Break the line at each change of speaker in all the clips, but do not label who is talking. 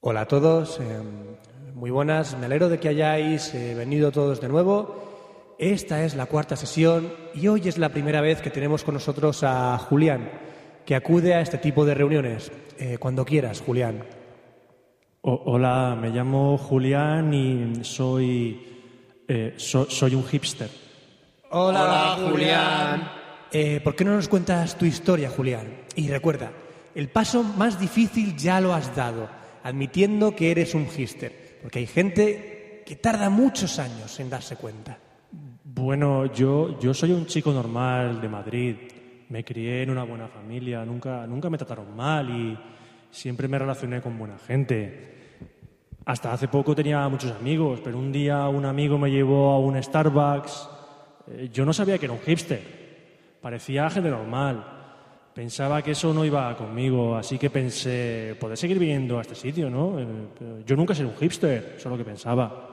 Hola a todos, eh, muy buenas. Me alegro de que hayáis eh, venido todos de nuevo. Esta es la cuarta sesión y hoy es la primera vez que tenemos con nosotros a Julián, que acude a este tipo de reuniones. Eh, cuando quieras, Julián.
O- hola, me llamo Julián y soy, eh, so- soy un hipster.
Hola, Julián. Eh, ¿Por qué no nos cuentas tu historia, Julián? Y recuerda, el paso más difícil ya lo has dado, admitiendo que eres un hipster, porque hay gente que tarda muchos años en darse cuenta.
Bueno, yo, yo soy un chico normal de Madrid. Me crié en una buena familia, nunca, nunca me trataron mal y siempre me relacioné con buena gente. Hasta hace poco tenía muchos amigos, pero un día un amigo me llevó a un Starbucks. Eh, Yo no sabía que era un hipster. Parecía gente normal. Pensaba que eso no iba conmigo, así que pensé, podré seguir viniendo a este sitio, ¿no? Eh, pero Yo nunca seré un hipster, eso es lo que pensaba.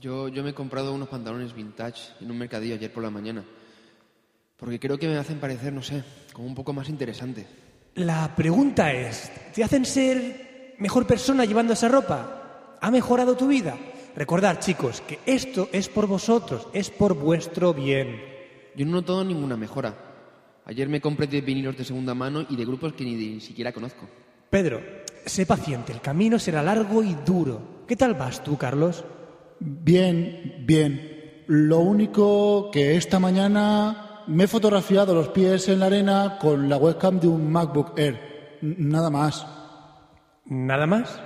Yo, yo me he comprado unos pantalones vintage en un mercadillo ayer por la mañana. Porque creo que me hacen parecer, no sé, como un poco más interesante.
La pregunta es, ¿te hacen ser mejor persona llevando esa ropa? ¿Ha mejorado tu vida? Recordad, chicos, que esto es por vosotros, es por vuestro bien.
Yo no noto ninguna mejora. Ayer me compré 10 vinilos de segunda mano y de grupos que ni, ni siquiera conozco.
Pedro, sé paciente, el camino será largo y duro. ¿Qué tal vas tú, Carlos?
Bien, bien. Lo único que esta mañana me he fotografiado los pies en la arena con la webcam de un MacBook Air. N- Nada más.
¿Nada más?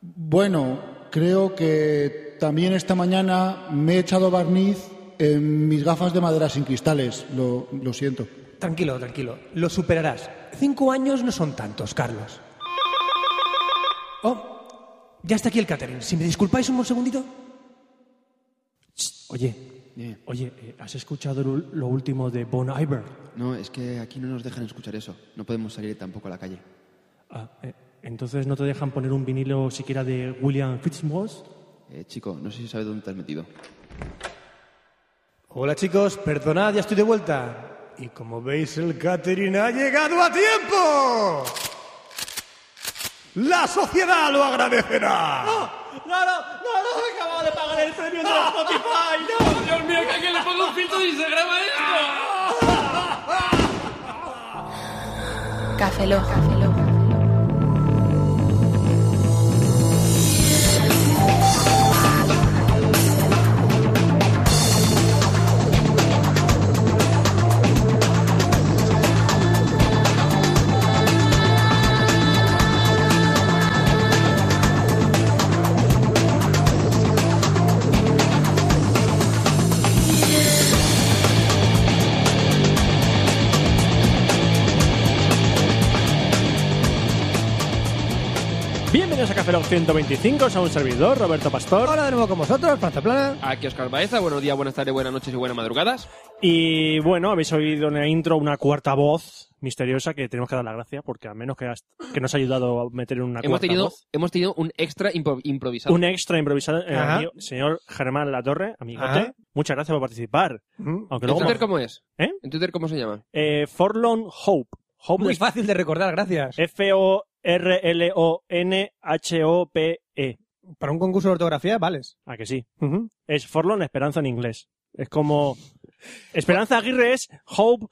Bueno, creo que también esta mañana me he echado barniz en mis gafas de madera sin cristales. Lo, lo siento.
Tranquilo, tranquilo, lo superarás. Cinco años no son tantos, Carlos. Oh, ya está aquí el catering. Si me disculpáis un segundito.
Oye,
Eh,
oye, eh, ¿has escuchado lo, lo último de Bon Iver?
No, es que aquí no nos dejan escuchar eso. No podemos salir tampoco a la calle.
Ah, eh, entonces no te dejan poner un vinilo siquiera de William Fitzmaurice.
Eh, chico, no sé si sabes dónde te has metido.
Hola chicos, perdonad, ya estoy de vuelta. Y como veis, el catering ha llegado a tiempo. La sociedad lo agradecerá.
No, no, no, no, me acabo de pagar el premio de Spotify, no. Dios mío, que aquí le pongo un filtro y se graba esto.
Café Lock. Café Lock.
Bienvenidos a Café Lock 125, soy un servidor, Roberto Pastor.
Hola de nuevo con vosotros, Franza Plana.
Aquí Oscar Baeza, buenos días, buenas tardes, buenas noches y buenas madrugadas.
Y bueno, habéis oído en la intro una cuarta voz misteriosa que tenemos que dar la gracia porque al menos que, has- que nos ha ayudado a meter una
Hemos
cuarta
tenido,
voz.
hemos tenido un extra impro- improvisado.
Un extra improvisado, eh,
Ajá.
amigo- señor Germán Latorre, amigote.
Ajá.
Muchas gracias por participar.
Mm.
Aunque
¿En
luego...
Twitter cómo es?
¿Eh?
¿En Twitter cómo se llama?
Eh, Forlorn Hope. Hope
Muy
de-
fácil de recordar, gracias.
F-O-R-L-O-N-H-O-P-E.
Para un concurso de ortografía, vales.
¿A que sí? Es Forlorn Esperanza en inglés. Es como... Esperanza Aguirre es Hope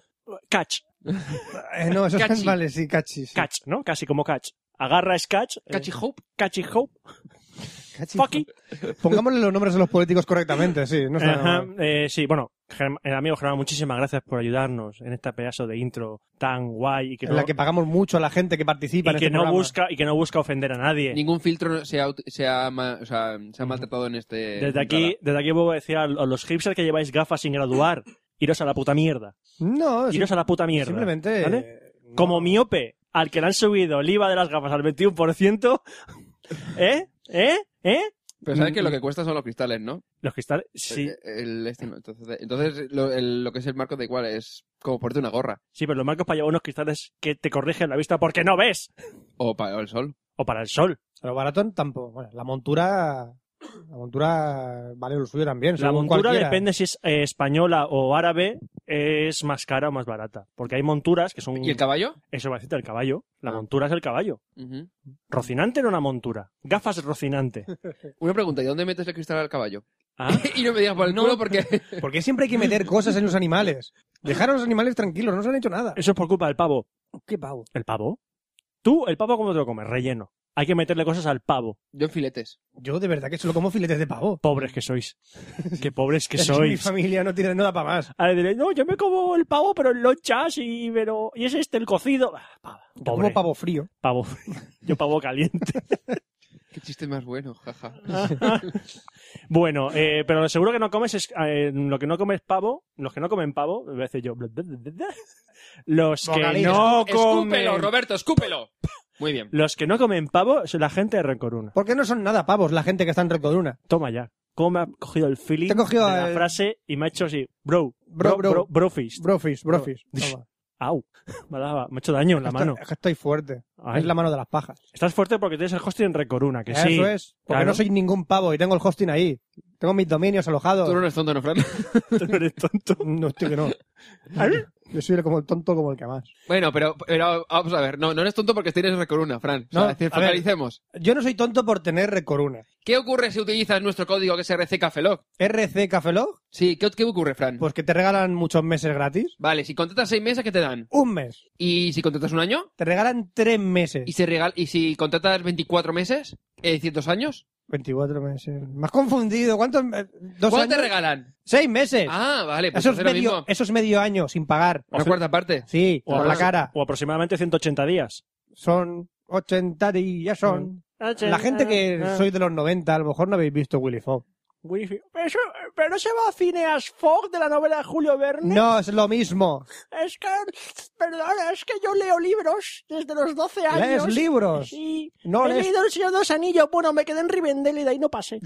Catch.
Eh, no, eso
Cachi.
vale, sí, cachis.
Catch, ¿no? Casi como Catch. Agarra es Catch. eh,
Catchy Hope.
Catchy Hope. Fucky.
Pongámosle los nombres a los políticos correctamente, sí. No está nada
Ajá,
mal.
eh, sí, bueno, Germ- el amigo Germán, muchísimas gracias por ayudarnos en este pedazo de intro tan guay y que
En
no,
la que pagamos mucho a la gente que
y
participa en
que
este
no
programa.
busca y que no busca ofender a nadie.
Ningún filtro se ha, ut- se ha, ma- o sea, se ha maltratado en este...
Eh,
Desde aquí, desde aquí vuelvo a decir a a los hipsters que lleváis gafas sin graduar, iros a la puta mierda.
No,
Iros a la puta mierda.
simplemente...
¿vale?
eh, no.
Como miope, al que le han subido el IVA de las gafas al 21%, ¿eh? ¿Eh? ¿Eh?
Pero sabes que lo que cuesta son los cristales, ¿no?
Los cristales, sí,
Eh, El, este no.
eh,
Entonces, entonces lo, el- lo que es el marco de igual es como ponerte una gorra
sí, pero los marcos para llevar unos cristales que te corrigen la vista porque no ves.
o para el sol.
O para el sol.
Pero baratón tampoco. Bueno, la montura... La montura vale lo suyo también.
La
según
montura
cualquiera.
depende si es eh, española o árabe, es más cara o más barata. Porque hay monturas que son...
¿Y el caballo?
Eso va a decirte el caballo. La
Ah.
montura es el caballo.
Ujú.
Rocinante era una montura. Gafas rocinante.
Una pregunta, ¿y dónde metes el cristal al caballo?
Ah,
y no me digas por el
No.
culo porque...
Porque siempre hay que meter cosas en los animales. Dejar a los animales tranquilos, no se han hecho nada.
Eso es por culpa del pavo.
Qué pavo.
¿El pavo? Tú, el pavo, ¿cómo te lo comes? Relleno. Hay que meterle cosas al pavo.
Yo en filetes.
Yo de verdad que solo como filetes de pavo.
Pobres que sois. Qué pobres que
Mi
sois.
familia no tiene nada para más.
Ahora diréis, no, yo me como el pavo, pero en lonchas y, pero, y es este el cocido. Ah, pavo. Pobre.
Como pavo frío.
Pavo. Yo pavo caliente.
Qué chiste más bueno, jaja.
bueno, eh, pero lo seguro que no comes es, eh, lo que no comes pavo, los que no comen pavo, voy a decir yo, los que
Vocaliza.
no
¡Escúpelo,
comen,
Roberto, escúpelo! Muy bien.
los que no comen pavo son la gente de Rencoruna.
Porque no son nada pavos la gente que está en Recoruna.
Toma ya. ¿Cómo me ha cogido el feeling
Te ha cogido
de la
el-
frase y me ha hecho así, bro,
Bro, bro.
brofist.
Brofis, brofis. Toma.
Au, me ha dado- me ha hecho daño en la
Esto-
mano.
es que estoy fuerte.
Ay.
Es la mano de las pajas.
Estás fuerte porque tienes el hosting en Rencoruna, que sí.
Eso es. Porque
claro.
no soy ningún pavo y tengo el hosting ahí. Tengo mis dominios
Tú no
alojados.
eres tonto, ¿no, Fran?
Tú no eres tonto.
No, tío, que no. Yo soy el- como el tonto como el que más.
Bueno, pero, pero vamos a ver. No, no eres tonto porque tienes recoruna, Fran. O sea,
No,
es decir,
a ver.
focalicemos.
Yo no soy tonto por tener Recoruna.
¿Qué ocurre si utilizas nuestro código que es RCCafelog?
RC Cafelog,
Sí, ¿qué, qué ocurre, Fran?
pues que te regalan muchos meses gratis.
Vale, si contratas seis meses, ¿qué te dan?
Un mes.
¿Y si contratas un año?
Te regalan tres
¿Y
meses.
si, regal y si contratas 24 meses? ¿Es decir, dos años?
24 meses. Me has confundido. ¿Cuántos? me- ¿Dos
¿Cuánto
años?
te regalan?
Seis meses.
Ah, vale, pues
eso, es
hacer lo
medio,
mismo.
eso es medio año sin pagar.
Una cuarta parte.
Sí,
O
por la
apro-
cara.
O aproximadamente 180 días.
Son 80 días, son. La gente que soy de los 90, a lo mejor no habéis visto Willy Fogg.
Wifi. Eso- pero no se va a Phineas Fogg de la novela de Julio Verne.
No, es lo mismo.
Es que, perdón, es que yo leo libros desde los 12
Lees
años.
libros.
Sí.
No
He
lees-
leído El Señor de los Anillos. Bueno, me quedé en Rivendell y de ahí no pasé.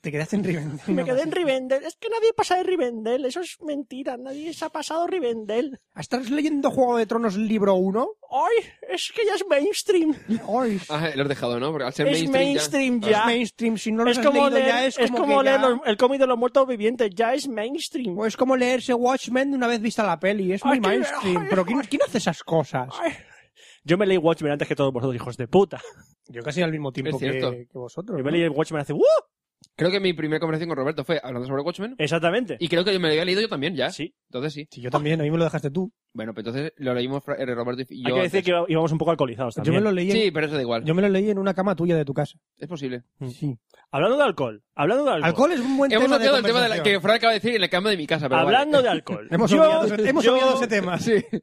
Te quedaste en Rivendell.
Me
no
quedé en
más.
Rivendell. Es que nadie pasa de Rivendell. Eso es mentira. Nadie se ha pasado Rivendell.
¿Estás leyendo Juego de Tronos libro 1?
¡Ay! Es que ya es mainstream.
Ay,
Ah, lo has dejado, ¿no? Porque al ser
Es
mainstream, ya-
mainstream
es
ya.
mainstream. Si no lo
es
has
como
leído
leer,
ya, es
es
como,
como
que
leer
ya-
los- el cómic de los muertos vivientes, ya es mainstream.
Es como leerse Watchmen de una vez vista la peli. Es muy
Ay, qué-
mainstream.
ay,
Pero ¿quién, quién hace esas cosas?
Ay. Yo me leí Watchmen antes que todos vosotros, hijos de puta.
Yo casi al mismo tiempo
Es cierto.
que, que vosotros.
Yo
¿no?
me leí Watchmen hace... ¡Uh!
Creo que mi primera conversación con Roberto fue hablando sobre Watchmen.
Exactamente.
Y creo que yo me lo había leído yo también, ya.
Sí.
Entonces sí.
Sí, yo también, a mí me lo dejaste tú.
Bueno, pues entonces lo leímos Fra- eh, Roberto y yo.
Hay que decir
antes.
que iba- íbamos un poco alcoholizados
Yo
también.
me, lo leí en,
Sí, pero eso da igual.
yo me lo leí en una cama tuya de tu casa.
Es posible.
Sí.
Mm. Hablando de alcohol. Hablando de alcohol.
Alcohol es un buen
Hemos
tema de
obviado el tema de la,
conversación.
que Fran acaba de decir en la cama de mi casa, pero vale.
Hablando de alcohol.
Hemos
Yo-
obviado, ese- hemos
yo-
obviado ese tema.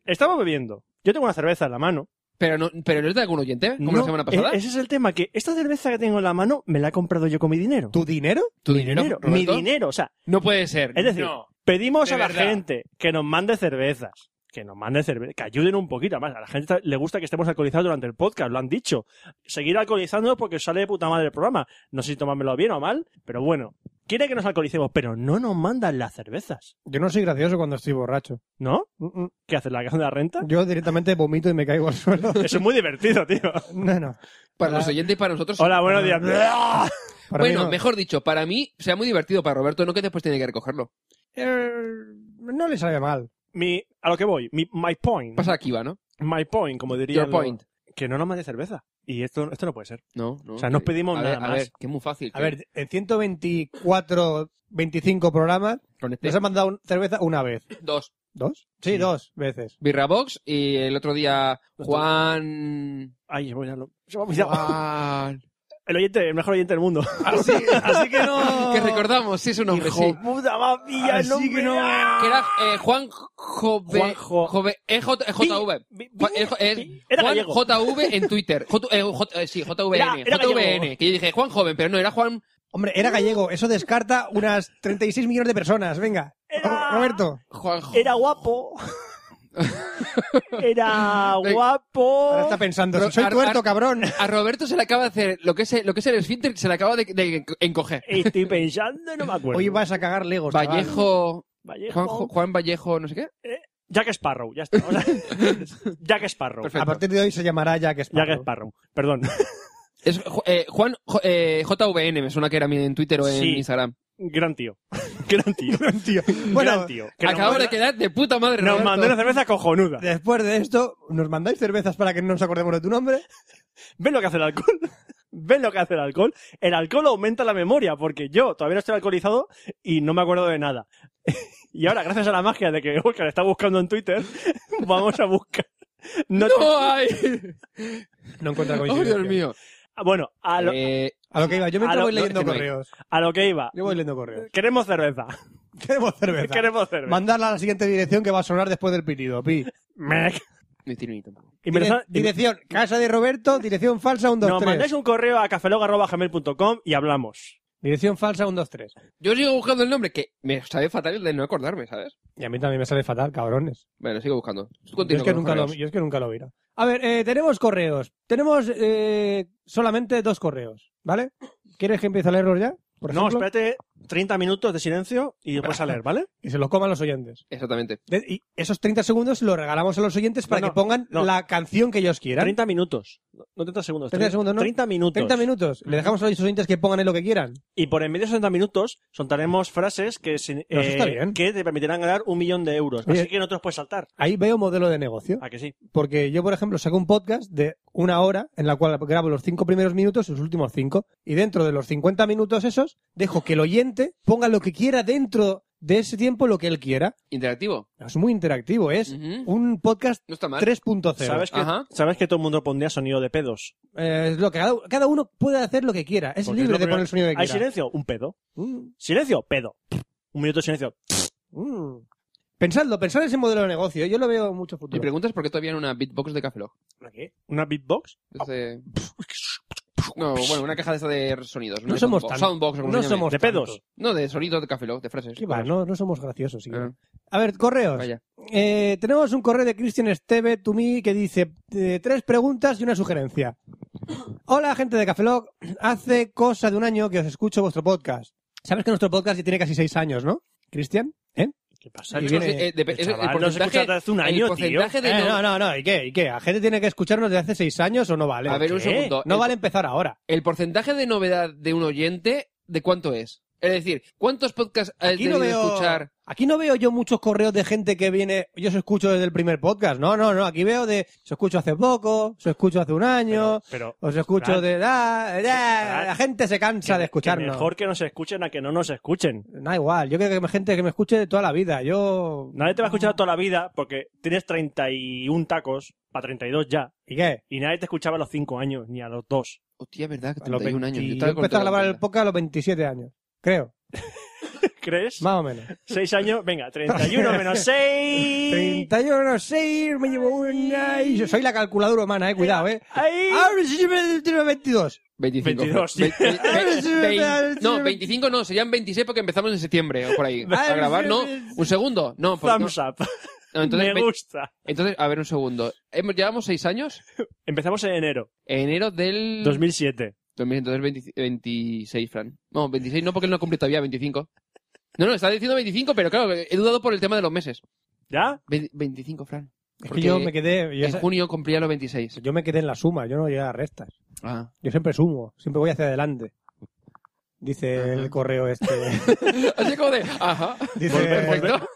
Estamos bebiendo. Yo tengo una cerveza en la mano.
Pero no, pero no es de algún oyente, como la
No,
semana pasada.
e- Ese es el tema, que esta cerveza que tengo en la mano me la he comprado yo con mi dinero.
¿Tu dinero?
¿Tu
Mi
dinero,
Mi
Roberto?
dinero. O sea,
No puede ser.
Es decir,
No.
pedimos
de
a la
verdad.
gente que nos mande cervezas. Que nos mande cerveza, que ayuden un poquito más. A la gente le gusta que estemos alcoholizados durante el podcast, lo han dicho. Seguir alcoholizándonos porque sale de puta madre el programa. No sé si tomármelo bien o mal, pero bueno. Quiere que nos alcoholicemos, pero no nos mandan las cervezas.
Yo no soy gracioso cuando estoy borracho.
¿No?
Mm, mm.
¿Qué haces? ¿La caja de la renta?
Yo directamente vomito y me caigo al suelo.
Eso es muy divertido, tío.
No, no.
Para los oyentes y para nosotros.
Hola, buenos días.
Para
bueno,
mí no.
mejor dicho, para mí sea muy divertido, para Roberto no que después tiene que recogerlo.
Eh, no le sale mal.
Mi, a lo que voy, mi, my point.
Pasa aquí, va, ¿no?
My point, como diría.
Your point.
Que no nos mande cerveza. Y esto, esto no puede ser.
No, no.
O sea, no pedimos
a
nada
ver,
más.
A ver, que es muy fácil.
A
que-
ver, en 124, 25 programas,
con este-
nos han mandado un- cerveza una vez.
dos.
¿Dos? Mm. Sí, dos veces.
Birrabox y el otro día Juan.
Ay, se me ha olvidado. Se me ha olvidado.
Juan.
El oyente, el mejor oyente del mundo.
Así, así que no.
que recordamos, sí, su nombre, sí.
puta, más pilla
Así que no.
Que era eh, Juan Jove.
Juan Jo-
Jove- eh, EJ EJV.
Vi- vi-
Juan- EJ
vi-
es
era
Juan
gallego.
JV en Twitter. J- eh, J- eh, sí, JVN.
Era- era
JVN.
gallego.
Que yo dije Juan Joven, pero no, era Juan.
Hombre, era gallego. Eso descarta unas 36 millones de personas. Venga.
Era-
Ro- Roberto.
Juan Jo-
Era guapo. Era
Venga.
Ahora
guapo.
está pensando.
Ro-
si soy
ar-
tuerto,
ar-
cabrón.
A Roberto se le acaba de hacer lo que es, el- lo que es el esfínter, se le acaba de, de encoger.
Estoy pensando, y no me acuerdo.
Hoy vas a cagar legos. chaval.
Vallejo.
Vallejo.
Juan, Jo- Juan Vallejo, no sé qué.
Jack Sparrow, ya está. O sea, Jack Sparrow.
Perfecto.
A partir de hoy se llamará Jack Sparrow.
Jack Sparrow, perdón.
Es Ju- eh, Juan Ju- eh, JVN, me suena que era mi- en Twitter o en
Sí.
Instagram.
Gran tío. Gran tío. Gran tío. Gran tío. Que nos
Acabo de
manda-
quedar de puta madre.
Nos
Roberto.
mandó una cerveza cojonuda.
Después de esto, ¿nos mandáis cervezas para que no nos acordemos de tu nombre?
¿Ves lo que hace el alcohol? ¿Ves lo que hace el alcohol? El alcohol aumenta la memoria, porque yo todavía no estoy alcoholizado y no me acuerdo de nada. Y ahora, gracias a la magia de que Oscar está buscando en Twitter, vamos a buscar. No te-
¡No hay!
No encuentra
¡Oh, Dios mío!
Bueno, a lo,
Eh,
A lo que iba, yo mientras
A lo-
voy
no,
leyendo
es que no hay.
correos.
a lo que iba.
Yo voy leyendo correos.
Queremos cerveza.
Queremos cerveza.
Queremos cerveza.
Mandarla a la siguiente dirección que va a sonar después del pitido, Pi.
Mec.
ni tiro ni tampoco.
Y me lo
Dire-
están- y me-
dirección, casa de Roberto, dirección falsa
nos
123.
mandáis un correo a cafelog.gmail.com y hablamos.
Dirección falsa 123.
Yo sigo buscando el nombre, que me sabe fatal el de no acordarme, ¿sabes?
Y a mí también me sale fatal, cabrones.
Bueno, sigo buscando. Tú
Yo
continúa
es, que
con los
nunca lo,
correos.
yo es que nunca lo miro. A ver, eh, tenemos correos. Tenemos eh, solamente dos correos, ¿vale? ¿Quieres que empiece a leerlos ya? Por
No,
ejemplo?
espérate 30 minutos de silencio y después a leer, ¿vale?
Y se los coman los oyentes.
Exactamente.
De- y esos 30 segundos los regalamos a los oyentes para
No, no,
que pongan
no.
la canción que ellos quieran.
30 minutos. No 30 segundos.
30 segundos, ¿no?
30 minutos.
30 minutos. Le dejamos a los oyentes que pongan ahí lo que quieran.
Y por en medio de 60 minutos soltaremos frases que, sin-
Pero eso
eh,
está bien.
que te permitirán ganar un millón de euros.
Oye.
Así que no te los puedes saltar.
Ahí veo modelo de negocio.
¿A que sí?
Porque yo, por ejemplo, saco un podcast de una hora en la cual grabo los cinco primeros minutos y los últimos cinco. Y dentro de los 50 minutos esos, dejo que el oyente ponga lo que quiera dentro de ese tiempo, lo que él quiera.
Interactivo.
Es muy interactivo, es
Ujú.
un podcast
No está mal.
3.0.
Mm. ¿Sabes que,
Ajá.
¿Sabes que todo el mundo pondría sonido de pedos?
Eh, es lo que cada, cada uno puede hacer lo que quiera. Es
Porque es
libre
lo
de poner
primero-
el sonido que
¿Hay
quiera.
silencio? Un pedo.
Mm,
¿Silencio? Pedo. Un minuto de silencio.
mm. Pensadlo, pensad en ese modelo de negocio. Yo lo veo mucho
Mi
futuro.
pregunta es por qué todavía en una beatbox de Café
Oh.
Lock.
¿Una beatbox?
Desde- No, bueno, una caja de esa de sonidos.
No
una
somos
soundbox,
tan-
soundbox, o como
no
se llame.
somos
De
tanto.
pedos.
No, de sonidos de Café Lock, de frases.
Qué va, no, no somos graciosos.
Eh,
siquiera.
Ah,
A ver, correos.
vaya.
Eh, tenemos un correo de Christian Esteve to me que dice eh, tres preguntas y una sugerencia. Hola, gente de Cafelog. Hace cosa de un año que os escucho vuestro podcast. Sabes que nuestro podcast ya tiene casi seis años, ¿no? Cristian, ¿eh?
¿Qué pasa?
Y
tío?
viene-
Eh,
el
dep- es el
chaval no se
porcentaje-
escucha desde hace un
el
año, tío.
porcentaje de
Eh,
no-
no, no, no, ¿y qué? ¿Y qué? ¿La gente tiene que escucharnos desde hace seis años o no vale?
A ver, un
¿Qué?
segundo.
No
El-
vale empezar ahora.
¿El porcentaje de novedad de un oyente, de cuánto es? Es decir, ¿cuántos podcasts has
Aquí no,
debido
veo,
escuchar?
aquí no veo yo muchos correos de gente que viene, yo os escucho desde el primer podcast. No, no, no, aquí veo de, os escucho hace poco, os escucho hace un año,
Pero- pero,
Os escucho
Fran,
de... ah, ya,
Fran,
la gente se cansa de escucharnos.
que mejor que nos escuchen a que no nos escuchen.
Da igual, yo creo que hay gente que me escuche de toda la vida. Yo...
Nadie te va a escuchar toda la vida porque tienes 31 tacos para 32 ya.
¿Y qué?
Y nadie te escuchaba a los 5 años ni a los 2.
Hostia, verdad, que
A los
31 años.
20
Yo
Yo
estaba
empecé a
contando
grabar el
la
podcast a los 27 años, creo.
¿Crees?
Más o menos.
6 años, venga, 31 menos 6.
31, 6, me llevo una... y Yo soy la calculadora humana, eh, cuidado, eh.
Ahí.
Ah,
Ahora sí me tiro 22.
25.
22,
Ve-
tío.
ve- ve-
sí,
vein-
verdad, sí,
no,
ve-
25 no, serían 26 porque empezamos en septiembre o por ahí.
Ah,
A grabar,
sí,
¿no?
sí.
Un segundo. No, pues,
Thumbs up.
no. No, entonces,
Me
ve-
gusta.
entonces, a ver, un segundo. Hemos- Llevamos 6 años.
Empezamos en enero,
Enero del.
2007.
2000, Entonces, 20 26, Fran. No, 26 no, porque él no cumple todavía 25. No, no, está diciendo 25, pero claro, he dudado por el tema de los meses.
¿Ya?
Ve- 25, Fran.
Es que
Porque
yo me quedé... Yo,
En junio cumplía los 26.
yo me quedé en la suma, yo no llegué a restas.
Ah.
Yo siempre sumo, siempre voy hacia adelante. Dice el correo este...
Así como de. Ajá.
Dice-
Volver- Perfecto.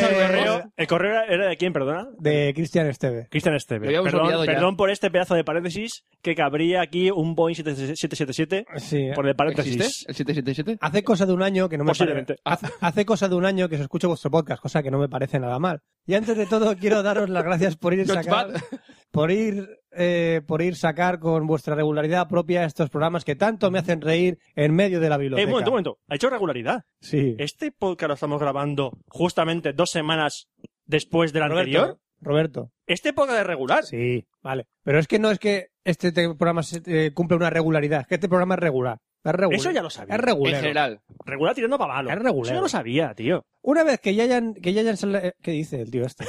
Dice-
al correo. ¿El correo era de quién, perdona?
de Cristian Esteve.
Cristian
Lo
Esteve.
habíamos olvidado
Perdón,
ya.
perdón por este pedazo de paréntesis que cabría aquí un Boeing 777
Sí.
por el paréntesis. ¿eh?
¿Existe? ¿El 777?
Hace cosa de un año que no me
Posiblemente.
pare- Hace, hace cosa de un año que os escucho vuestro podcast, cosa que no me parece nada mal. Y antes de todo quiero daros las gracias por ir
Not
sacar,
bad.
por ir, eh, por ir sacar con vuestra regularidad propia estos programas que tanto me hacen reír en medio de la biblioteca.
Eh, un momento, un momento. Ha hecho regularidad.
Sí.
Este podcast lo estamos grabando justamente dos semanas después del anterior.
Roberto. Roberto.
Este podcast es regular.
Sí. Vale. Pero es que no es que este te- programa se- eh, cumple una regularidad, es que este programa es regular. Es regular.
Eso ya lo sabía.
Es
En
regular.
general.
Regular tirando para malo.
Es regular.
Eso ya lo sabía, tío.
Una vez que ya hayan, que ya hayan sal- eh, ¿Qué dice el tío este?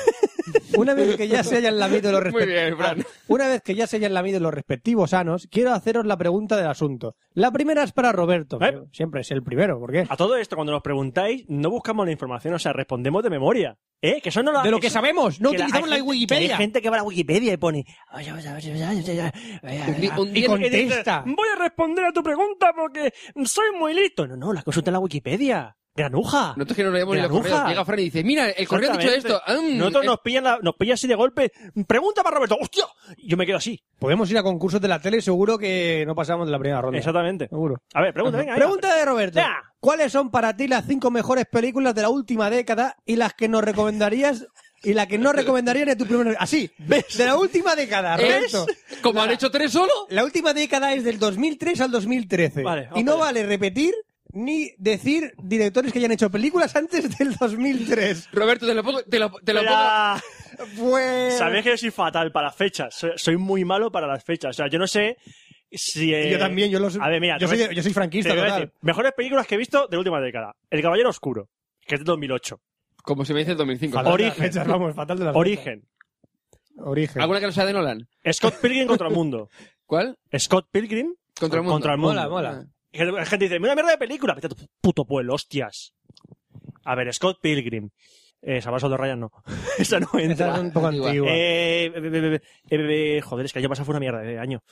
Una vez que ya se hayan lamido los
Muy
respectivos.
bien, Fran.
Una vez que ya se hayan lamido los respectivos sanos, quiero haceros la pregunta del asunto. La primera es para Roberto. que
¿Eh?
Siempre es el primero, ¿por qué?
A todo esto, cuando nos preguntáis, no buscamos la información, o sea, respondemos de memoria. ¿Eh? Que eso no la-
De lo que
eso-
sabemos, no
que
utilizamos
hay
la
gente- que
Wikipedia.
Hay gente que va a la Wikipedia y pone. "Oye, oye, oye, oye, oye, oye, oye, oye". Y
contesta.
dice, Voy a responder a tu pregunta porque soy muy listo. No, no, la consulta en la Wikipedia. Granuja.
Nosotros que no leemos ni los
Granuja.
correos. Llega Fran y dice, mira, el correo ha dicho esto. Ah, mm,
Nosotros
eh,
nos pillan, la- nos pillan así de golpe. Pregunta para Roberto. ¡Hostia! Yo me quedo así.
Podemos ir a concursos de la tele y seguro que no pasamos de la primera ronda.
Exactamente.
Seguro.
A ver, pregunta, Pues venga. venga.
Pregunta de Roberto.
Ya.
¿Cuáles son para ti las cinco mejores películas de la última década y las que nos recomendarías y la que no recomendarías de tu primer... Así, de la última década,
¿es?
Roberto.
Como han hecho tres solo.
La última década es del 2003 al 2013.
Vale, vamos
y no
allá.
vale repetir ni decir directores que hayan hecho películas antes del 2003.
Roberto, te lo pongo, te lo, te lo pongo.
Espera.
Pues...
Sabéis que yo soy fatal para las fechas. Soy, soy muy malo para las fechas. O sea, yo no sé si. eh,
Yo también, yo lo sé.
A ver, mira,
yo,
te voy-
soy, yo soy
te
franquista,
voy a
total.
decir, mejores películas que he visto de la última década. El Caballero Oscuro, que es de 2008.
Como se me dice el 2005.
Fatal de las
Origen.
fechas, vamos, fatal de las
Origen.
fechas. Origen.
¿Alguna que no sea de Nolan?
Scott Pilgrim contra el mundo.
¿Cuál?
Scott Pilgrim
Contra el mundo.
Contra el mundo.
Mola, mola.
Que La gente dice, mira mierda de película. Vete a tu puto pueblo, hostias. A ver, Scott Pilgrim. Eh, Salvazo de Ryan no. Esa no
Esa es
entra.
un poco
Igual.
antigua.
Eh, eh, eh, eh, eh, joder, es que el año pasado fue una mierda de año.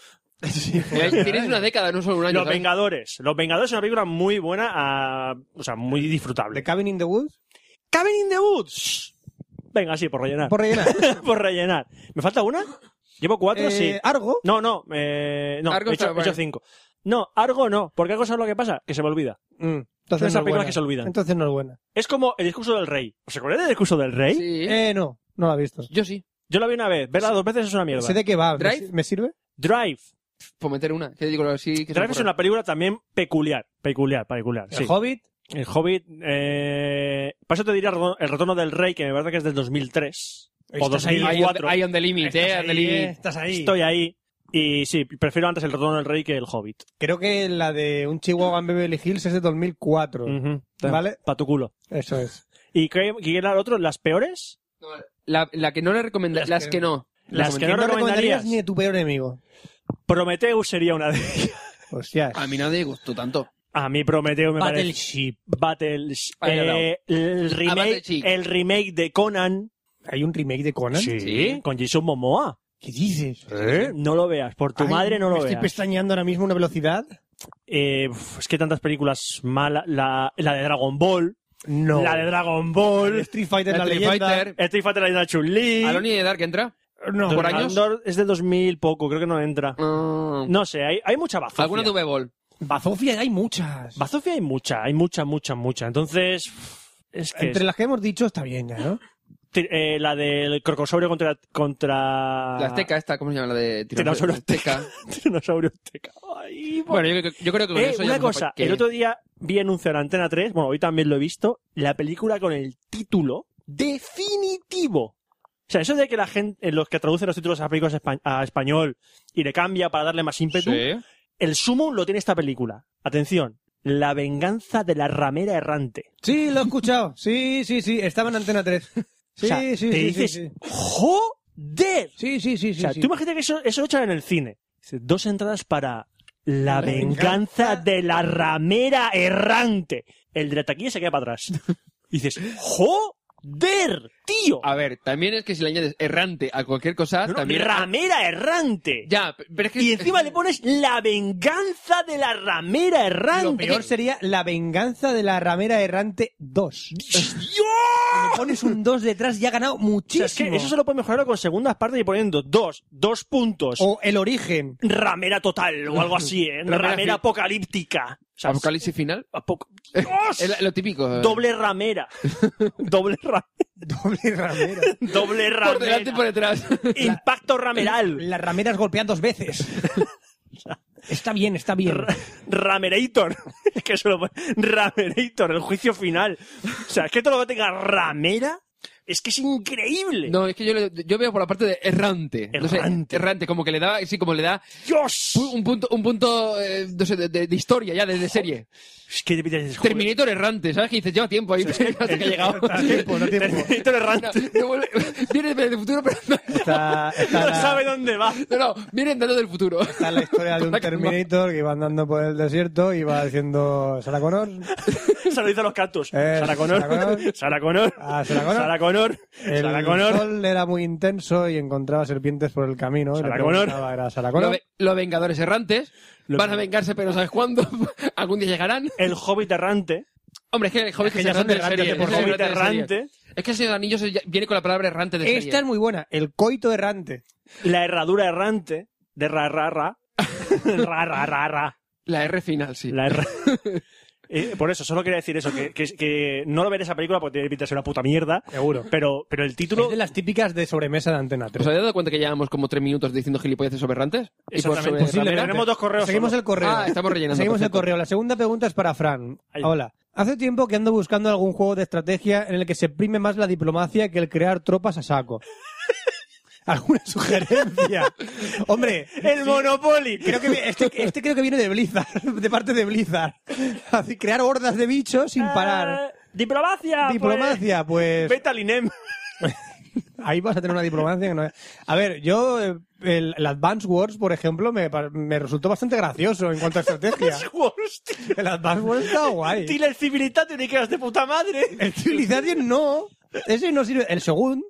Eh, Tienes una década, no solo un año.
Los
¿sabes?
Vengadores. Los Vengadores es una película muy buena, ah, o sea, muy disfrutable.
¿The Cabin in the Woods?
Cabin in the Woods. Venga, sí, por rellenar.
Por rellenar.
Por rellenar. ¿Me falta una? Llevo cuatro,
Eh,
sí.
Argo.
No, no, eh, no,
Argo
he hecho,
está-
he hecho cinco. No, Argo no, porque Argo es lo que pasa, que se me olvida.
Mm,
Son
Entonces
esas
no es
películas
buena.
que se olvidan.
Entonces no es buena.
Es como el discurso del rey. ¿Os acordáis del discurso del rey?
Sí.
Eh, no, no la he visto.
Yo sí.
Yo la vi una vez, verla dos veces es una mierda.
Sé de qué va. ¿Me
Drive.
si- ¿Me sirve?
Drive.
Por Pues meter una. Que digo así. Que se me
Drive es
ocurra.
una película también peculiar, peculiar, peculiar. sí.
¿El Hobbit?
El Hobbit, eh... Para eso te diría Retor- El Retorno del Rey, que me parece que es del 2003. O
Estás ahí,
Ahí on,
2004.
ahí on the limit, eh. on the limit.
Estás ahí.
Estoy ahí. Y sí, prefiero antes El Retorno del Rey que El Hobbit.
Creo que la de Un Chihuahua en Beverly Hills es de 2004. Vale.
Pa' tu culo.
Eso es.
¿Y qué, qué era el otro? ¿Las peores?
La, la que no le recomiendo. Las, que, no.
Las que no
recomendarías
recomendarías.
ni de tu peor enemigo. Pues
Prometeo sería una de ellas.
Hostias.
A mí no me gustó tanto.
A mí Prometeo me parece...
Battleship.
Battleship.
Ahí al lado. Ah,
Eh, el, remake,
Battleship.
el remake de Conan.
¿Hay un remake de Conan?
Sí.
Con Jason Momoa.
¿Qué dices?
No lo veas. Por tu
Ay,
madre no
me
lo
Estoy
veas.
pestañeando ahora mismo a una velocidad.
Eh, uf, es que tantas películas malas. La, la de Dragon Ball.
No.
La de Dragon Ball.
Street Fighter, la,
Street
leyenda.
Fighter.
Street Fighter la de Chun-Li.
Aloni de Dark entra.
No.
¿Por
Don
años?
Andor es de 2000 poco, creo que no entra.
Mm.
No sé, hay, hay mucha bazofia.
Alguna de V-Ball.
Bazofia hay muchas.
Bazofia hay mucha, hay mucha, mucha, mucha. Entonces, es que
Entre las que hemos dicho está bien ya, ¿no?
es- eh, la del crocosaurio contra... contra...
La azteca esta, ¿cómo se llama? La de
Tiranosaurio
azteca.
Tiranosaurio azteca. Ay,
Bueno, yo, creo que- yo creo que con
Eh,
eso ya
una
hemos
cosa,
que-
el otro día vi anunciar Antena 3, bueno, hoy también lo he visto, la película con el título definitivo. O sea, eso de que la gente, los que traducen los títulos a películas espa- a español y le cambia para darle más ímpetu,
Sí.
el sumo lo tiene esta película. Atención, La venganza de la ramera errante.
Sí, lo he escuchado. Sí, sí, sí. Estaba en Antena 3. Sí,
O sea,
sí, sí,
te
sí,
dices,
sí.
¡Joder!
Sí, sí, sí,
o sea,
sí,
tú
sí.
imagínate que eso, eso lo echan en el cine. Dice, Dos entradas para
La
La, venganza,
venganza
de la ramera errante. El de la taquilla se queda para atrás. Y dices, ¡joder, tío!
A ver, también es que si le añades errante a cualquier cosa,
No, no,
Ah, también.
ramera errante.
Ya, pero es que.
Y encima le pones La venganza de la ramera
Lo
errante.
peor sería La venganza de la ramera errante 2.
¡Dios!
Le pones un 2 detrás y ha ganado
O sea,
muchísimo.
es que eso se lo puede mejorar con segundas partes y poniendo dos, dos puntos.
O El origen.
ramera total o algo así, ¿eh?
Ramera
ramera,
fi-
apocalíptica. O sea,
Apocalipsis final.
apoc- ¡Dios!
Es lo típico. eh.
Doble ramera. Doble ramera.
Doble ramera.
Doble
Por delante y por
ramera.
detrás.
Impacto rameral.
Las rameras golpean dos veces. Está bien, está bien.
Ra- Ramerator. Es que eso lo pone- Ramerator, el juicio final. O sea, es que todo lo que tenga ramera. Es que es increíble.
No, es que yo, le- yo veo por la parte de errante. No sé,
Errante.
errante, como que le da, sí, como le da
¡Dios!
pu- un punto, un punto eh, no sé, de, de- de historia ya, de, de serie.
Es que dices, joder,
Terminator errante, ¿sabes? Que dices, lleva tiempo ahí, hasta que ha llegado.
Tiempo, no tiempo.
Terminator errante.
No, no vuelve- viene del futuro, pero no,
Está, está
No
la-
sabe dónde va.
no, no, viene entrando del futuro.
Está la historia de un Terminator que iba andando por el desierto y va diciendo Sarah Connor.
Se lo dice a los cactus.
Eh,
Sara
Sarah Connor.
Connor. Sara Connor.
Ah, Sarah Connor.
Sarah Connor.
El
Sarah Connor.
sol era muy intenso y encontraba serpientes por el camino.
Sarah
y le
Connor.
preguntaba, era Sarah
Los,
Connor.
ve- los Vengadores errantes
Lo-
van a vengarse, pero no sabes cuándo. Algún día llegarán.
El hobbit errante.
Hombre, es que el Hobbit
que
es
ya son
errante de
errantes
serie,
de por
es el
hobbit
errante de serie.
errante.
Es que el Señor de los Anillos ya- viene con la palabra errante de
Esta
serie.
es muy buena. El coito errante.
La herradura errante. De ra, ra, ra. ra, ra, ra, ra.
La R final, sí.
La erra- Eh, por eso, solo quería decir eso, que, que- que no lo veré esa película porque tiene pinta de ser una puta mierda.
Seguro.
Pero, pero el título...
Es de las típicas de sobremesa de Antena 3.
¿Os habéis dado cuenta que llevamos como tres minutos diciendo gilipolleces sobre errantes? Y por
Exactamente.
sobre
Posiblemente.
Ramera.
Pues Tenemos dos correos
Seguimos
solo.
el correo.
Ah, estamos rellenando,
Seguimos
perfecto.
el correo. La segunda pregunta es para Fran.
Ahí.
Hola. Hace tiempo que ando buscando algún juego de estrategia en el que se prime más la diplomacia que el crear tropas a saco. ¿Alguna sugerencia? Hombre,
¡El Monopoly!
creo que este, este creo que viene de Blizzard, de parte de Blizzard. Así, crear hordas de bichos sin parar.
Eh, ¡Diplomacia!
Diplomacia,
pues.
pues.
Vete al INEM.
Ahí vas a tener una diplomacia que no es- A ver, yo, eh, el, el Advance Wars, por ejemplo, me, pa- me resultó bastante gracioso en cuanto a estrategia.
Hostia.
el Advance Wars está guay.
Tila el Civilitate Uniqueas de puta madre.
El Civilization no. Ese no sirve. El Shogun,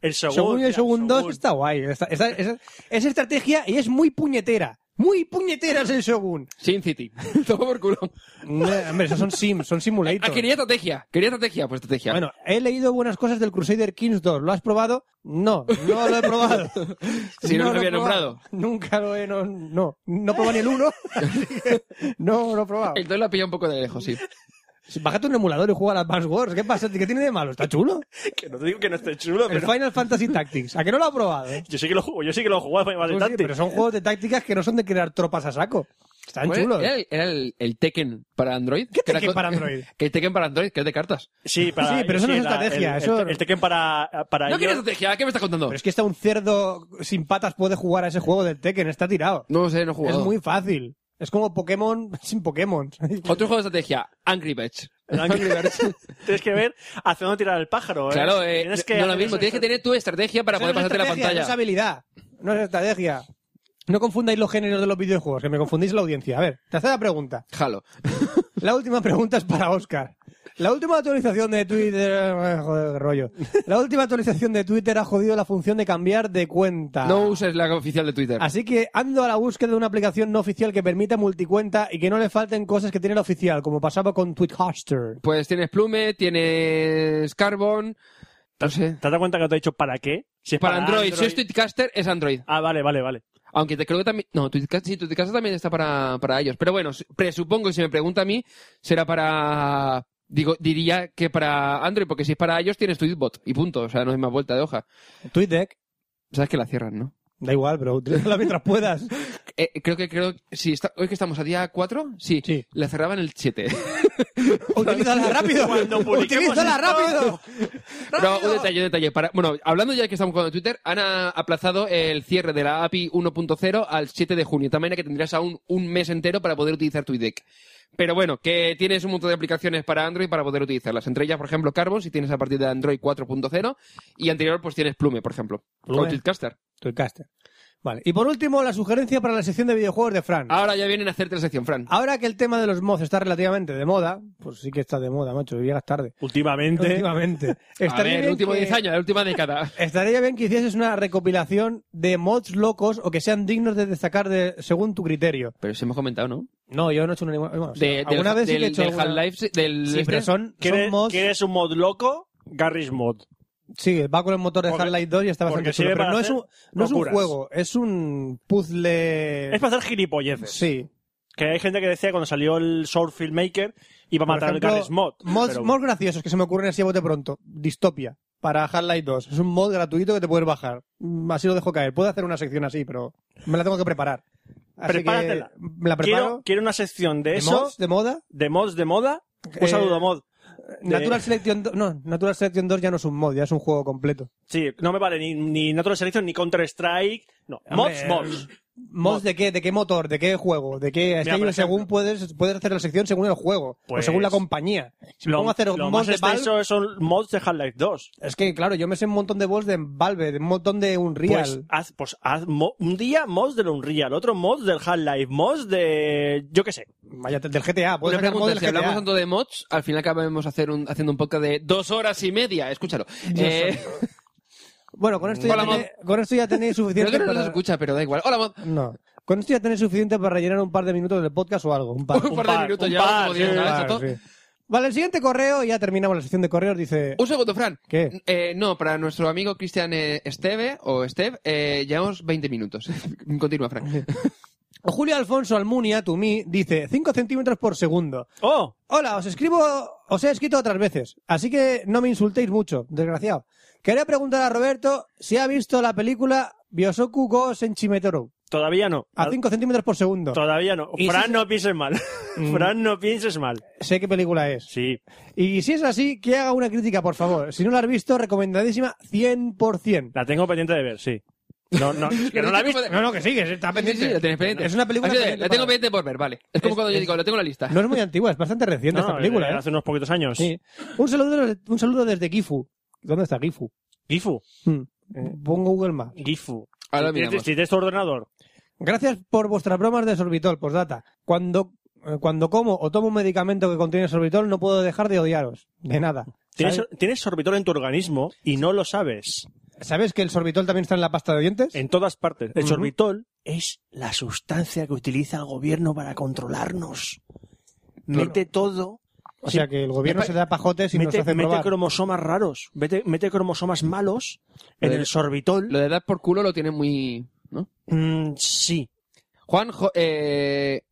El segundo.
Shogun y el Shogun 2 está guay. Está- está- es, es estrategia y es muy puñetera. Muy puñetera es el Shogun.
Sin City. Toma por culo.
No, hombre, esos son sims, son
Ah,
simulators.
quería estrategia. Quería estrategia, pues estrategia.
Bueno, he leído buenas cosas del Crusader Kings 2. ¿Lo has probado? No, no lo he probado.
Si no lo
he
había
probado.
nombrado.
Nunca lo he... No, no, no he probado ni el 1. no, no he probado.
El 2 la pilla un poco de lejos, sí.
Bájate un emulador y juega al Advance Wars. ¿Qué pasa? ¿Qué tiene de malo? ¿Está chulo?
Que no te digo que no esté chulo,
El
pero.
Final Fantasy Tactics. ¿A que no lo ha probado?
Yo sí que lo juego, yo sí que lo juego Final
Pues sí,
Fantasy.
pero son juegos de tácticas que no son de crear tropas a saco. Están
Bueno,
chulos.
Era, el, era el- el Tekken para Android.
¿eh? ¿Qué
que era
Tekken
co-
para Android?
Que el Tekken para Android, que es de cartas.
Sí, para-
Sí, pero eso no es
la-
estrategia,
el- el-
eso-
El, Tekken para. para
No
ello-
quería estrategia, ¿qué me estás contando?
Pero es que hasta un cerdo sin patas puede jugar a ese juego del Tekken. Está tirado.
No sé, no he jugado.
Es muy fácil. Es como Pokémon sin Pokémon.
Otro juego de estrategia, Angry Birds.
tienes que ver hacia dónde tirar el pájaro. ¿eh?
Claro, eh,
Tienes
no lo mismo,
eso-
tienes que tener tu estrategia para
Eso
poder
no es
pasarte la
estrategia,
pantalla.
No es habilidad. No es estrategia. No confundáis los géneros de los videojuegos, que me confundís la audiencia. A ver, tercera pregunta.
Jalo.
La última pregunta es para Oscar. La última actualización de Twitter... eh, Joder, qué rollo. La última actualización de Twitter ha jodido la función de cambiar de cuenta.
No uses la oficial de Twitter.
Así que ando a la búsqueda de una aplicación no oficial que permita multicuenta y que no le falten cosas que tiene la oficial, como pasaba con Twitcaster.
Pues tienes Plume, tienes Carbon. No sé.
¿Te has dado cuenta que no te he dicho para qué? Si es
Para Android, si es Tweetcaster, es Android.
Ah, vale, vale, vale.
Aunque te creo que también. No, Tweetcaster, sí, Tweetcaster también está para, para ellos. Pero bueno, presupongo que si me pregunta a mí, será para. Digo, diría que para Android, porque si es para ellos tienes Tweetbot y punto. O sea, no hay más vuelta de hoja.
TweetDeck,
Sabes que la cierran, ¿no?
da igual, pero utilízala mientras puedas.
Eh, creo que, creo, si está, hoy que estamos a día 4, sí,
Sí.
la cerraban el 7.
¡Utilízala rápido!
Cuando publiquemos
¡Utilízala
esto-
rápido!
Pero un detalle, un detalle. Para, bueno, hablando ya que estamos con Twitter, han ah, aplazado el cierre de la API 1.0 al 7 de junio. De tal manera que tendrás aún un mes entero para poder utilizar TweetDeck. Pero bueno, que tienes un montón de aplicaciones para Android para poder utilizarlas. Entre ellas, por ejemplo, Carbon, si tienes a partir de Android 4.0. Y anterior, pues tienes Plume, por ejemplo.
Plume.
O Tweetcaster.
Twitcaster. Vale. Y por último, la sugerencia para la sección de videojuegos de Fran.
Ah.
Ahora ya vienen a hacerte la sección, Fran.
Ahora que el tema de los mods está relativamente de moda, pues sí que está de moda, macho, llegas tarde.
Últimamente.
Últimamente.
A
Estaría
ver, el
bien
último
que-
10 años, la última década.
Estaría bien que hicieses una recopilación de mods locos o que sean dignos de destacar de, según tu criterio.
Pero se hemos comentado, ¿no?
No, yo no he hecho una... Bueno, sí,
De,
alguna
del,
vez sí que he
del-
hecho
del
alguna-
Half-Life, del...
Sí, pero
este.
son, son
¿Quieres,
mods...
quieres un mod loco? Garry's Mod.
Sí, va con el motor de
Porque-
Half-Life 2 y está
porque
bastante
sirve
chulo. Pero
para
no es, un,
hacer
no es un
locuras.
juego, es un puzzle...
Es para hacer gilipolleces.
Sí.
Que hay gente que decía cuando salió el Source Filmmaker iba a
Por
matar al
ejemplo,
Garry's Mod.
Mods,
pero-
mods graciosos que se me ocurren así a bote pronto. Distopia. Para Half-Life 2. Es un mod gratuito que te puedes bajar. Mm, Así lo dejo caer. Puedo hacer una sección así, pero me la tengo que preparar. Así
Prepáratela.
que me la preparo.
quiero, quiero una sección de,
¿De
eso,
mods? ¿De moda?
de mods de moda.
Eh,
Un saludo, mod. de-
Natural Selection 2, no, Natural Selection 2 ya no es un mod, ya es un juego completo.
Sí, no me vale ni, ni Natural Selection, ni Counter-Strike. No, mods,
Hombre,
mods.
¿Mods de qué? ¿De qué motor? ¿De qué juego? ¿De qué? Es
Mira,
que
por
según
ejemplo.
puedes, puedes hacer la sección según el juego, o
Pues,
según la compañía. Si me pongo a hacer
lo
mods
más
de Valve,
extenso son mods de Half-Life 2.
es que claro, yo me sé un montón de bots de Valve, de un montón de
Pues
Unreal.
haz, pues haz mo- un día mods del Unreal, otro mods del Half-Life, mods de... Eh, yo qué sé.
Vaya, del GTA, puedes
Una
hacer mods
pregunta,
del
si
GTA.
hablamos tanto de mods, al final acabamos hacer un- haciendo un podcast de dos horas y media. Escúchalo. Eh,
Bueno, con esto, ya
Hola,
tenéis, con esto ya tenéis
creo
suficiente
que no nos
para-
escucha, pero da igual. Hola, mod.
No. Con esto ya tenéis suficiente para rellenar un par de minutos del podcast o algo. Un par.
Un par de
par,
minutos
un
ya.
par,
como diez,
sí,
¿no?
Vale,
Exacto.
sí. Vale, el siguiente correo, y ya terminamos la sección de correos, dice...
Un segundo, Fran.
¿Qué?
Eh, no, para nuestro amigo Cristian eh, Esteve o Esteve, eh, llevamos 20 minutos. Continúa, Fran.
Julio Alfonso Almunia, to me, dice 5 centímetros por segundo.
¡Oh!
Hola, os escribo, os he escrito otras veces, así que no me insultéis mucho, desgraciado. Quería preguntar a Roberto si ha visto la película Biosoku Go Senchimetoru
Todavía no.
a 5 centímetros por segundo.
Todavía no.
Y
Fran,
si- Mm.
no pienses mal. Fran, no pienses mal.
Sé qué película es.
Sí.
Y si es así, que haga una crítica, por favor. Si no la has visto, recomendadísima 100%.
La tengo pendiente de ver, sí. No, no, es que no la he visto.
no, que sigues, está
Sí, sí, la tenés pendiente.
Es una película...
Así de,
pendiente
la tengo
para-
pendiente por ver, vale. Es como
Es-
cuando yo
es-
digo, la tengo en la lista.
No es muy antigua, es bastante reciente
No,
esta película,
de-
¿eh?
Hace unos poquitos años.
Sí. Un saludo, un saludo desde Gifu. ¿Dónde está Gifu?
Gifu.
Hmm. Pongo Google Maps.
Gifu.
Ahora
Si tienes-
miramos.
Si tienes tu ordenador.
Gracias por vuestras bromas de sorbitol, postdata. Cuando, eh, cuando como o tomo un medicamento que contiene sorbitol, no puedo dejar de odiaros. De nada.
Tienes,
¿Sabes,
tienes sorbitol en tu organismo y no lo sabes.
sabes que el sorbitol también está en la pasta de dientes?
En todas partes. El
Ujú.
sorbitol es la sustancia que utiliza el gobierno para controlarnos. Mete todo.
O sea que el gobierno
Me pa-
se da pajotes y nos
Mete,
hace
mete
probar.
cromosomas raros. Mete, mete cromosomas malos en
Lo de-
el sorbitol.
Lo de dar por culo lo tiene muy... ¿no?
Mm, sí.
Juan jo- eh,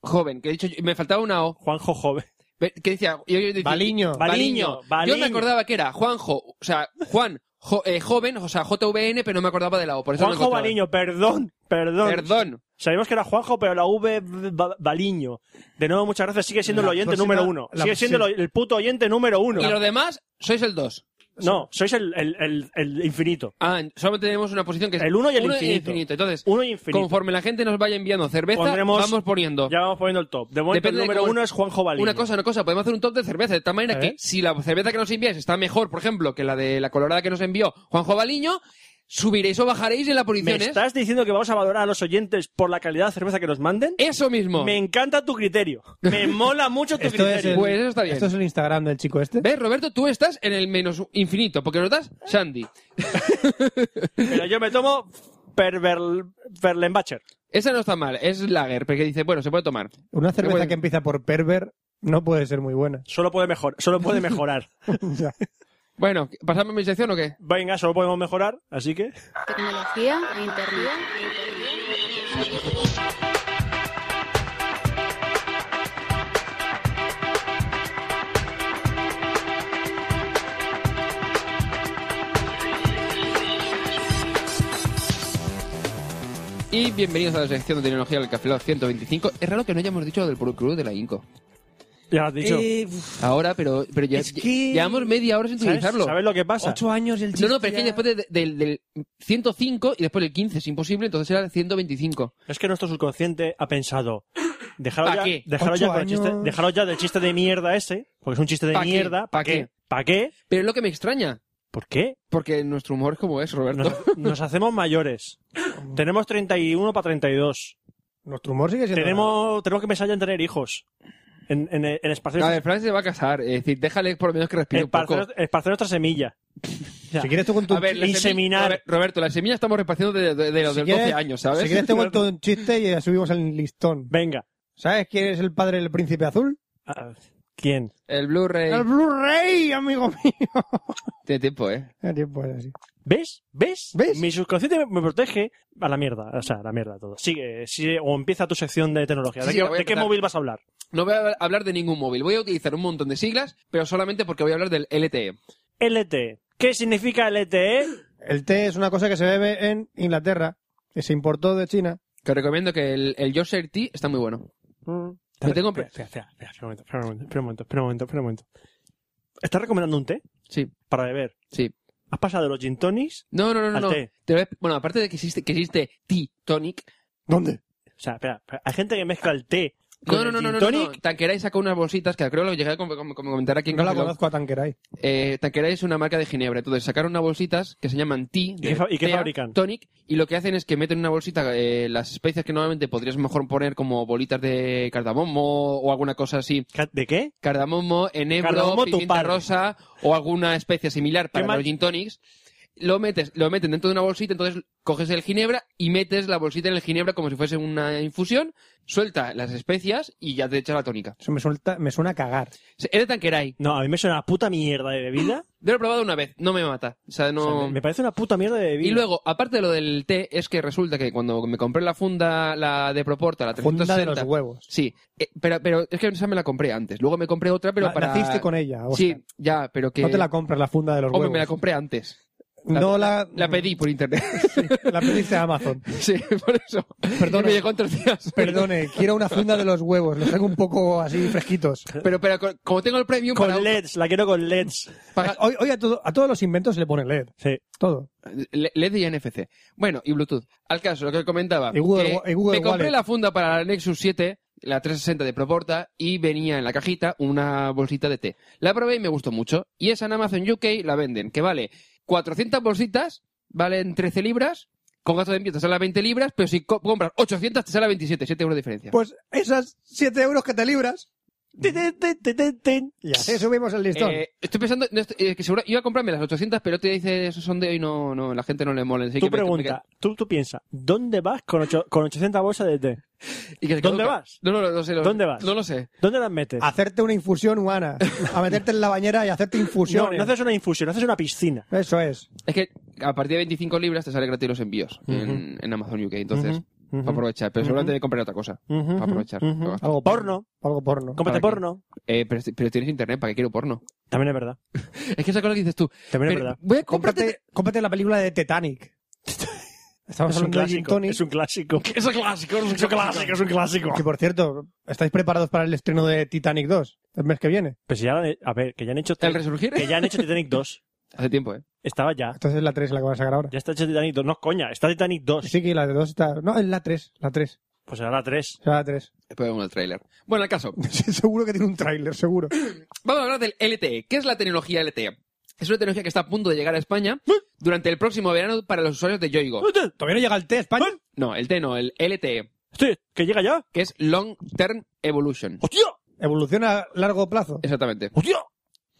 Joven, que he dicho... yo- Me faltaba una O.
Juanjo joven.
Ve- ¿Qué decía? Yo, yo decía-
Baliño.
Baliño,
Yo
Baliño.
me acordaba que era Juanjo, o sea, Juan jo- eh, Joven, o sea, JVN, pero no me acordaba de la O. Por eso no
Juanjo
encontraba.
Baliño, perdón, perdón.
Perdón.
Sabíamos que era Juanjo, pero la V ba- Baliño. De nuevo, muchas gracias. Sigue siendo
La
el oyente
próxima-
número uno.
la-
Sigue siendo
sí.
el, el puto oyente número uno.
Y los demás, sois el 2.
No, sois el, el- el- el infinito.
Ah, solamente tenemos una posición que es
El uno y el infinito.
Entonces,
Uno y infinito.
conforme la gente nos vaya enviando cerveza,
Pondremos-
vamos poniendo.
Ya vamos poniendo el top. De momento,
Depende de
el número
cómo-
uno es Juanjo Baliño.
Una cosa, una cosa, podemos hacer un top de cerveza, de tal manera
A
que
ver.
si la cerveza que nos enviáis está mejor, por ejemplo, que la de la colorada que nos envió Juanjo Baliño, subiréis o bajaréis en ¿eh? las
¿Me
posiciones.
estás diciendo que vamos a valorar a los oyentes por la calidad de cerveza que nos manden?
Eso mismo.
Me encanta tu criterio. Me mola mucho tu
Esto es,
criterio.
el,
Pues eso está bien.
esto es el Instagram del chico este.
¿Ves, Roberto? Tú estás en el menos infinito, porque nos das Sandy.
Pero yo me tomo Perverl- Perlenbacher.
Esa no está mal, es lager, porque dice, bueno, se puede tomar.
Una
Qué
cerveza
bueno.
que empieza por perver no puede ser muy buena.
Solo puede, mejor, solo puede mejorar.
Ya.
Bueno, ¿pasamos mi sección o qué?
Venga, solo podemos mejorar, así que...
Tecnología e internet.
Y bienvenidos a la sección de tecnología del Café Lock 125. Es raro que no hayamos dicho del Pro Crew de la Inco.
Ya lo has dicho.
Eh, Ahora, pero, pero ya,
Eh, Es que-
llevamos media hora sin
¿Sabes,
utilizarlo.
sabes lo que pasa?
Ocho años y el
No,
chico
no, pero es que
ya-
después de- de- del, del 105 y después del 15 es imposible, entonces era el 125.
Es que nuestro subconsciente ha pensado... Dejaros
¿Pa
ya,
qué?
dejaros
Ocho
ya, con el chiste,
años.
dejaros ya del chiste de mierda ese, porque es un chiste de
¿Pa qué?
mierda.
¿Pa qué?
¿Para qué?
Pero es lo que me extraña,
¿Por qué?
porque nuestro humor es como es, Roberto.
Nos, nos hacemos mayores. tenemos 31 para 32.
Nuestro humor sigue siendo...
Tenemos, tenemos que pensar ya en tener hijos. En, en, en esparcer,
A ver, Fran se va a casar, es decir, déjale por lo menos que respire un
esparcer-
poco.
esparcer nuestra semilla.
Si quieres te cuento
A
un
ver, la
y
semilla-
seminar.
a ver, Roberto, la semilla estamos repartiendo de, de- de los
Si
del 12
quieres-
años, ¿sabes?
Si quieres te cuento un chiste y ya subimos al listón.
Venga.
¿Sabes quién es el padre del príncipe azul?
Ah, ¿Quién?
El Blu-ray.
El Blu-ray, amigo mío.
Tiene tiempo, ¿eh?
El tiempo es así.
¿Ves? ¿Ves?
¿Ves?
Mi subconsciente me, me protege a la mierda. O sea, a la mierda todo. Sigue, sigue, o empieza tu sección de tecnología.
Sí,
¿De,
sí,
qué,
la voy a
de qué
empezar.
móvil vas a hablar?
No voy a hablar de ningún móvil. Voy a utilizar un montón de siglas, pero solamente porque voy a hablar del E. LTE.
LTE. E. ¿Qué significa E? LTE?
El té es una cosa que se bebe en Inglaterra, que se importó de China.
Que os recomiendo que el, el Yoshare Tea está muy bueno.
Mm.
Yo tengo-
Espera, espera, espera, espera, espera un momento, espera un momento, espera un momento, espera un momento, espera un momento. ¿Estás recomendando un té
Sí,
para beber?
sí.
¿Has pasado de los gin tonics?
No, no, no, no.
Al
no.
té.
Te voy a- Bueno, aparte de que existe, que existe tea tonic.
¿Dónde? O sea, espera, espera, hay gente que mezcla el té con
No, no,
el
no, no,
gin
no, no,
tonic.
no. Tanqueray sacó unas bolsitas que creo lo llegué a com- com- com- comentar aquí en
No la
Coffee Log.
conozco a Tanqueray.
Eh, Tanqueray es una marca de Ginebra. Entonces sacaron unas bolsitas que se llaman tea.
qué
de
fa- y qué
tea,
fabrican?
Tonic. Y lo que hacen es que meten en una bolsita eh, las especias que normalmente podrías mejor poner como bolitas de cardamomo o alguna cosa así.
Ca- ¿De qué?
Cardamomo, enebro,
Cardamomo
pimienta
tupar.
rosa o alguna especie similar para
mal-
los gin tonics. Lo metes, lo meten dentro de una bolsita, entonces coges el ginebra y metes la bolsita en el ginebra como si fuese una infusión, suelta las especias y ya te echas la tónica.
Eso me, suelta- me suena a cagar.
Se- Es de Tanqueray.
No, a mí me suena a puta mierda de bebida.
Yo lo he probado una vez, no me mata. O sea,
O sea,
no...
me- me parece una puta mierda de bebida.
Y luego, aparte de lo del té, es que resulta que cuando me compré la funda la de Proporta, la
Funda
360...
de los huevos.
Sí, eh, pero, pero es que esa me la compré antes. Luego me compré otra, pero
Na-
para...
Naciste con ella, Oscar.
Sí, ya, pero que...
No te la compras la funda de los
Hombre,
huevos. Mm.
me la compré antes.
no la...
La pedí por internet.
La pediste a Amazon.
sí, por eso.
Perdona.
Me llegó en tres días.
Perdone, quiero una funda de los huevos. Los tengo un poco así fresquitos.
Pero, pero co- como tengo el premium para...
Con LEDs, la quiero con LEDs.
para-
Hoy, hoy a, todo- a todos los inventos se le pone LED.
Sí.
Todo.
Le- LED y NFC. Bueno, y Bluetooth. Al caso, lo que comentaba.
Y Google
que
Wa- y Google
me compré
Wallet.
la funda para la Nexus 7, la 360 de Proporta, y venía en la cajita una bolsita de té. La probé y me gustó mucho. Y esa en Amazon UK la venden, que vale 400 bolsitas, valen 13 libras. Con gasto de envío te sale a 20 libras, pero si co- compras 800 te sale a 27, 7 euros de diferencia.
Pues esas 7 euros que te libras.
Tin, tin, tin, tin, tin, tin.
Y así subimos el listón.
Eh, estoy pensando, no, estoy- eh, que seguro iba a comprarme las 800, pero te dice esos son de hoy, no, no, la gente no le mola. así
Tú
que me- me-
pregunta, tú, tú piensas, ¿dónde vas con, ocho- con 800 bolsas de té?
y que se
¿Dónde
caduca.
vas?
No, no, no, no sé. lo-
¿Dónde vas?
No lo sé.
¿Dónde las metes?
Hacerte una infusión humana. A meterte en la bañera y hacerte
no,
infusiones.
no haces una infusión, haces una piscina.
Eso es.
Es que a partir de 25 libras te sale gratis los envíos en, en Amazon UK, entonces
Ujú, ujú,
para aprovechar. Pero seguramente voy a comprar otra cosa
Ujú,
para aprovechar.
ujú.
Lo gasto.
Algo
Porno,
Algo porno.
cómprate
¿Para qué?
porno.
Eh, pero, pero tienes internet, ¿para qué quiero porno?
También es verdad.
Es que esa cosa que dices tú.
También es
pero
verdad.
voy a comprarte...
Cómprate, cómprate la película de Titanic. Estamos
Es un
hablando de Gin
clásico.
Tonic.
Es un clásico. Es un clásico, es un clásico, es un clásico.
Que por cierto, ¿estáis preparados para el estreno de Titanic 2 el mes que viene?
Pues ya, a ver, que ya han hecho
¿El
que
resurgir?
ya han hecho Titanic 2.
Hace tiempo, ¿eh?
Estaba ya.
Entonces es la 3 la que van a sacar ahora.
Ya está hecho Titanic 2. No, coña, está Titanic 2.
Sí, que la de 2 está. No, es la 3. La 3.
Pues será la 3.
Será la 3.
Después vemos el tráiler. Bueno, el caso.
seguro que tiene un tráiler, seguro. ¿Este
Vamos a hablar del LTE. ¿Qué es la tecnología LTE? Es una tecnología que está a punto de llegar a España durante el próximo verano para los usuarios de Yoigo.
Todavía no llega el T, España.
No, el T no, el LTE,
Hostia, que llega ya.
que es Long Term Evolution.
¡Hostia!
Evoluciona a largo plazo.
Exactamente.
¡Hostia!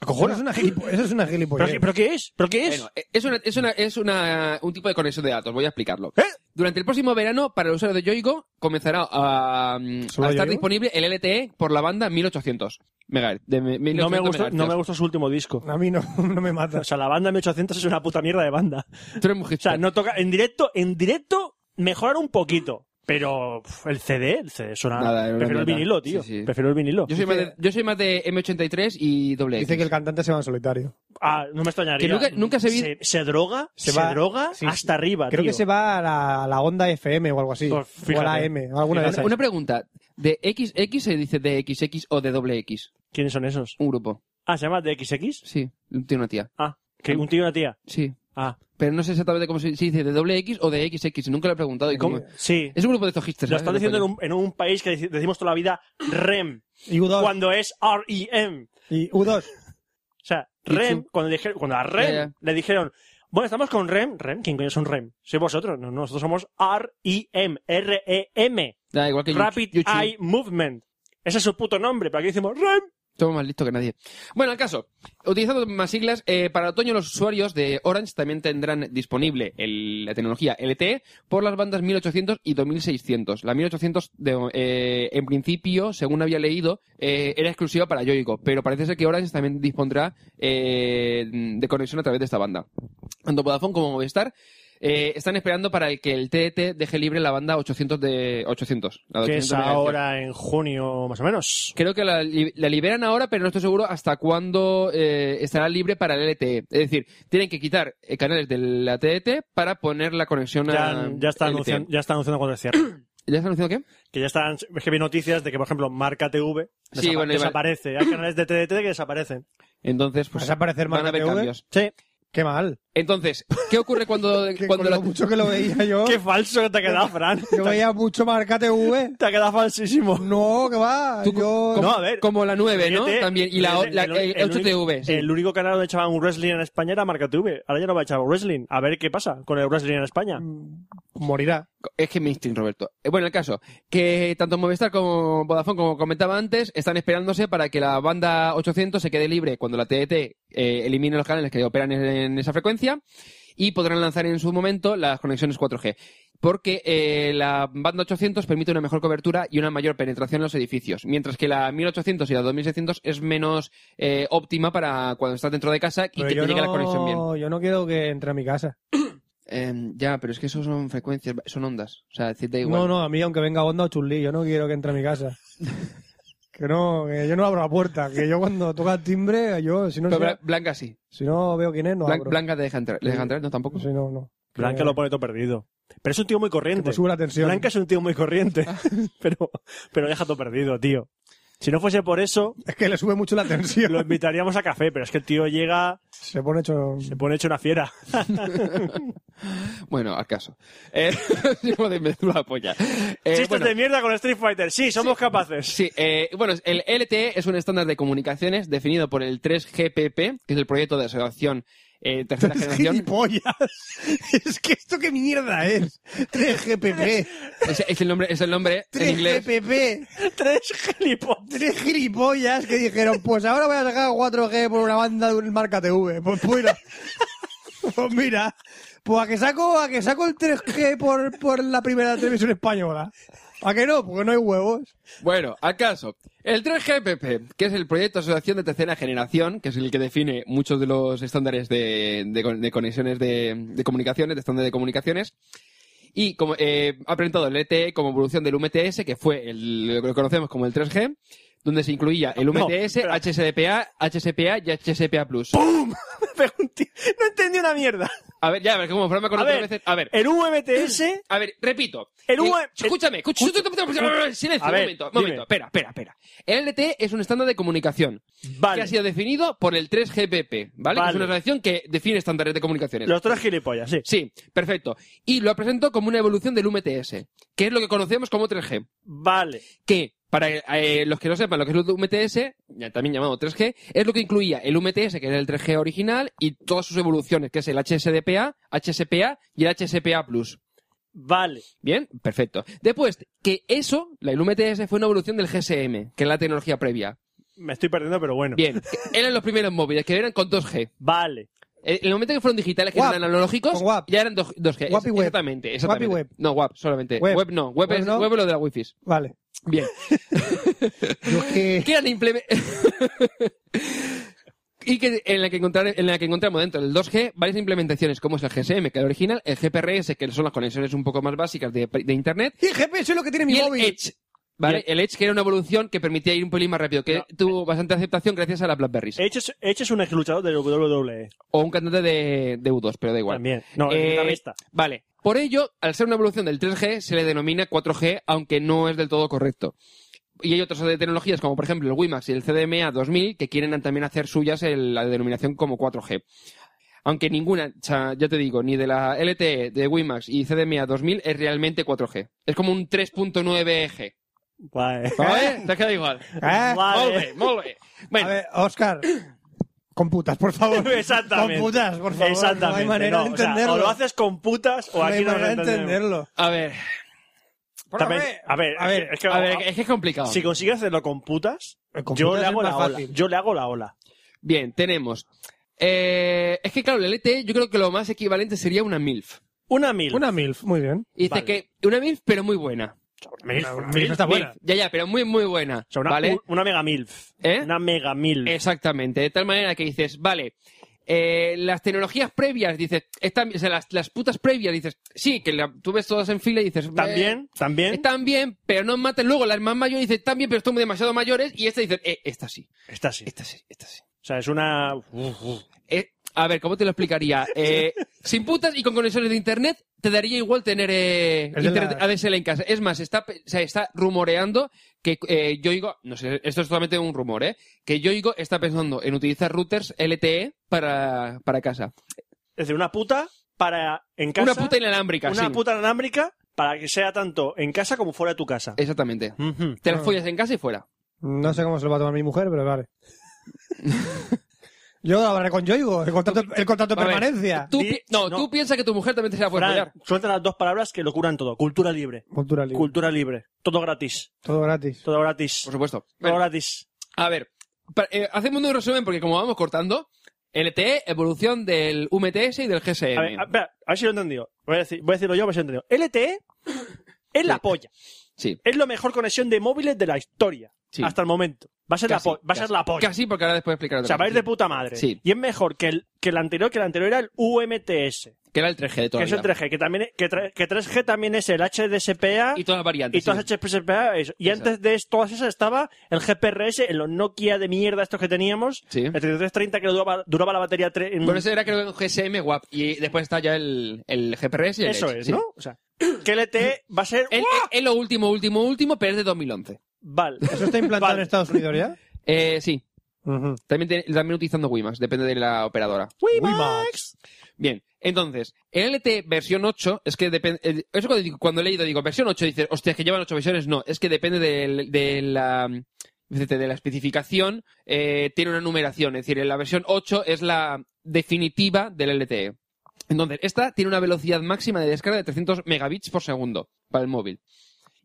Eso es una, gilipo- eso es una
¿Pero,
gilipollez.
qué- pero qué es? ¿Pero qué es?
Bueno, eh, es, una- es, una- es una- un tipo de conexión de datos, voy a explicarlo.
¿Eh?
Durante el próximo verano, para el usuario de Yoigo, comenzará a, mm, a
¿Solo
estar
Yoigo?
disponible el LTE por la banda 1800 megahertz. de me- 1800
no, me gustó, no me
megahertz.
gustó su último disco.
A mí no, no me mata.
O sea, la banda 1800 es una puta mierda de banda.
Tú eres muy
O sea,
hipster.
no toca. En directo, en directo, mejorar un poquito. Pero uf, el CD, el CD suena.
Nada, era una
prefiero el
mierda.
vinilo, tío.
Sí, sí.
Prefiero el vinilo.
yo, soy más de, yo soy más de M83 y doble
Dice que el cantante se va en solitario.
Ah, no me extrañaría.
Que nunca- nunca se vi-
se, se droga, se,
Se va-
droga
sí,
hasta arriba,
Creo
tío.
que se va a la, a la onda FM o algo así.
Pues
o a
fíjate.
la M, o alguna de
Una,
esas.
una pregunta. ¿De XX se dice de XX o de doble X?
¿Quiénes son esos?
Un grupo.
Ah, se llama DXX.
Sí, tiene una tía.
Ah, que un tío y una tía.
Sí.
Ah,
Pero no sé exactamente cómo se, se dice de doble X o de XX. Nunca lo he preguntado. ¿Y cómo?
sí.
Es un grupo de estos hipsters. ¿eh?
Lo
¿sabes?
están
De
diciendo en
coña.
un, en un país que deci- decimos toda la vida REM,
Y U2.
cuando es REM.
Y U2.
O sea,
Y
REM,
tú.
cuando, dijeron, cuando a REM
Ya, ya.
le dijeron, bueno, estamos con REM. ¿REM? ¿Quién coño son REM? Sois vosotros. No, no, nosotros somos E REM, R-E-M,
Da igual que yo-
E Rapid
yo- yo-
Eye Movement. Ese es su puto nombre, pero aquí decimos REM.
Somos más listos que nadie. Bueno, al caso, utilizando más siglas, eh, para otoño los usuarios de Orange también tendrán disponible el- la tecnología LTE por las bandas 1800 y 2600. La 1800, de- eh, en principio, según había leído, eh, era exclusiva para Yoigo, pero parece ser que Orange también dispondrá eh, de conexión a través de esta banda. Tanto Vodafone como Movistar eh, están esperando para el que el TET deje libre la banda 800 de 800. la de
Que es
800 megahercios.
ahora en junio, más o menos.
Creo que la, li- la liberan ahora, pero no estoy seguro hasta cuándo eh, estará libre para el LTE. Es decir, tienen que quitar eh, canales de la TDT para poner la conexión
Ya,
a.
ya, está
LTE.
anunciando, ya está anunciando cuando es cierre.
¿Ya está anunciado qué?
que ya están, es que vi noticias de que, por ejemplo, Marca TV
Sí,
desapa-
bueno, y vale.
desaparece. Hay canales de TDT que desaparecen.
Entonces, pues
¿Vas a parecer más
van a haber
BTV?
cambios.
Sí.
Qué mal.
Entonces, ¿qué ocurre cuando,
Que
cuando
con
la-
lo mucho que lo veía yo.
Qué falso te ha quedado, Fran.
Yo veía mucho marca TV.
Te ha quedado falsísimo.
No, que va.
Tú,
Yo...
como,
No, a ver.
como la 9, ¿no?
Ríete,
También. Y la,
ríete.
la-
El-
el,
el Eh, único-
8TV. sí.
El único canal donde echaban un wrestling en España era Marca TV. Ahora ya no va a echar wrestling. A ver qué pasa con el wrestling en España.
Morirá.
Es que mainstream, Roberto. Eh, Bueno, el caso, que Eh, tanto Movistar como Vodafone, como comentaba antes, están esperándose para que la banda 800 se quede libre cuando la TET eh, elimine los canales que operan en, en esa frecuencia y podrán lanzar en su momento las conexiones 4G. Porque eh, la banda 800 permite una mejor cobertura y una mayor penetración en los edificios, mientras que la 1800 y la 2600 es menos eh, óptima para cuando estás dentro de casa y
Pero
que te
yo
llegue la
no-
conexión bien.
Yo no quiero que entre a mi casa.
Eh, ya, pero es que eso son frecuencias, son ondas. O sea, decirte igual.
No, no, a mí aunque venga Onda o Chulí, yo no quiero que entre a mi casa. que no, que yo no abro la puerta. Que yo cuando toca el timbre, yo si no,
Pero
sé-
Bla- Blanca sí.
si no veo quién es, no
Blan-
abro.
Blanca te deja entrar. ¿Le deja entrar? No, tampoco.
Ah, Sí, no, no.
Blanca
Que-
lo pone todo perdido. Pero es un tío muy
que
corriente.
me sube la tensión.
Blanca es un tío muy corriente. pero, pero deja todo perdido, tío. Si no fuese por eso,
Es que le sube mucho la tensión.
lo invitaríamos a café. Pero es que el tío llega,
Se pone hecho...
se pone hecho una fiera.
Bueno, al caso. Eh, hijo de me- la polla. Eh,
Chistes
bueno,
de mierda con Street Fighter. Sí, somos capaces.
Sí, eh, bueno, el LTE es un estándar de comunicaciones definido por el 3GPP, que es el proyecto de asociación eh, tercera generación.
¡Gilipollas! Es que esto qué mierda es. 3GPP.
Es, es el nombre, es el nombre en inglés.
3GPP.
Tres gilipollas.
Tres gilipollas que dijeron, pues ahora voy a sacar 4G por una banda de un marca TV. Pues mira. Pues mira. Pues a que saco, a que saco el 3G por, por la primera televisión española. ¿A que no? Porque no hay huevos.
Bueno, al caso. El 3GPP, que es el proyecto de asociación de tercera generación, que es el que define muchos de los estándares de, de con- de conexiones de, de comunicaciones, de estándar de comunicaciones, y como, eh, ha presentado el LTE como evolución del UMTS, que fue el, lo que conocemos como el 3G, donde se incluía el UMTS,
espera.
HSDPA, HSPA y HSPA+.
Pero un tío- No entendí una mierda.
A ver, ya, a ver, como forma con
A
otras
ver. eh,
veces. A ver,
El UMTS
a ver, repito.
El
Eh,
UM
Escúchame, escúchame. Silencio,
A
un
ver,
momento, un
dime.
momento. Espera, espera, espera. El LTE es un estándar de comunicación que
Vale.
ha sido definido por el 3GPP, ¿vale? Que
Vale.
es una asociación que define estándares de comunicaciones.
Los tres gilipollas, sí.
Sí, perfecto. Y lo presento como una evolución del UMTS, que es lo que conocemos como 3G.
Vale.
Que, para eh, los que no sepan lo que es el UMTS, ya también llamado 3G, es lo que incluía el UMTS, que era el 3G original, y todas sus evoluciones, que es el HSDPA, HSPA y el HSPA+.
Vale.
Bien, perfecto. Después, que eso, la el UMTS, fue una evolución del GSM, que es la tecnología previa.
Me estoy perdiendo, pero bueno.
Bien, eran los primeros móviles, que eran con 2G.
Vale.
Eh, En el momento que fueron digitales, que
Guap.
eran analógicos,
Con guap.
ya eran 2, g
Guap y web.
Exactamente, exactamente.
Guap y web.
No, WAP, solamente.
Web.
Web, no, web,
Web
es,
no.
web es lo de la wifi.
Vale.
Bien.
Yo es que...
que eran implemen- y que en la que, encontrar- en la que encontramos dentro del 2G varias implementaciones, como es el GSM, que es el original, el GPRS, que son las conexiones un poco más básicas de, de Internet,
Y el GPS es lo que tiene mi
y el
móvil.
Edge. ¿Vale? El Edge, que era una evolución que permitía ir un pelín más rápido, que tuvo
eh,
bastante aceptación gracias a las Blackberries.
Edge es, Edge es un ex luchador del WWE.
O un cantante de, de U2, pero da igual.
E. También. No, es
Eh,
guitarrista.
Vale. Por ello, al ser una evolución del 3G, se le denomina 4G, aunque no es del todo correcto. Y hay otras de tecnologías, como por ejemplo el WiMAX y el CDMA 2000, que quieren también hacer suyas el- la denominación como 4G. Aunque ninguna, o sea, ya te digo, ni de la LTE, de WiMAX y CDMA 2000 es realmente 4G. Es como un 3.9G.
Vale.
E ¿Vale? Te queda igual.
¿Eh?
Vale.
Molve, molve. Bueno,
A ver, Oscar, con putas, por favor.
Exactamente.
Con putas, por favor.
Exactamente.
No hay manera
No,
de
o sea,
entenderlo.
o lo haces con putas o
no
aquí
hay
no
manera de
lo entendemos.
entenderlo.
a ver,
También- a ver,
a ver,
es que,
a ver, es que es complicado.
si consigues hacerlo con putas,
Con
yo
putas
le
es
hago
más
la ola.
fácil.
Yo le hago la ola.
Bien, tenemos. Eh, es que claro, el LTE yo creo que lo más equivalente sería una MILF.
Una mil.
Una MILF, muy bien.
Y dice
Vale.
que una MILF, pero muy buena.
mil.
Una MILF está buena.
Ya, ya, pero muy, muy buena.
O sea, una,
¿Vale?
una mega milf.
¿Eh?
Una mega milf.
Exactamente. De tal manera que dices, vale, eh, las tecnologías previas, dices, están, o sea, las, las putas previas, dices, sí, que la- tú ves todas en fila y dices,
También,
eh,
también.
están bien, pero no maten luego las más mayores, dices, están bien, pero están demasiado mayores, y esta dice, eh, esta sí,
Está así.
esta sí, esta sí.
O sea, es una. Uf, uf.
Eh,
A ver, ¿cómo te lo explicaría? Eh, sin putas y con conexiones de internet, te daría igual tener eh,
Es de
internet
la-
ADSL en casa. Es más, está, pe- o sea, está rumoreando que eh, yo digo, no sé, esto es solamente un rumor, ¿eh? Que yo digo está pensando en utilizar routers LTE para, para casa.
Es decir, una puta para en casa.
Una puta inalámbrica,
una
sí.
puta inalámbrica para que sea tanto en casa como fuera de tu casa.
Exactamente.
Ujú.
Te las follas en casa y fuera.
No sé cómo se lo va a tomar mi mujer, pero vale. Yo hablaré con Yoigo, el contrato, el contrato de
A ver,
permanencia.
Tú
Di-
pi- no,
no.
tú piensas que tu mujer también te se la puede
Fran,
follar.
suelta las dos palabras que lo curan todo. Cultura libre.
Cultura libre.
Cultura libre. Todo gratis.
Todo gratis.
Todo gratis.
Por supuesto.
Todo
Pues, Bueno,
gratis.
A ver, pa- eh, hacemos un resumen porque como vamos cortando, LTE, evolución del UMTS y del GSM.
A ver, a- espera, a ver si lo he entendido. Voy a, decir- voy a decirlo yo, a ver si lo he entendido. LTE es la
Sí.
polla.
sí,
Es la mejor conexión de móviles de la historia.
Sí.
Hasta el momento. Va a ser,
Casi,
la, po- va a ser
casi.
la polla.
casi porque ahora después
O
explicaré otra
sea, va a ir
cosa.
de puta madre.
Sí.
Y es mejor que el, que el anterior, que el anterior era el UMTS,
Que era el 3G de toda
que
la
es el
vida.
3G, que también es- que, tre- que 3G también es el HDSPA
Y todas las variantes.
y todas
sí.
HDSPA. eso. Y
Exacto.
antes de es- todas esas estaba el GPRS, en los Nokia de mierda estos que teníamos,
Sí.
el 3330 que duraba, duraba la batería tre- en-
Bueno, ese era creo que un GSM WAP y después está ya el, el GPRS y el
Eso
Edge,
es,
sí.
¿no? O sea, que LTE va a ser...
Es- es- es lo último, último, último, pero es de 2011.
Vale.
¿Eso está implantado
Vale.
en Estados Unidos ya?
Eh, sí,
Ujú.
también, tiene- también utilizando WiMAX, depende de la operadora.
WiMAX.
Bien, entonces, el LTE versión 8 es que depende. eh, Eso cuando, digo- cuando he leído, digo, versión 8, dices, hostia, que llevan 8 versiones. No, es que depende del- de la. fíjate, De la especificación, eh, tiene una numeración. Es decir, la versión 8 es la definitiva del LTE. Entonces, esta tiene una velocidad máxima de descarga de 300 megabits por segundo para el móvil.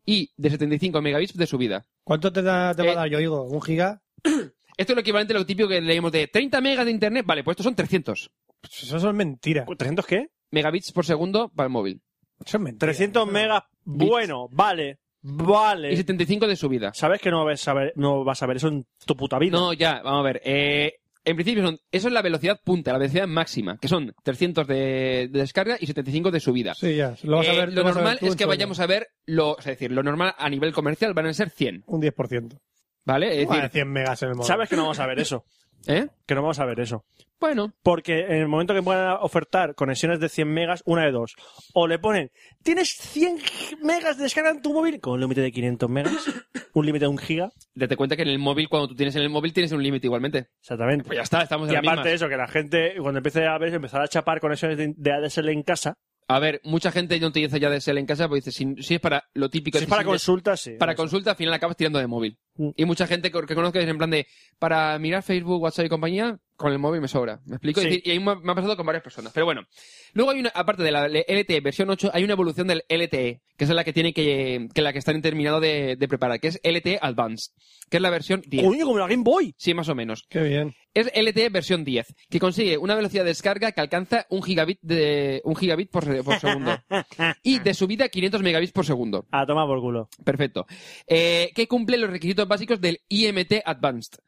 Y de 75 megabits de subida.
¿Cuánto te, da, te va
Eh,
a dar Yoigo? ¿Un giga?
Esto es lo equivalente a lo típico que leímos de 30 megas de internet. Vale, pues estos son 300
Pues eso son mentiras.
¿300 qué?
megabits por segundo para el móvil.
Eso es mentira.
300 megas. Bueno, vale. Vale.
Y 75 de subida.
Sabes que no vas a ver, no vas a ver eso en tu puta vida.
No, ya, vamos a ver. Eh, en principio, son, eso es la velocidad punta, la velocidad máxima, que son 300 de, de descarga y 75 de subida.
Sí, ya. Lo, vas a
Eh,
ver,
lo normal es que vayamos a ver, lo, es decir, lo normal a nivel comercial van a ser 100,
Un 10%.
¿vale? Es
Vale,
decir,
100 megas en el móvil.
Sabes que no vamos a ver eso.
¿eh?
Que no vamos a ver eso.
Bueno,
Porque en el momento que puedan ofertar conexiones de 100 megas, una de dos. O le ponen, tienes 100 megas de descarga en tu móvil con un límite de 500 megas, un límite de un giga.
date cuenta que en el móvil, cuando tú tienes en el móvil, tienes un límite igualmente.
Exactamente.
Pues ya está, estamos en
y
la
aparte
misma.
de eso, que la gente, cuando empiece a ver, empezará a chapar conexiones de, de ADSL en casa.
A ver, mucha gente no utiliza ya DSL en casa, pues dice, si, si es para lo típico...
Si es para
si-
consultas, sí.
para
Eso.
consulta, al final acabas tirando de móvil.
Mm.
Y mucha gente que, que conozco es en plan de, para mirar Facebook, WhatsApp y compañía, con el móvil me sobra. ¿Me explico?
Sí.
Es decir, y ahí me, ha- me ha pasado con varias personas. Pero bueno, luego hay una, aparte de la L- LTE versión 8, hay una evolución del LTE, que es la que tiene que, que la que están terminado de, de preparar, que es LTE Advanced, que es la versión 10.
Coño, como la Game Boy.
Sí, más o menos.
Qué bien.
Es LTE versión 10, que consigue una velocidad de descarga que alcanza un gigabit, de, un gigabit por, se- por segundo. y de subida 500 megabits por segundo.
A tomar por culo.
Perfecto. Eh, que cumple los requisitos básicos del IMT Advanced.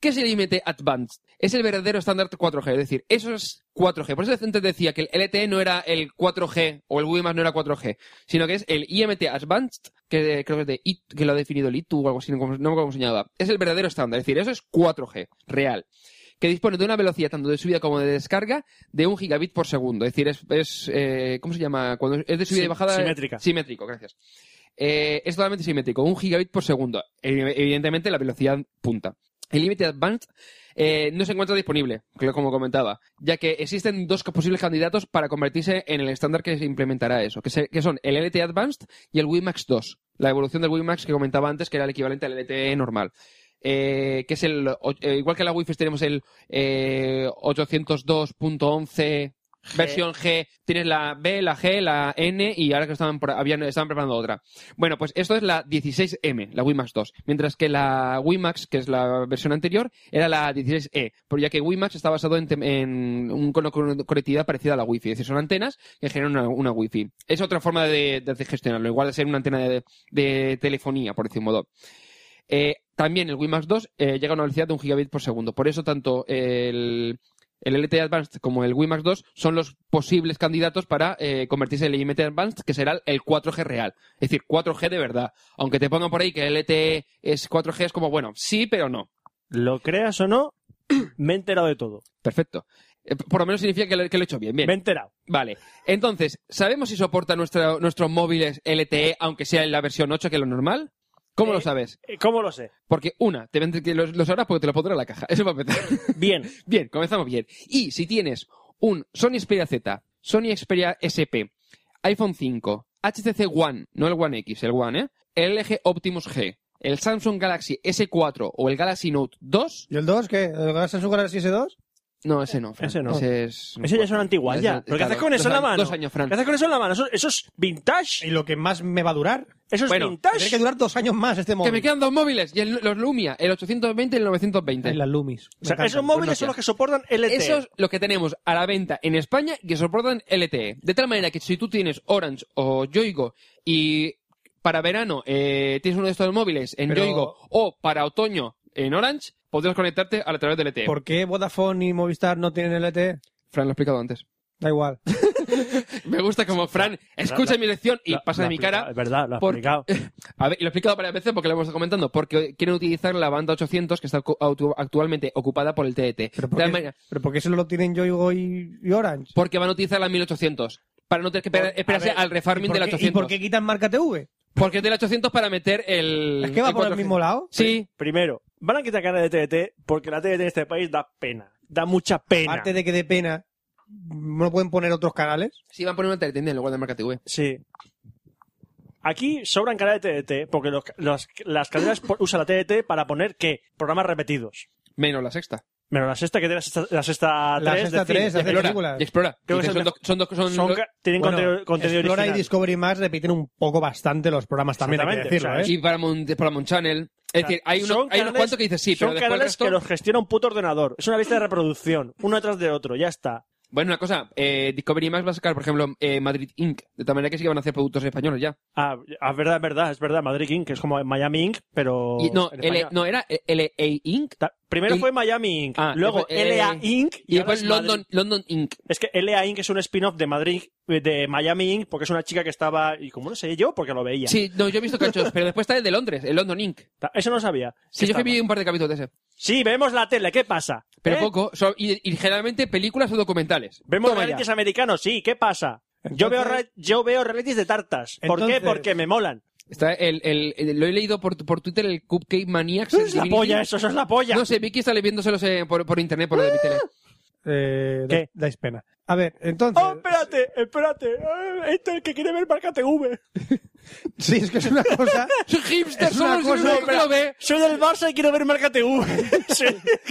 ¿Qué es el IMT Advanced? Es el verdadero estándar 4G, es decir, eso es 4G. Por eso antes decía que el LTE no era el 4G o el WiMAX no era 4G, sino que es el IMT Advanced, que eh, creo que, es de I- que lo ha definido el ITU o algo así, no, me acuerdo cómo se llamaba. Es el verdadero estándar, es decir, eso es 4G, real. Que dispone de una velocidad tanto de subida como de descarga de un gigabit por segundo. Es decir, es, es, eh, ¿cómo se llama? Cuando es de subida
Sí,
y bajada.
simétrica.
Simétrico, gracias. Eh, es totalmente simétrico, un gigabit por segundo. Ev- Evidentemente, la velocidad punta. El límite Advanced eh, no se encuentra disponible, creo como comentaba, ya que existen dos posibles candidatos para convertirse en el estándar que se implementará eso, que, se- que son el LTE Advanced y el WiMAX 2, la evolución del WiMAX que comentaba antes, que era el equivalente al LTE normal. Eh, que es el o- eh, igual que la Wi-Fi tenemos el eh, 802.11 versión G, tienes la B, la G, la N y ahora que estaban por- habían estaban preparando otra. Bueno, pues esto es la 16M, la WiMAX 2, mientras que la WiMAX, que es la versión anterior, era la 16E, por ya que WiMAX está basado en, tem- en un cono con conectividad parecida a la Wi-Fi, es decir, son antenas que generan una, una Wi-Fi. Es otra forma de, de gestionarlo, igual de ser una antena de, de telefonía, por decir un modo. Eh, también el WiMAX 2 eh, llega a una velocidad de un gigabit por segundo, por eso tanto el... El LTE Advanced como el WiMAX 2 son los posibles candidatos para eh, convertirse en el IMT Advanced, que será el 4G real. Es decir, 4G de verdad. Aunque te pongan por ahí que el LTE es 4G, es como, bueno, sí, pero no.
Lo creas o no, me he enterado de todo.
Perfecto.
Eh, Por lo menos significa que lo, que lo he hecho bien. bien.
Me he enterado.
Vale. Entonces, ¿sabemos si soporta nuestra- nuestros móviles
E,
LTE, aunque sea en la versión 8, que es lo normal? ¿Cómo lo sabes?
Eh, ¿Cómo lo sé?
Porque, una, te vende que lo, lo sabrás porque te lo pondrá en la caja. Eso va a empezar.
Bien.
Bien, comenzamos bien. Y si tienes un Sony Xperia Z, Sony Xperia SP, iPhone 5, HTC One, no el One X, el One, ¿eh? El LG Optimus G, el Samsung Galaxy S4 o el Galaxy Note 2,
¿Y el 2 qué? ¿El Samsung Galaxy S2?
no, ese no, Fran.
Ese no.
Ese es...
Eso ya es una antigua ¿eh?
Ese-
ya. ¿Pero qué
claro,
haces con eso en la
dos años-
mano?
Dos años, Fran.
¿Qué haces con eso en la mano? Eso, eso es
¿Y
vintage.
lo que más me va a durar?
Eso es
Bueno,
vintage.
Tiene que durar dos años más este móvil.
Que me quedan dos móviles, y el- los Lumia, el 820 y el 920.
En las Lumis.
O sea,
Me Pues
esos
encantan.
móviles
Nokia.
son los que soportan LTE.
E.
Eso es lo que tenemos a la venta en España que soportan LTE. De tal manera que si tú tienes Orange o Yoigo y para verano eh, tienes uno de estos móviles en
Pero-
Yoigo o para otoño en Orange, podrás conectarte a la través del E. LTE.
¿Por qué Vodafone y Movistar no tienen LTE?
Fran lo ha explicado antes.
Da igual.
Me gusta como Fran escucha
la-
mi lección y
Lo-
pasa
lo
de
ha
mi
explicado,
cara.
Es verdad, lo has
por-
explicado.
A ver, y lo he explicado varias veces porque lo hemos estado comentando. Porque quieren utilizar la banda 800 que está ocu- autu- actualmente ocupada por el TET.
¿Pero
De
por,
tal
qué,
manera-
pero por qué solo lo tienen Yoigo y, y Orange?
porque van a utilizar la 1800. Para no tener que
Por-
esperar- esperarse
a ver,
al
¿Y
refarming
por
de la
qué-
800.
¿Y por qué quitan marca TV?
Porque es del 800 para meter el.
¿Es que va
el
por el
400.
mismo lado?
Sí,
Primero, van a quitar cara de TDT porque la TDT en este país da pena. Da mucha pena.
Aparte de que de pena, ¿no pueden poner otros canales?
sí, van a poner una teletienda en lugar de marca TV.
Sí. Aquí sobran canales de TDT porque los- los- las cadenas po- usan la TDT para poner, ¿qué? Programas repetidos.
Menos la sexta.
Menos la sexta que tiene la sexta, la sexta
La
3.
Sexta
de cine.
tres, hace-
Explora.
películas.
Y explora.
Creo que
Dices,
es el
son, dos- son dos- son-
Son ca- tienen
Bueno,
contenido, contenido
Explora
original.
y Discovery Más repiten un poco bastante los programas también, hay que
Exactamente,
decirlo,
o
¿eh?
sea,
y para Mon- para Monchannel. Es decir, hay, uno,
Son
hay unos
canales-
cuantos que dices sí,
son
pero después el
canales
resto.
que los gestiona un puto ordenador. Es una lista de reproducción, uno detrás de otro, ya está.
Bueno, una cosa, eh, Discovery Max va a sacar, por ejemplo, eh, Madrid Inc. De tal manera que sí que van a hacer productos españoles ya.
Ah, es verdad, es verdad, es verdad, Madrid Inc., que es como Miami Inc., pero...
Y- no,
en
L-
España.
no, era eh, LA Inc.
Ta- Primero
y-
fue Miami Inc.,
Ah,
luego
después, eh,
LA Inc.
Y,
ahora
después
es Madrid-
London, London Inc.
Es que LA Inc. es un spin-off de Madrid, eh, de Miami Inc., porque es una chica que estaba... ¿Y cómo lo sé yo? Porque lo veía.
Sí, no, yo he visto cachos, pero después está el de Londres, el London Inc.
Ta- Eso no sabía.
Sí, yo
Estaba.
que vi un par de capítulos de ese.
Sí, vemos la tele, ¿qué pasa?
Pero
¿Eh?
poco. so- y, y generalmente películas o documentales.
Vemos
Toma ya.
realities americanos, sí, ¿qué pasa? yo,
Entonces-
veo re- yo veo realities de tartas. ¿Por qué?
Entonces-
Porque me molan.
Está el, el- el- lo he leído por, por Twitter, el Cupcake Maniacs.
Eso
el
es la
Divinity.
polla, eso, eso es la polla.
No sé, Vicky está leyéndoselos eh, por, por internet, por lo de mi tele.
Eh,
¿Qué?
da- Dais pena. A ver, entonces...
Oh, espérate, espérate. Ah, Este es el que quiere ver Marca TV.
sí, es que es una cosa...
¡Soy hipster!
Es una
¡Somos el
cosa-
único que lo ve!
Soy del Barça y quiero ver Marca TV. Sí.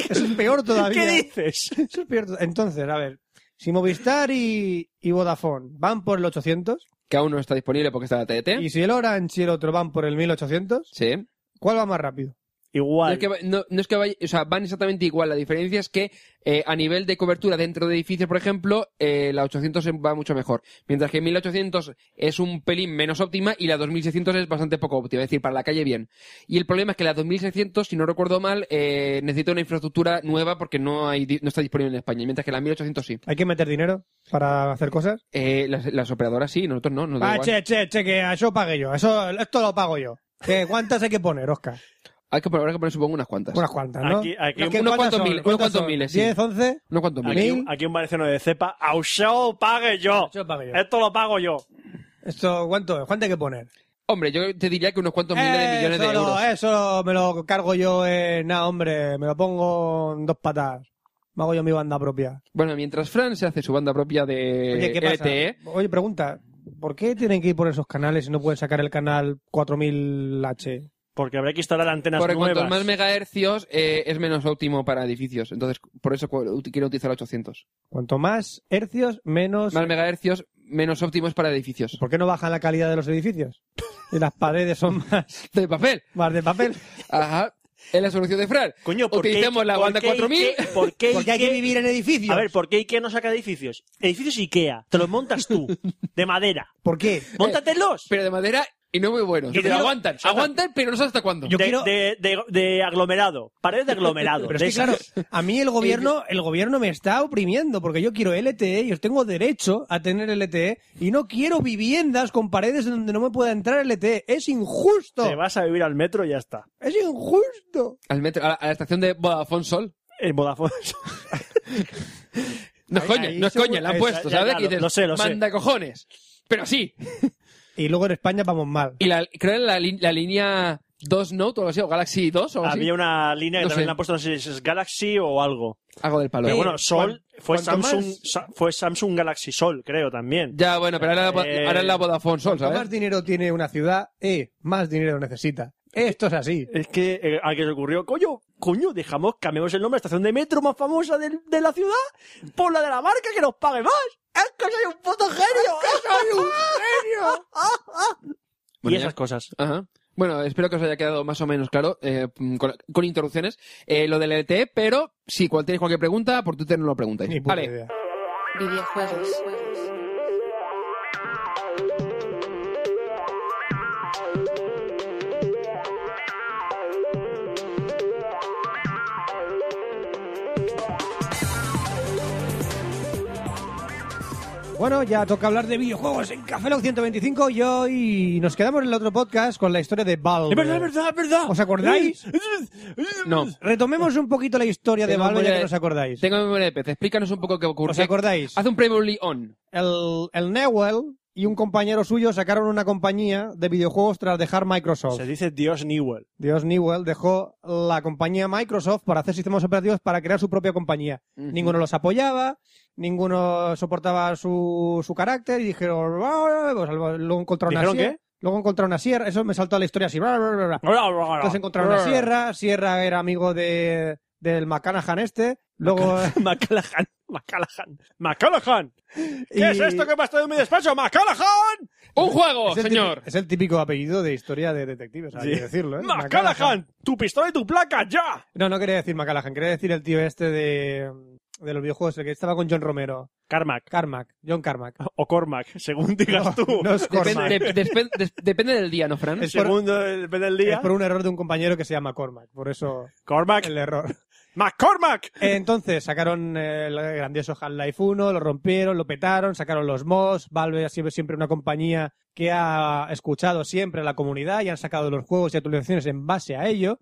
Eso es peor todavía.
¿Qué dices?
Eso es peor to- Entonces, a ver, si Movistar y, y Vodafone van por el 800
Que aún no está disponible porque está la
¿Eh?
TDT.
y si el Orange y el otro van por el 1800,
Sí.
¿cuál va más rápido?
No es,
Igual.
que, va- no, no es que vaya- o sea, van exactamente igual. La diferencia es que eh, a nivel de cobertura dentro de edificios, por ejemplo, eh, la 800 va mucho mejor. Mientras que 1800 es un pelín menos óptima y la 2600 es bastante poco óptima. Es decir, para la calle bien. Y el problema es que la 2600, si no recuerdo mal, eh, necesita una infraestructura nueva porque no, hay, di- no está disponible en España. Mientras que la 1800 sí.
¿Hay que meter dinero para hacer cosas?
Eh, las, las operadoras sí, nosotros no. Nos da
Ah,
igual.
che, che, che, que eso pague yo. Eso, esto lo pago yo. ¿Qué, ¿Cuántas hay que poner, Oscar?
Hay que poner, habrá que poner, supongo, unas cuantas.
Unas cuantas, ¿no?
Aquí- aquí-
¿Qué- cuántas
unos cuantos
son?
mil- unos
¿Cuántas
cuantos
son?
miles, sí.
¿10, 11?
No cuanto mil.
Aquí,
Mil.
aquí un valenciano de cepa. ¡Au, show, pague yo!
Yo pago yo.
Esto lo pago yo.
Esto, ¿cuánto, es? ¿Cuánto hay que poner? Eh,
Hombre, yo te diría que unos cuantos miles de millones
eso,
de euros.
lo- eso me lo cargo yo en... Nada, hombre, me lo pongo en dos patas. Me hago yo mi banda propia.
Bueno, mientras Fran se hace su banda propia de E
Oye, ¿qué pasa?
LTE,
Oye, pregunta. ¿Por qué tienen que ir por esos canales y no pueden sacar el canal 4000H?
Porque habrá que instalar antenas
porque
nuevas.
cuantos más megahercios eh, es menos óptimo para edificios. Entonces, por eso cu- quiero utilizar 800.
Cuanto más hercios, menos...
Más megahercios, menos óptimos para edificios.
¿Por qué no bajan la calidad de los edificios? Y las paredes son más,
¡De papel!
más de papel.
Ajá. Es la solución de Fran.
Coño, ¿por qué
Utilicemos
Ike-
la
por
banda
qué
4000.
Ike- ¿Por qué
Porque hay que
Ike-
vivir en edificios.
A ver, ¿por qué Ikea no saca edificios? Edificios Ikea, te los montas tú, de madera.
¿por qué?
¡Móntatelos!
Pero de madera y no muy buenos.
Y
Pero
yo-
aguantan.
Saca.
Aguantan, pero no sé hasta cuándo.
Yo
de,
quiero-
de- de- de aglomerado, paredes de aglomerado.
Pero
de
es que, claro,
esas.
a mí el gobierno, el gobierno me está oprimiendo porque yo quiero LTE, yo tengo derecho a tener LTE y no quiero viviendas con paredes en donde no me pueda entrar LTE. Es injusto.
Te vas a vivir al metro y ya está.
Es injusto.
Al metro, a, la, a la estación de Vodafone Sol.
En Vodafone.
No es
Ahí-
coña,
ahí
no es
se-
coña, la han
esa-
puesto,
ya,
¿sabes?
ya,
Que
lo-
dices,
lo sé, lo sé.
manda cojones. Pero sí.
Y luego en España vamos mal.
Y la, creo en la, li- la línea 2 Note o algo así, o Galaxy 2 o algo así.
Había una línea que
No
también
sé.
le han puesto, no sé si es Galaxy o algo.
Algo del palo.
Pero
Eh,
bueno, Sol, fue
cuanto
Samsung,
más-
Sa- fue Samsung Galaxy Sol, creo también.
Ya, bueno, pero ahora, la-
Eh,
ahora es la Vodafone Sol,
Cuanto más
¿sabes?
dinero tiene una ciudad, eh, más dinero necesita. Esto es así.
Es que eh, al que se ocurrió, coño, coño, dejamos, cambiemos el nombre a la estación de metro más famosa del- de la ciudad por la de la marca que nos pague más. ¡Es que soy un puto genio! ¡Es que soy un genio! y
Bueno,
esas
ya.
cosas.
Ajá. Bueno, espero que os haya quedado más o menos claro, eh, con, con interrupciones, eh, lo del LTE, pero si cual, tenéis cualquier pregunta, por Twitter no lo preguntáis.
Ni puta
vale.
idea.
videojuegos,
Bueno, ya toca hablar de videojuegos en Café Lock 125 y hoy nos quedamos en el otro podcast con la historia de Valve.
Es verdad, es verdad, es verdad.
¿Os acordáis?
No.
Retomemos un poquito la historia de
Tengo
Valve ya
memoria
que
de-
nos acordáis.
Tengo memoria de pez. Explícanos un poco qué ocurrió.
¿Os acordáis?
Haz un previously on.
El, el Newell y un compañero suyo sacaron una compañía de videojuegos tras dejar Microsoft.
Se dice Dios Newell.
Dios Newell dejó la compañía Microsoft para hacer sistemas operativos para crear su propia compañía. Ninguno los apoyaba, ninguno soportaba su, su carácter y dijeron, "Ah, pues, luego encontraron una
¿Dijeron
sierra. Luego encontraron una sierra, eso me saltó a la historia así. bla, bla, bla, bla. Entonces encontraron una sierra, sierra era amigo de, del McCanahan este. Luego,
Macalahan, Macalahan, Macalahan. ¿Qué es
y- Eh,
esto que me ha estado en mi despacho? Macalahan,
¡Un juego,
es el
Oh, señor!
típico- es el típico apellido de historia de detectives, hay
Sí.
que decirlo. ¿eh?
Macalahan, tu pistola y tu placa ya.
No, no quería decir McCallahan, quería decir el tío este de, de los videojuegos, el que estaba con John Romero.
Carmack
Carmack, John Carmack.
o Cormac, según digas tú.
No es Cormac.
Depende, de- despe- des- depende del día, ¿no, Fran?
Es por-
Según el- depende del
Es
día.
por un error de un compañero que se llama Cormac, por eso
Cormac,
el error.
McCormack.
Eh, Entonces sacaron eh, el grandioso Half-Life 1, lo rompieron, lo petaron, sacaron los mods. Valve ha sido siempre una compañía que ha escuchado siempre a la comunidad y han sacado los juegos y actualizaciones en base a ello.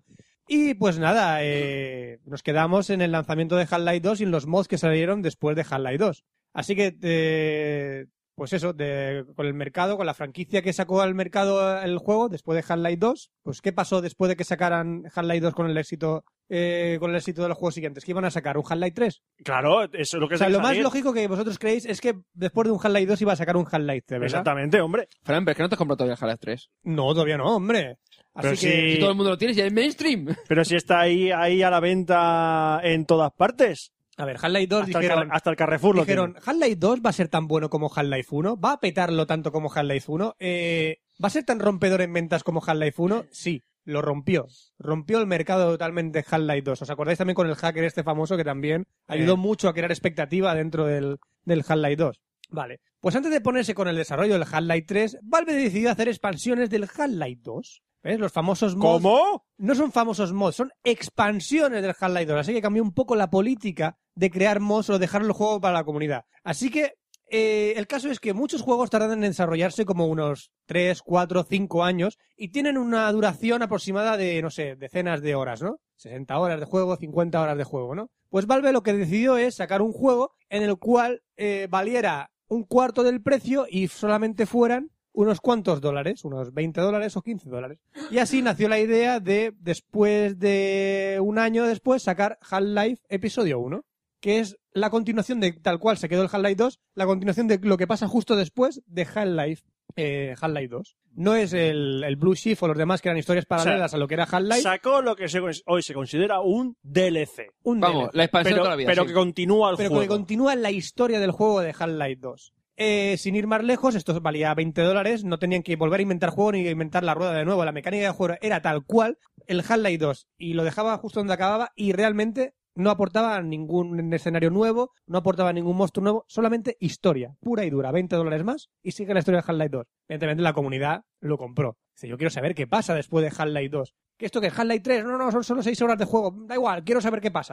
Y pues nada, eh, nos quedamos en el lanzamiento de Half-Life 2 y en los mods que salieron después de Half-Life 2. Así que, eh, pues eso, de- con el mercado, con la franquicia que sacó al mercado el juego después de Half-Life 2, pues ¿qué pasó después de que sacaran Half-Life 2 con el éxito eh, con el éxito de los juegos siguientes? ¿Que iban a sacar un Half-Life 3?
Claro, eso es lo que
O sea,
se
lo más
salir.
lógico que vosotros creéis es que después de un Half-Life 2 iba a sacar un Half-Life 3, ¿verdad?
Exactamente, hombre.
Fran, pero es que no te has comprado todavía el Half-Life 3.
No, todavía no, hombre. Así
Pero
que...
sí.
Si todo el mundo lo tiene, ya es mainstream.
Pero si está ahí, ahí a la venta en todas partes.
A ver, Half-Life 2
Hasta, el,
dijeron...
Car- hasta el Carrefour lo
Dijeron,
tiene.
Half-Life 2 va a ser tan bueno como Half-Life 1, va a petarlo tanto como Half-Life 1, eh, va a ser tan rompedor en ventas como Half-Life 1, sí, lo rompió. Rompió el mercado totalmente Half-Life 2. ¿Os acordáis también con el hacker este famoso que también ayudó
Eh.
mucho a crear expectativa dentro del, del Half-Life 2? Vale. Pues antes de ponerse con el desarrollo del Half-Life 3, Valve decidió hacer expansiones del Half-Life 2. ¿Ves? Los famosos mods
¿Cómo?
no son famosos mods, son expansiones del Half-Life 2. Así que cambió un poco la política de crear mods o dejar el juego para la comunidad. Así que eh, el caso es que muchos juegos tardan en desarrollarse como unos 3, 4, 5 años y tienen una duración aproximada de, no sé, decenas de horas, ¿no? 60 horas de juego, 50 horas de juego, ¿no? Pues Valve lo que decidió es sacar un juego en el cual eh, valiera un cuarto del precio y solamente fueran unos cuantos dólares, unos 20 dólares o 15 dólares. Y así nació la idea de, después de un año después, sacar Half-Life Episodio 1, que es la continuación de tal cual se quedó el Half-Life 2, la continuación de lo que pasa justo después de Half-Life eh, Half-Life 2. No es el, el Blue Shift o los demás que eran historias paralelas a lo que era Half-Life.
Sacó lo que se- hoy se considera un DLC.
un
Vamos,
DLC.
la expansión
Pero,
todavía.
pero
sí.
que continúa el
pero
juego.
que continúa la historia del juego de Half-Life 2. Eh, sin ir más lejos, esto valía 20 dólares, no tenían que volver a inventar juego ni inventar la rueda de nuevo, la mecánica del juego era tal cual, el Half-Life 2, y lo dejaba justo donde acababa y realmente no aportaba ningún escenario nuevo, no aportaba ningún monstruo nuevo, solamente historia, pura y dura, 20 dólares más y sigue la historia de Half-Life 2. Evidentemente la comunidad lo compró. Dice, yo quiero saber qué pasa después de Half-Life 2. Que esto que es Half-Life 3, no, no, son solo 6 horas de juego, da igual, quiero saber qué pasa.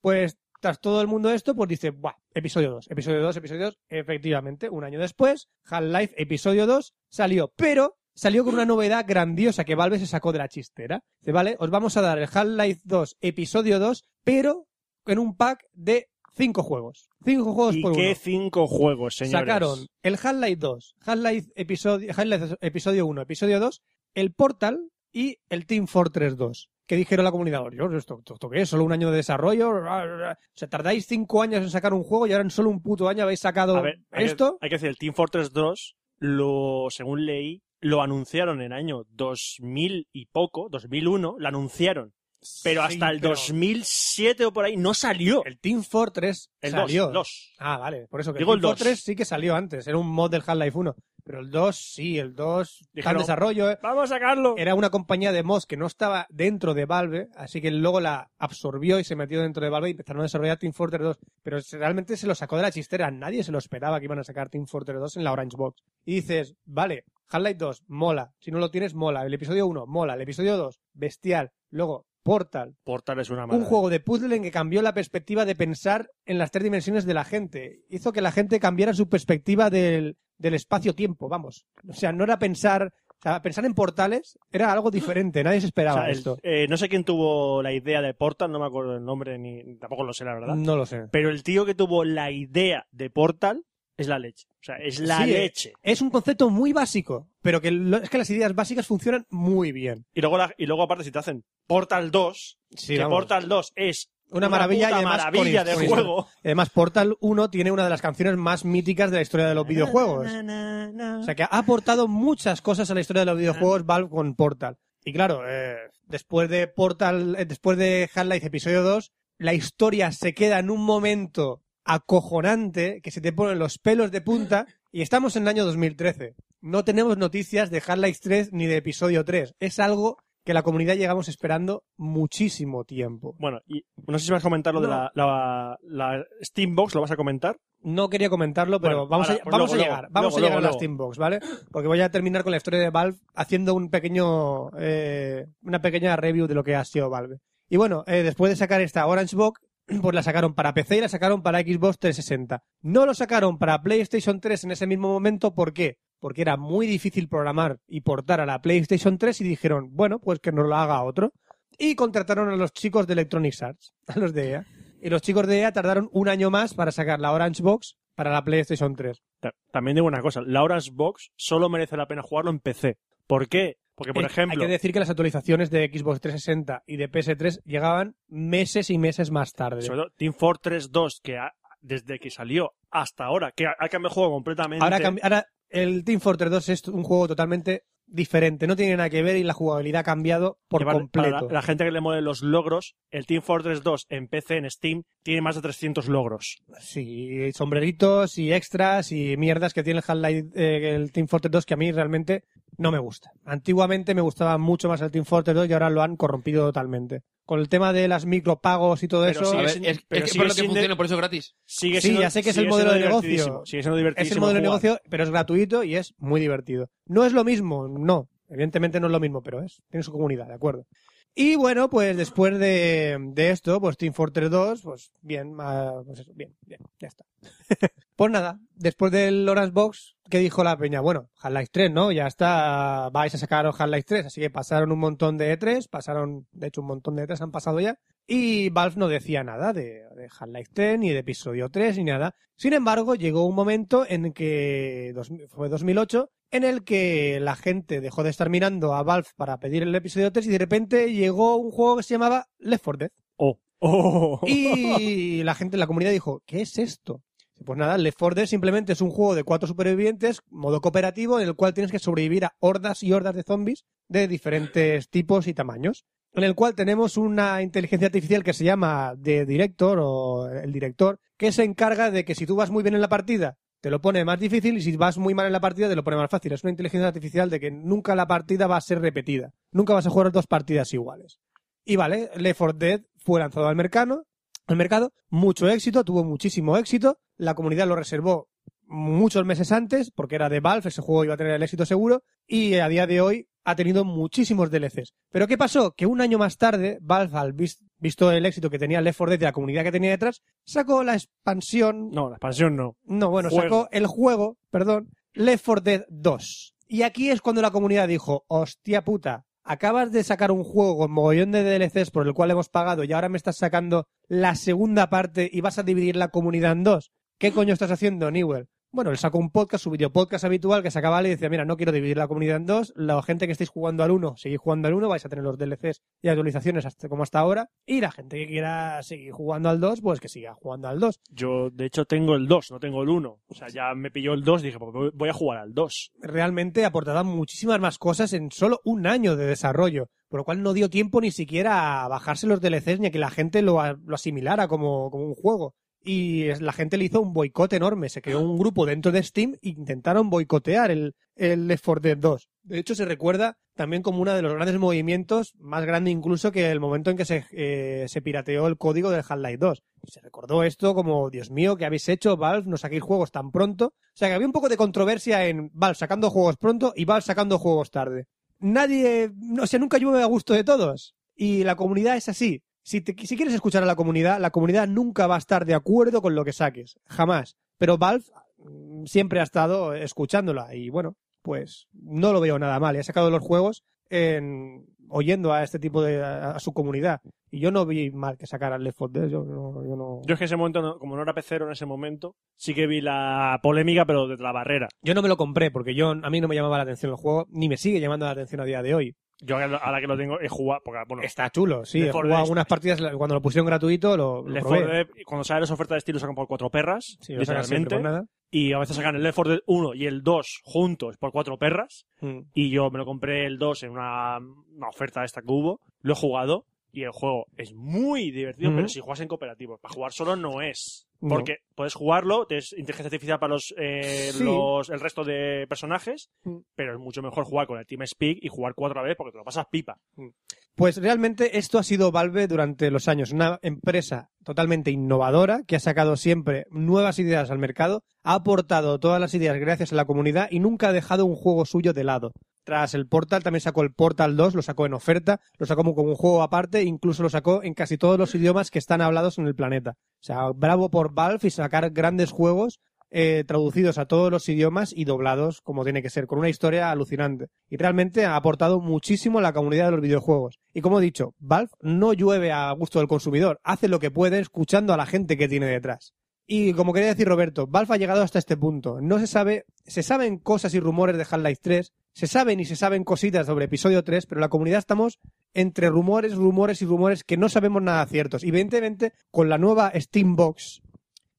Pues tras todo el mundo esto, pues dice, Buah, episodio 2, episodio 2, episodio 2. Efectivamente, un año después, Half-Life episodio 2 salió, pero salió con una novedad grandiosa que Valve se sacó de la chistera. Dice, vale, os vamos a dar el Half-Life 2 episodio 2, pero en un pack de Cinco juegos. Cinco juegos
¿Y
por
qué
uno.
cinco juegos, señores?
Sacaron el Half-Life 2, Half-Life episodio, Half-Life episodio 1, episodio 2, el Portal y el Team Fortress 2. Que dijeron la comunidad, Dios, ¿esto, esto, esto qué es? ¿Solo un año de desarrollo? Ah, O sea, tardáis cinco años en sacar un juego y ahora en solo un puto año habéis sacado
A ver, hay que-
esto.
Hay que, decir, el Team Fortress 2, lo, según leí, lo anunciaron en el año 2000 y poco, 2001, lo anunciaron. Pero hasta
Sí,
el
pero
2007 o por ahí no salió.
El Team Fortress
El
salió.
2, 2.
Ah, vale, por eso que
Digo
el
el
Team
dos.
Fortress sí que salió antes, era un mod del Half-Life 1. Pero el 2 sí, el 2 está en
Dijeron,
desarrollo. eh.
Vamos a sacarlo.
era una compañía de mods que no estaba dentro de Valve, así que luego la absorbió y se metió dentro de Valve y empezaron a desarrollar Team Fortress 2. Pero se- realmente se lo sacó de la chistera, nadie se lo esperaba que iban a sacar Team Fortress 2 en la Orange Box. Y dices, vale, Half-Life 2, mola, si no lo tienes, mola, el episodio 1, mola, el episodio 2, bestial, luego Portal,
Portal es una
un juego de puzzle en que cambió la perspectiva de pensar en las tres dimensiones de la gente. Hizo que la gente cambiara su perspectiva del, del espacio-tiempo, vamos. O sea, no era pensar... o sea, pensar en portales era algo diferente, nadie se
O
esperaba
sea, el-
esto.
eh, no sé quién tuvo la idea de Portal, no me acuerdo el nombre ni tampoco lo sé, la verdad.
No lo sé.
Pero el tío que tuvo la idea de Portal es la leche. O sea, es la
Sí, eh.
leche.
Es un concepto muy básico, pero que lo- es que las ideas básicas funcionan muy bien.
Y luego, la- y luego aparte, si te hacen Portal 2,
Sí,
que
vamos.
Portal 2 es
Una maravilla
puta
y además
maravilla
con-
de
con-
juego.
Además, Portal 1 tiene una de las canciones más míticas de la historia de los videojuegos. O sea que ha aportado muchas cosas a la historia de los videojuegos Valve con Portal. Y claro, eh, después de Portal, eh, después de Half-Life Episodio 2, la historia se queda en un momento acojonante que se te ponen los pelos de punta y estamos en el año 2013. No tenemos noticias de Half-Life 3 ni de Episodio 3. Es algo que la comunidad llegamos esperando muchísimo tiempo.
Bueno, y no sé si vas a comentar lo de la, la, la Steambox, ¿lo vas a comentar?
No quería comentarlo, pero
Bueno,
vamos,
ahora,
a,
pues
vamos
luego,
a llegar.
luego,
vamos a
luego,
llegar a las
luego.
Steambox, ¿vale? Porque voy a terminar con la historia de Valve haciendo un pequeño, eh, una pequeña review de lo que ha sido Valve. Y bueno, eh, después de sacar esta Orange Box, pues la sacaron para PC y la sacaron para Xbox 360. No lo sacaron para PlayStation 3 en ese mismo momento, ¿por qué? Porque era muy difícil programar y portar a la PlayStation 3 y dijeron, bueno, pues que nos lo haga otro. Y contrataron a los chicos de Electronic Arts, a los de EA. Y los chicos de EA tardaron un año más para sacar la Orange Box para la PlayStation 3.
Ta- También digo una cosa, la Orange Box solo merece la pena jugarlo en PC. ¿Por qué? Porque, por
Eh,
ejemplo,
Hay que decir que las actualizaciones de Xbox 360 y de PS3 llegaban meses y meses más tarde.
sobre todo Team Fortress 2, que ha- desde que salió hasta ahora, que ha ha cambiado el juego completamente.
Ahora, cambi- ahora el Team Fortress 2 es un juego totalmente diferente. No tiene nada que ver y la jugabilidad ha cambiado por
Que para-
completo.
Para la, la gente que le mole los logros, el Team Fortress 2 en PC, en Steam, tiene más de 300 logros.
Sí, sombreritos y extras y mierdas que tiene el Half-Life, eh, el Team Fortress 2 que a mí realmente no me gusta. Antiguamente me gustaba mucho más el Team Fortress 2 y ahora lo han corrompido totalmente. Con el tema de las micropagos y todo
Pero
eso,
sigue
A ver,
sin-
es,
pero
es que
sigue
por lo que
sin
funciona,
de-
por eso es gratis.
Sigue
Sí,
siendo,
ya sé que es
sigue
el modelo
siendo
de negocio.
divertidísimo, Sigue siendo
es
divertidísimo.
el modelo de
jugar.
negocio, pero es gratuito y es muy divertido. No es lo mismo, no. Evidentemente no es lo mismo, pero es. Tiene su comunidad, de acuerdo. Y bueno, pues después de, de esto, pues Team Fortress 2, pues bien, ah, pues eso, bien, bien, ya está. pues nada, después del Orange Box, ¿qué dijo la peña? Bueno, Half-Life 3, ¿no? Ya está, vais a sacar Half-Life 3, así que pasaron un montón de E3, pasaron, de hecho un montón de E3 han pasado ya, y Valve no decía nada de, de Half-Life 3, ni de episodio 3, ni nada. Sin embargo, llegó un momento en que, dos- fue 2008, en el que la gente dejó de estar mirando a Valve para pedir el episodio 3 y de repente llegó un juego que se llamaba Left 4 Dead.
Oh. Oh.
Y la gente, la comunidad dijo, ¿qué es esto? Pues nada, Left 4 Dead simplemente es un juego de cuatro supervivientes, modo cooperativo, en el cual tienes que sobrevivir a hordas y hordas de zombies de diferentes tipos y tamaños. En el cual tenemos una inteligencia artificial que se llama The Director o el director, que se encarga de que si tú vas muy bien en la partida, te lo pone más difícil y si vas muy mal en la partida, te lo pone más fácil. Es una inteligencia artificial de que nunca la partida va a ser repetida. Nunca vas a jugar dos partidas iguales. Y vale, Left 4 Dead fue lanzado al mercado, al mercado, mucho éxito, tuvo muchísimo éxito, la comunidad lo reservó muchos meses antes, porque era de Valve, ese juego iba a tener el éxito seguro, y a día de hoy ha tenido muchísimos DLCs. Pero ¿qué pasó? Que un año más tarde, Valve, al vis- visto el éxito que tenía Left 4 Dead y la comunidad que tenía detrás, sacó la expansión
No, la expansión no.
no, bueno,
Juego.
sacó el juego, perdón, Left 4 Dead 2. Y aquí es cuando la comunidad dijo, hostia puta, acabas de sacar un juego con mogollón de DLCs por el cual hemos pagado y ahora me estás sacando la segunda parte y vas a dividir la comunidad en dos. ¿Qué coño estás haciendo, Newell? Bueno, él sacó un podcast, su videopodcast habitual, que sacaba y decía, mira, no quiero dividir la comunidad en dos, la gente que estáis jugando al uno, seguid jugando al uno, vais a tener los DLCs y actualizaciones hasta, como hasta ahora, y la gente que quiera seguir jugando al 2, pues que siga jugando al 2.
Yo, de hecho, tengo el 2, no tengo el 1. O sea, ya me pilló el 2, dije, pues voy a jugar al 2.
Realmente aportaba muchísimas más cosas en solo un año de desarrollo, por lo cual no dio tiempo ni siquiera a bajarse los DLCs ni a que la gente lo, a- lo asimilara como, como un juego. Y es- la gente le hizo un boicot enorme. Se creó un grupo dentro de Steam e intentaron boicotear el, el Left 4 Dead 2. De hecho, se recuerda también como uno de los grandes movimientos, más grande incluso que el momento en que se, eh, se pirateó el código del Half-Life 2. Se recordó esto como, Dios mío, ¿qué habéis hecho? Valve, no saquéis juegos tan pronto. O sea, que había un poco de controversia en Valve sacando juegos pronto y Valve sacando juegos tarde. Nadie, o sea, nunca llueve a gusto de todos. Y la comunidad es así. Si, te- si quieres escuchar a la comunidad, la comunidad nunca va a estar de acuerdo con lo que saques. Jamás. Pero Valve mm, siempre ha estado escuchándola. Y bueno, pues no lo veo nada mal. Y ha sacado los juegos en, oyendo a este tipo de. A, a su comunidad. Y yo no vi mal que sacaran Left 4 Dead. Yo no. Yo, no...
Yo es que ese momento, no- como no era pecero en ese momento, sí que vi la polémica, pero desde la barrera.
Yo no me lo compré porque yo, a mí no me llamaba la atención el juego. Ni me sigue llamando la atención a día de hoy.
Yo ahora que lo tengo he jugado, porque bueno,
Está chulo, sí.
Left
He
4
jugado
Dead
algunas partidas cuando lo pusieron gratuito. Lo, lo
Left
probé.
4 Dead, cuando salen las ofertas de estilo sacan por cuatro perras,
Sí, lo sacan siempre
literalmente,
por nada.
y a veces sacan el Left 4 Dead 1 y el 2 juntos por cuatro perras,
Mm.
y yo me lo compré el 2 en una, una oferta esta que hubo, lo he jugado, y el juego es muy divertido,
Ujú.
pero si juegas en cooperativo, para jugar solo no es.
No.
Porque puedes jugarlo, tienes inteligencia artificial para los, eh,
Sí.
los- el resto de personajes,
Mm.
pero es mucho mejor jugar con el Team Speak y jugar cuatro a la vez porque te lo pasas pipa.
Pues realmente esto ha sido Valve durante los años, una empresa totalmente innovadora que ha sacado siempre nuevas ideas al mercado, ha aportado todas las ideas gracias a la comunidad y nunca ha dejado un juego suyo de lado. Tras el Portal también sacó el Portal 2, lo sacó en oferta, lo sacó como, como un juego aparte, incluso lo sacó en casi todos los idiomas que están hablados en el planeta. O sea, bravo por Valve y sacar grandes juegos eh, traducidos a todos los idiomas y doblados como tiene que ser, con una historia alucinante. Y realmente ha aportado muchísimo a la comunidad de los videojuegos. Y como he dicho, Valve no llueve a gusto del consumidor, hace lo que puede escuchando a la gente que tiene detrás. Y como quería decir Roberto, Valve ha llegado hasta este punto. No se sabe, se saben cosas y rumores de Half-Life 3, se saben y se saben cositas sobre episodio 3, pero la comunidad estamos entre rumores, rumores y rumores que no sabemos nada ciertos. Y evidentemente, con la nueva Steam Box,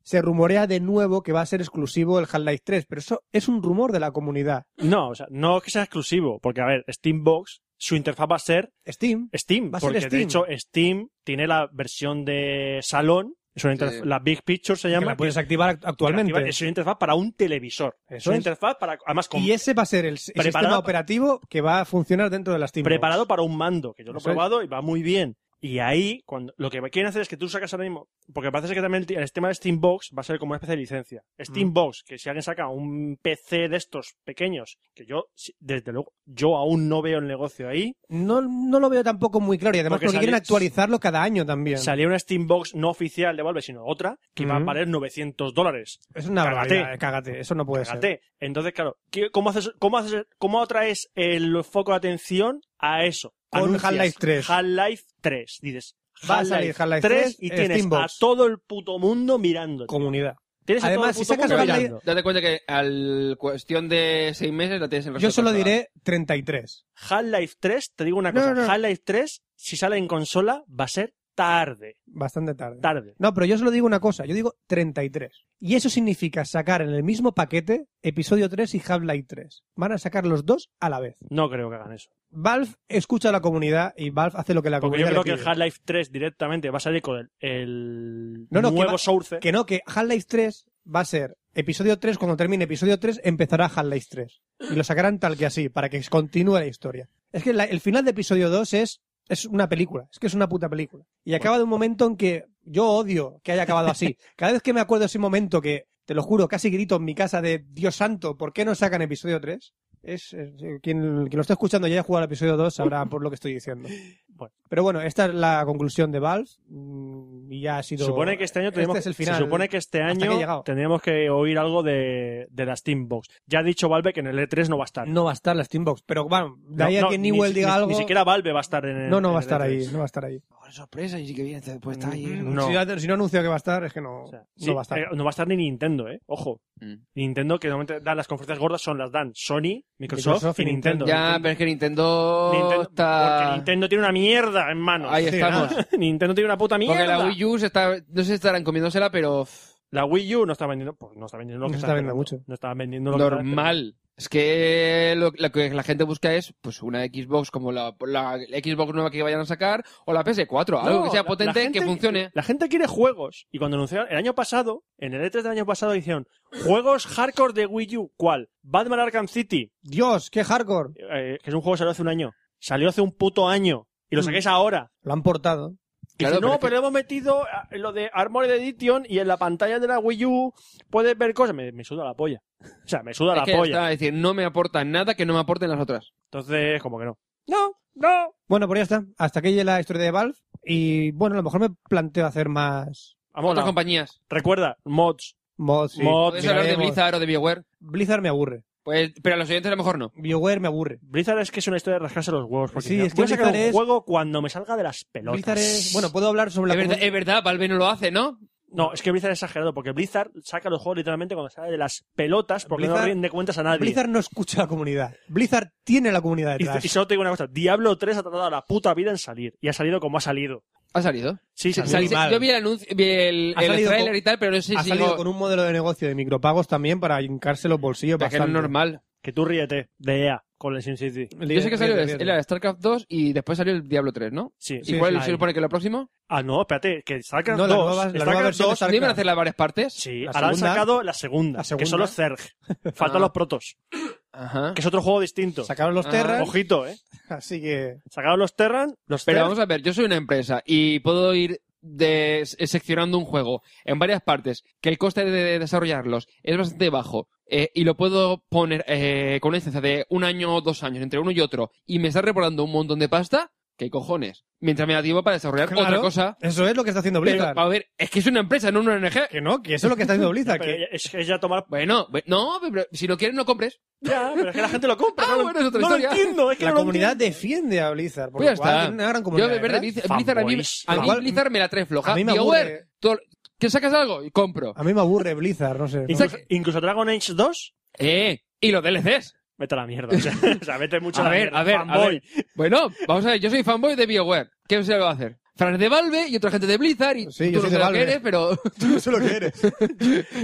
se rumorea de nuevo que va a ser exclusivo el Half-Life 3, pero eso es un rumor de la comunidad.
No, o sea, no es que sea exclusivo, porque a ver, Steam Box, su interfaz va a ser
Steam.
Steam,
Va a ser
porque
Steam.
de hecho Steam tiene la versión de salón, es una interfaz-
Sí.
la Big Picture se
que
llama,
la puedes activar act- actualmente.
activa- es una interfaz para un televisor, es
Eso
una
es.
interfaz para, además, con-
Y ese va a ser el, s- el
Preparado
sistema
pa-
operativo que va a funcionar dentro de la Steam. Box.
preparado para un mando, que yo lo he
Eso es.
probado y va muy bien. Y ahí, cuando, lo que quieren hacer es que tú sacas ahora mismo, porque parece que también el, ti- el sistema de Steam Box va a ser como una especie de licencia.
Mm.
Steam Box, que si alguien saca un PC de estos pequeños, que yo, si- desde luego, yo aún no veo el negocio ahí,
No, no lo veo tampoco muy claro y además porque,
Porque
quieren
sale-
actualizarlo cada año también.
Salía una Steam Box no oficial de Valve, sino otra, que iba a
Ujú.
valer 900 dólares.
Es una
Cágate.
barbaridad, eh, cágate, eso no puede ser.
Fíjate. Entonces, claro, ¿qué- ¿cómo haces, cómo haces, cómo atraes el foco de atención a eso?
Con
Anuncias
Half-Life 3.
Half-Life 3. Dices,
Va a salir Half-Life 3
y
en
tienes
Steam Box.
a todo el puto mundo mirando.
Comunidad.
Tienes a
Además,
todo el
si
puto
sacas
mundo
Half-Life-
mirando.
Date cuenta que al cuestión de seis meses la tienes en
Yo
resto
solo
de consola.
diré 33.
Half-Life 3, te digo una
No,
cosa,
no, no.
Half-Life 3, si sale en consola, va a ser tarde,
Bastante tarde.
tarde.
No, pero yo solo digo una cosa, yo digo 33. Y eso significa sacar en el mismo paquete episodio 3 y Half-Life 3. Van a sacar los dos a la vez.
No creo que hagan eso.
Valve escucha a la comunidad y Valve hace lo que la
Porque yo
comunidad
creo
le
que el
pide.
Half-Life 3 directamente va a salir con el, el
No, no, que
nuevo
va-
source.
Que no, que Half-Life 3 va a ser episodio 3, cuando termine episodio 3 empezará Half-Life 3. Y lo sacarán tal que así, para que continúe la historia. Es que la- el final de episodio 2 es, es una película, es que es una puta película. Y acaba de un momento en que yo odio que haya acabado así. Cada vez que me acuerdo de ese momento que, te lo juro, casi grito en mi casa de Dios santo, ¿por qué no sacan episodio 3? Es, es- eh, quien, quien lo está escuchando y haya jugado al episodio 2 sabrá por lo que estoy diciendo.
Bueno.
Pero bueno, esta es la conclusión de Valve. Mm, y ya ha sido.
Se supone que este año tenemos,
Este es el final.
se supone que este
Hasta que he
año
llegado.
tendríamos que oír algo de, de la Steambox. Ya ha dicho Valve que en el E3 no va a estar.
No va a estar la Steambox. Pero bueno, de
No,
ahí a
no,
que
ni-
Newell diga
ni-
algo.
Ni siquiera Valve va a estar en el
no, no va a
en el E
estar ahí.
E3.
No va a estar ahí.
Ahora sorpresa y sí que viene
Pues
después está ahí.
No.
Si, ya- si no anuncia que va a estar, es que no,
O sea,
no
sí,
va a estar.
eh, no va a estar ni Nintendo, ¿eh? Ojo.
Mm.
Nintendo, que normalmente dan las conferencias gordas, son las dan Sony, Microsoft,
Microsoft y
y Nintendo.
Ya, pero es que Nintendo,
Nintendo- Porque
está...
Nintendo tiene una mierda en mano.
Ahí estamos.
Nintendo tiene una puta mierda.
Porque la Wii U se está... no sé si estarán comiéndosela, pero pff,
La Wii U no está vendiendo, pues no está vendiendo lo
No
que
se está vendiendo
esperando. No está vendiendo lo que está
normal. Es que lo, lo que la gente busca es pues una Xbox como la, la Xbox nueva que vayan a sacar o la PS4, algo
No,
que sea
la-
potente,
la gente-
que funcione.
La gente quiere juegos. Y cuando anunciaron, el año pasado, en el E3 del año pasado, dijeron, juegos hardcore de Wii U, ¿cuál? Batman Arkham City,
Dios, qué hardcore.
eh, que es un juego que salió hace un año. Salió hace un puto año. Y lo saquéis ahora.
Lo han portado.
Y
Claro,
dice, no,
pero es que-
pero hemos metido ah, lo de Armored Edition y en la pantalla de la Wii U puedes ver cosas. Me, me suda la polla. O sea, me suda
Es
la
que
polla.
está, es decir, no me aportan nada que no me aporten las otras.
Entonces, como que no. No, no.
Bueno, pues ya está. Hasta aquí la historia de Valve. Y bueno, a lo mejor me planteo hacer más
Vamos,
Otras compañías.
Recuerda, mods.
mods. y-
Mods.
Puedes hablar de
miraremos.
Blizzard o de BioWare.
Blizzard me aburre.
Pues, pero a los oyentes a lo mejor no.
BioWare me aburre.
Blizzard es que es una historia de rascarse los huevos. Porque
Sí,
dice,
es que
voy a sacar un
Blizzard es-
juego cuando me salga de las pelotas.
Blizzard es. Bueno, puedo hablar sobre la.
Es verdad,
comu-
es verdad, Valve no lo hace, ¿no?
No, es que Blizzard es exagerado, porque Blizzard saca los juegos literalmente cuando sale de las pelotas, porque no
Blizzard-
rinde cuentas a nadie.
Blizzard no escucha a la comunidad. Blizzard tiene a la comunidad
y,
detrás.
y solo te digo una cosa, Diablo 3 ha tardado la puta vida en salir, y ha salido como ha salido.
Ha salido.
Sí,
Salió
salió.
Sal-
muy mal.
Yo vi el anuncio, vi el,
Ha
el
salido
trailer
con-
y tal, pero no sé
ha
si
salido
digo-
con un modelo de negocio de micropagos también para hincarse los bolsillos
Pero que no es
bastante.
normal.
Que tú ríete de EA con el SimCity.
Le-
Yo sé que salió
le- le-
el, el StarCraft 2 y después salió el Diablo 3, ¿no?
Sí.
¿Y cuál
Ahí.
se supone que lo próximo?
Ah, no, espérate, que sacan
No, la
dos.
nueva- la nueva
Starcraft
versión de
dos-
Starcraft.
¿No iban a hacer las varias partes?
Sí,
La
ahora han
segunda.
sacado la segunda,
La segunda.
que son los Zerg. Faltan
Ah.
los Protos,
Ajá.
que es otro juego distinto.
Sacaron los
Ah.
Terran,
Ojito, eh.
así que.
Sacaron los Terran, los
Pero
Zerg,
vamos a ver, yo soy una empresa y puedo ir de- eh, seccionando un juego en varias partes, que el coste de desarrollarlos es bastante bajo eh, y lo puedo poner eh, con una licencia de un año o dos años entre uno y otro y me está reportando un montón de pasta, ¿qué cojones? Mientras me da tiempo para desarrollar
Claro.
otra cosa.
Eso es lo que está haciendo
Pero,
Blizzard.
a ver, es que es una empresa, no una ONG.
que no, que eso es lo que está haciendo Blizzard.
pero
que...
es, es ya tomar...
Bueno, ve- no, pero si no quieres no compres.
Ya, pero es que la gente lo compra.
Ah,
no lo-
bueno, es otra
no lo
historia.
entiendo, es que
La
no lo
comunidad defiende a Blizzard. Por
Pues ya
lo cual
está.
tiene una gran
Yo,
comunidad.
de verdad,
detrás.
Blizz- Blizzard a mí,
Fanboys.
a mí
Igual-
Blizzard me la trae floja.
a mí me
BioWare,
aburre.
tú- ¿que sacas algo? Y compro.
A mí me aburre Blizzard, no sé. ¿no?
Incluso, incluso Dragon Age 2,
Eh, y los DLCs.
vete a la mierda. O sea, o sea, vete mucho
A
la
ver,
mierda,
a ver, a
fanboy.
ver. Bueno, vamos a ver, yo soy fanboy de BioWare. ¿Qué se le va a hacer? Fran es de Valve y otra gente de Blizzard y
Sí,
tú
yo
no
soy de
sé lo que
Valve.
eres, pero
Tú no sé lo que eres.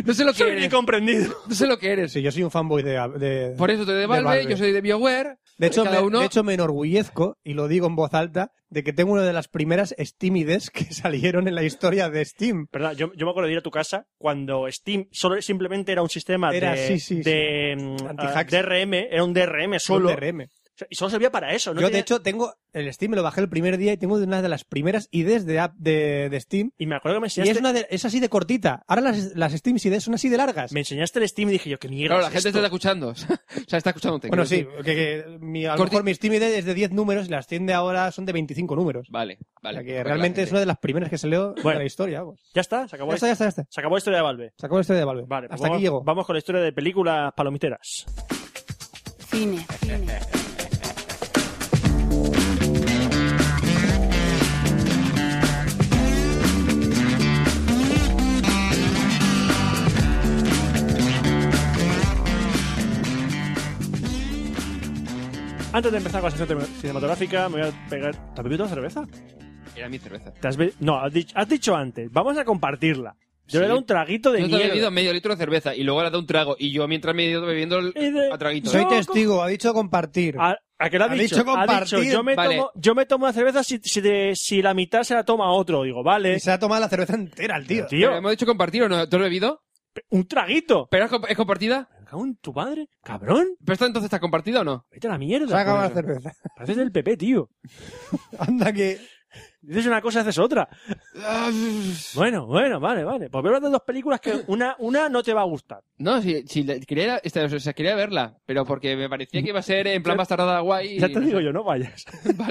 no sé lo que
Soy un
eres.
incomprendido.
No sé lo que eres.
Sí, yo soy un fanboy de. de-
Por eso estoy de Valve,
Valve.
yo soy de BioWare.
de, hecho,
cada
me,
uno-
de hecho, me enorgullezco, y lo digo en voz alta, de que tengo una de las primeras Steamides que salieron en la historia de Steam.
Perdón, yo, yo me acuerdo de ir a tu casa cuando Steam solo simplemente era un sistema
Era,
de,
sí, sí,
de mm,
Anti-hacks.
ah, DRM, era un DRM solo.
Un DRM.
O sea, Y solo servía para eso. ¿no?
yo, de
tenía-
hecho, tengo. El Steam me lo bajé el primer día y tengo una de las primeras IDs de, app de, de Steam.
Y me acuerdo que me
Y
este-
enseñaste,
es, una de- es así de cortita. Ahora las, las Steam IDs son así de largas.
me enseñaste el Steam y dije yo, ¿qué mierda
Claro, la
es
gente te
esto?
está escuchando. o sea, está escuchándote.
Bueno,
quiero
sí,
decir.
que, que mi, a lo
Corti-
mejor mis tímides es de 10 números y las tiendas ahora son de 25 números.
Vale,
O
vale.
sea que realmente es una de las primeras que se leo de
Bueno.
la historia. vamos.
Ya está, se acabó,
Ya está,
esto.
ya está, ya está.
Se acabó la historia de Valve.
Se acabó la historia de Valve.
Vale, pues
Hasta
vamos,
aquí llego.
vamos con la historia de películas palomiteras.
Cine, cine.
Antes de empezar con la sección cine- cinematográfica, me voy a pegar... ¿Te has bebido una cerveza?
Era mi cerveza.
Te has be- No, has dich- has dicho, antes, vamos a compartirla. Yo le he dado un traguito de
Yo te he bebido
mierda.
medio litro de cerveza y luego le he dado un trago y yo mientras me he ido bebiendo el
Y de-
a traguito.
Soy
No, Ah,
testigo, ha dicho compartir.
¿A, a qué lo ha,
Ha
dicho?
dicho
Ha
compartir.
dicho, yo, me
Vale.
tomo, yo me tomo la cerveza si, si de- si la mitad se la toma otro. Digo, vale.
Y se ha tomado la cerveza entera el tío.
eh. Tío,
¿Hemos dicho compartir o no? ¿Tú has bebido?
un traguito.
¿Pero es comp- es compartida?
Me cago en tu madre. Cabrón,
¿Pero esta entonces está compartida o no?
vete a
Se
la
ha
mierda.
acabado
Por
la cerveza.
eso. Pareces del PP, tío.
Anda que...
Dices una cosa, haces otra. Bueno, bueno, vale, vale. Pues voy a hablar de dos películas que una, una no te va a gustar.
No, si, si la- quería, esta- o sea, quería verla, pero porque me parecía que iba a ser en plan bastarda guay. y-
Ya te digo yo, no vayas.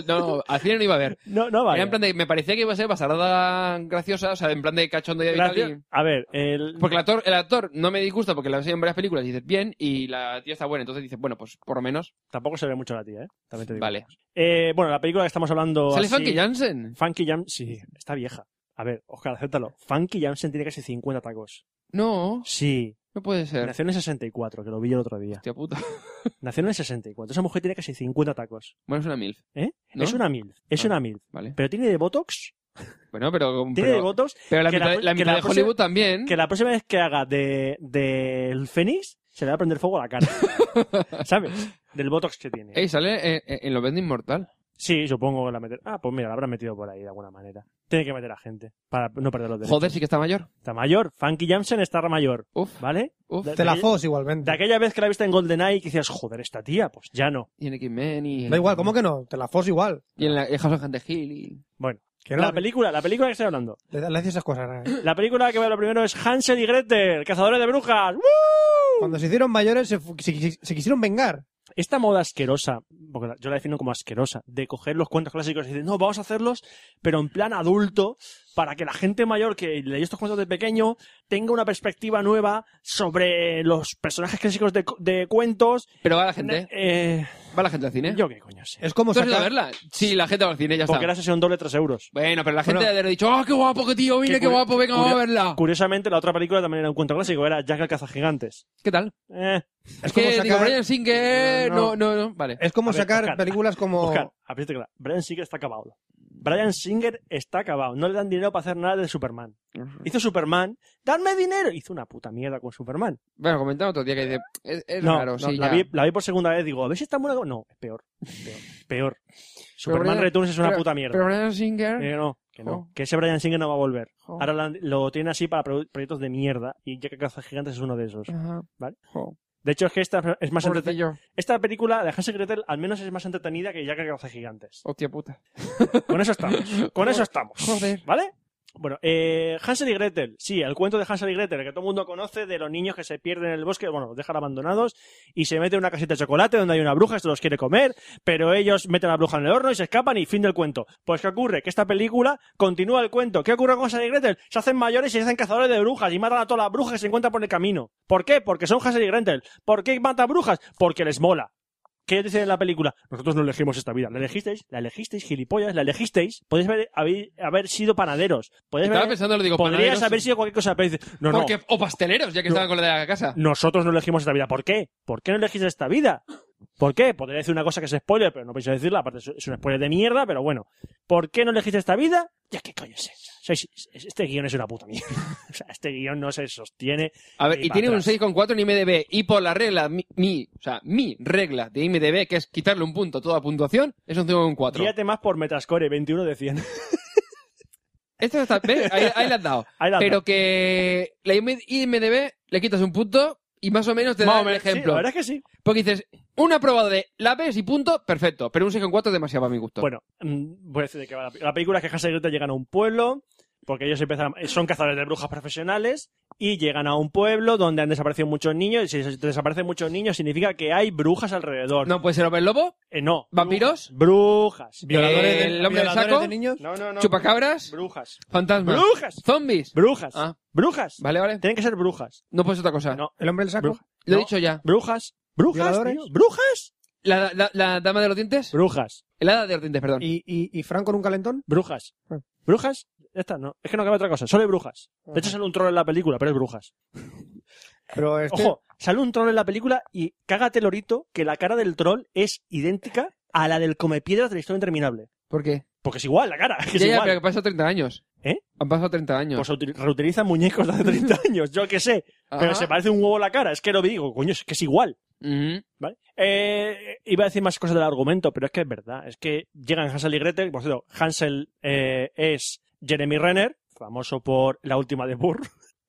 No, al cine no iba a ver.
No, no
Era en
vayas.
plan de, me parecía que iba a ser bastarda graciosa, o sea, en plan de cachondo y tal,
Gracias.
y-
A ver, el...
Porque el actor, el actor no me disgusta porque la ves en varias películas y dices bien y la tía está buena, entonces dices, bueno, pues por lo menos.
tampoco se ve mucho la tía, ¿eh? También te digo.
Vale.
Eh, bueno, la película que estamos hablando.
¿Sale
así-
Funky Jansen?
Funky Jam, sí, está vieja. A ver, Oscar, acéptalo. Funky Jansen tiene casi 50 tacos.
No,
Sí,
no puede ser.
nació en el 64, que lo vi yo el otro día.
Hostia puta.
Nació en el 64. Esa mujer tiene casi 50 tacos.
Bueno, es una MILF,
¿eh?
¿No?
Es una mil, es
Ah.
una mil.
vale.
Pero tiene de Botox.
Bueno, pero.
Tiene de
Pero,
Botox.
pero la
que la
mitad,
pro-
la
que
mitad
la
de
próxima-
Hollywood también.
Que la próxima vez que haga del de, del Fénix, se le va a prender fuego a la cara. ¿Sabes? Del Botox que tiene.
Ey, sale en, en- en Los Vendes Inmortal.
Sí, supongo que la meter. Ah, pues mira, la habrán metido por ahí de alguna manera. Tiene que meter a gente para no perder los derechos.
Joder, sí que está mayor.
Está mayor. Funky Jansen está mayor.
Uf,
¿Vale?
uf.
De-
Te la
de-
fos igualmente.
De aquella vez que la viste en GoldenEye que decías, joder, esta tía, pues ya no.
Y en X-Men y.
Da igual, ¿cómo que no? Te la fos igual.
Y en la, en House of Hunter Hill. Y...
Bueno,
Que no,
la película, la película que estoy hablando.
Le, le haces esas cosas. ¿no?
La película que veo lo primero es Hansel y Gretel, cazadores de brujas. ¡Woo!
Cuando se hicieron mayores se, fu- se quisi- se quisieron vengar.
Esta moda asquerosa, porque la- yo la defino como asquerosa, de coger los cuentos clásicos y decir, no, vamos a hacerlos, pero en plan adulto, para que la gente mayor que leyó estos cuentos de pequeño tenga una perspectiva nueva sobre los personajes clásicos de, cu- de cuentos.
Pero va la gente.
Eh,
Va la gente al cine.
yo qué coño sé.
Es como
¿Tú has ido a
sacar...
verla? Sí, Pues la gente va al cine, ya está.
Porque era sesión doble tres euros.
Bueno, pero la gente
Bueno.
debe haber dicho, ¡ah, qué guapo, qué tío! ¡Mira,
Qué
qué,
curi-
guapo! ¡Venga,
curio-
vamos a verla!
Curiosamente, la otra película también era un cuento clásico, era Jack el cazagigantes.
¿Qué tal?
Eh,
Es
Es
como
que
sacar-
digo, Brian Singer...
No,
No, no, no. Vale.
Es como
A ver,
sacar
Oscar,
películas como...
Oscar, apriete que la- Brian Singer está acabado. Brian Singer está acabado. No le dan dinero para hacer nada de Superman. Hizo Superman. ¡Dadme dinero! Hizo una puta mierda con Superman.
Bueno, comentaba otro día que dice... Es, es
no,
raro,
no,
sí,
la,
ya.
vi, la vi por segunda vez. Digo, a ver si está buena. como- No, es peor. Peor. peor. Superman
Brian-
Returns es una
pero-
puta mierda.
Pero Brian Singer...
Eh, no, que no.
Oh.
Que ese Brian Singer no va a volver.
Jo.
Ahora la- lo tiene así para pro- proyectos de mierda. Y Jack el Cazagigantes es uno de esos.
Ajá.
Vale.
Jo,
De hecho, es que esta es más entretenida.
pobrecillo.
Esta película de Hansel y Gretel al menos es más entretenida que Jack el Cazagigantes.
Hostia puta.
Con eso estamos. Con eso estamos.
Joder.
¿Vale? Bueno, eh, Hansel y Gretel. Sí, el cuento de Hansel y Gretel, el que todo el mundo conoce, de los niños que se pierden en el bosque, bueno, los dejan abandonados y se meten en una casita de chocolate donde hay una bruja, se los quiere comer, pero ellos meten a la bruja en el horno y se escapan y fin del cuento. Pues ¿qué ocurre? Que esta película continúa el cuento. ¿Qué ocurre con Hansel y Gretel? Se hacen mayores y se hacen cazadores de brujas y matan a todas las brujas que se encuentran por el camino. ¿Por qué? Porque son Hansel y Gretel. ¿Por qué matan brujas? Porque les mola. ¿Qué dicen en la película? Nosotros no elegimos esta vida. La elegisteis, la elegisteis, gilipollas, la elegisteis. Podéis haber, haber, haber sido panaderos. Podéis
Estaba
haber-
pensando, le digo,
podrías
panaderos,
haber sido cualquier cosa, pero dices, no, no.
porque, O pasteleros, ya que
No.
estaban con la de la casa.
Nosotros no elegimos esta vida. ¿Por qué? ¿Por qué no elegís esta vida? ¿Por qué? Podría decir una cosa que es spoiler, pero no pienso decirla. Aparte, es- es un spoiler de mierda, pero bueno. ¿Por qué no elegís esta vida? Ya que coño sé. O sea, sois- este guión es una puta mierda. O sea, este guión no se sostiene.
A ver,
Y
y
Eh, va
tiene un
atrás.
6,4 en IMDB. Y por la regla, mi, mi- o sea, mi regla de IMDB, que es quitarle un punto a toda puntuación, es un 5,4.
Guíate más por Metascore, 21 de 100.
Esto está, ¿ves? Ahí, ahí la has dado.
Ahí la has
Pero
dado.
que la IMD- IMDB le quitas un punto y más o menos te
Más
da
o
el
menos, sí,
ejemplo.
la verdad es que sí.
Porque dices, una probada de la ves y punto, perfecto. Pero un 6,4 es demasiado para mi gusto.
Bueno, mm, voy a decir de qué va la película. La película es que Hansel y Gretel llegan a un pueblo, porque ellos empiezan, eh, son cazadores de brujas profesionales, y llegan a un pueblo donde han desaparecido muchos niños, y si desaparecen muchos niños signifiga que hay brujas alrededor.
no puede ser hombre lobo,
Eh, no.
¿Vampiros?
Brujas.
Violadores,
el
de,
hombre del
violadores
saco.
de niños.
No, no, no.
chupacabras,
Brujas.
fantasmas,
Brujas.
zombies.
Brujas.
Ah.
Brujas.
Vale, vale.
Tienen que ser brujas.
No puede ser otra cosa.
No.
El hombre del saco.
Bruja.
Lo he
no.
dicho ya.
Brujas. Brujas.
Violadores.
tío. Brujas.
La, la- la dama de los dientes.
Brujas.
El hada de los dientes, perdón.
¿Y, y, y Frank con un calentón?
Brujas.
Ah.
Brujas. Ya está, no. Es que no cabe otra cosa. Solo hay brujas. De hecho, sale un troll en la película, pero es brujas.
Pero este...
Ojo, sale un troll en la película y cágate lorito que la cara del troll es idéntica a la del comepiedras de la historia interminable.
¿Por qué?
Porque es igual la cara, es que es
ya, ya,
igual.
pero que pasa 30 años.
¿Eh?
Han pasado 30 años. Ah.
Pues util- reutilizan muñecos de hace 30 años, yo qué sé. Pero
Ajá.
se parece un huevo la cara, es que lo vi, digo, coño, es que es igual.
Ujú.
¿Vale? Eh, iba a decir más cosas del argumento, pero es que es verdad. Es que llegan Hansel y Gretel, por cierto, Hansel eh, es Jeremy Renner, famoso por La última de Burr,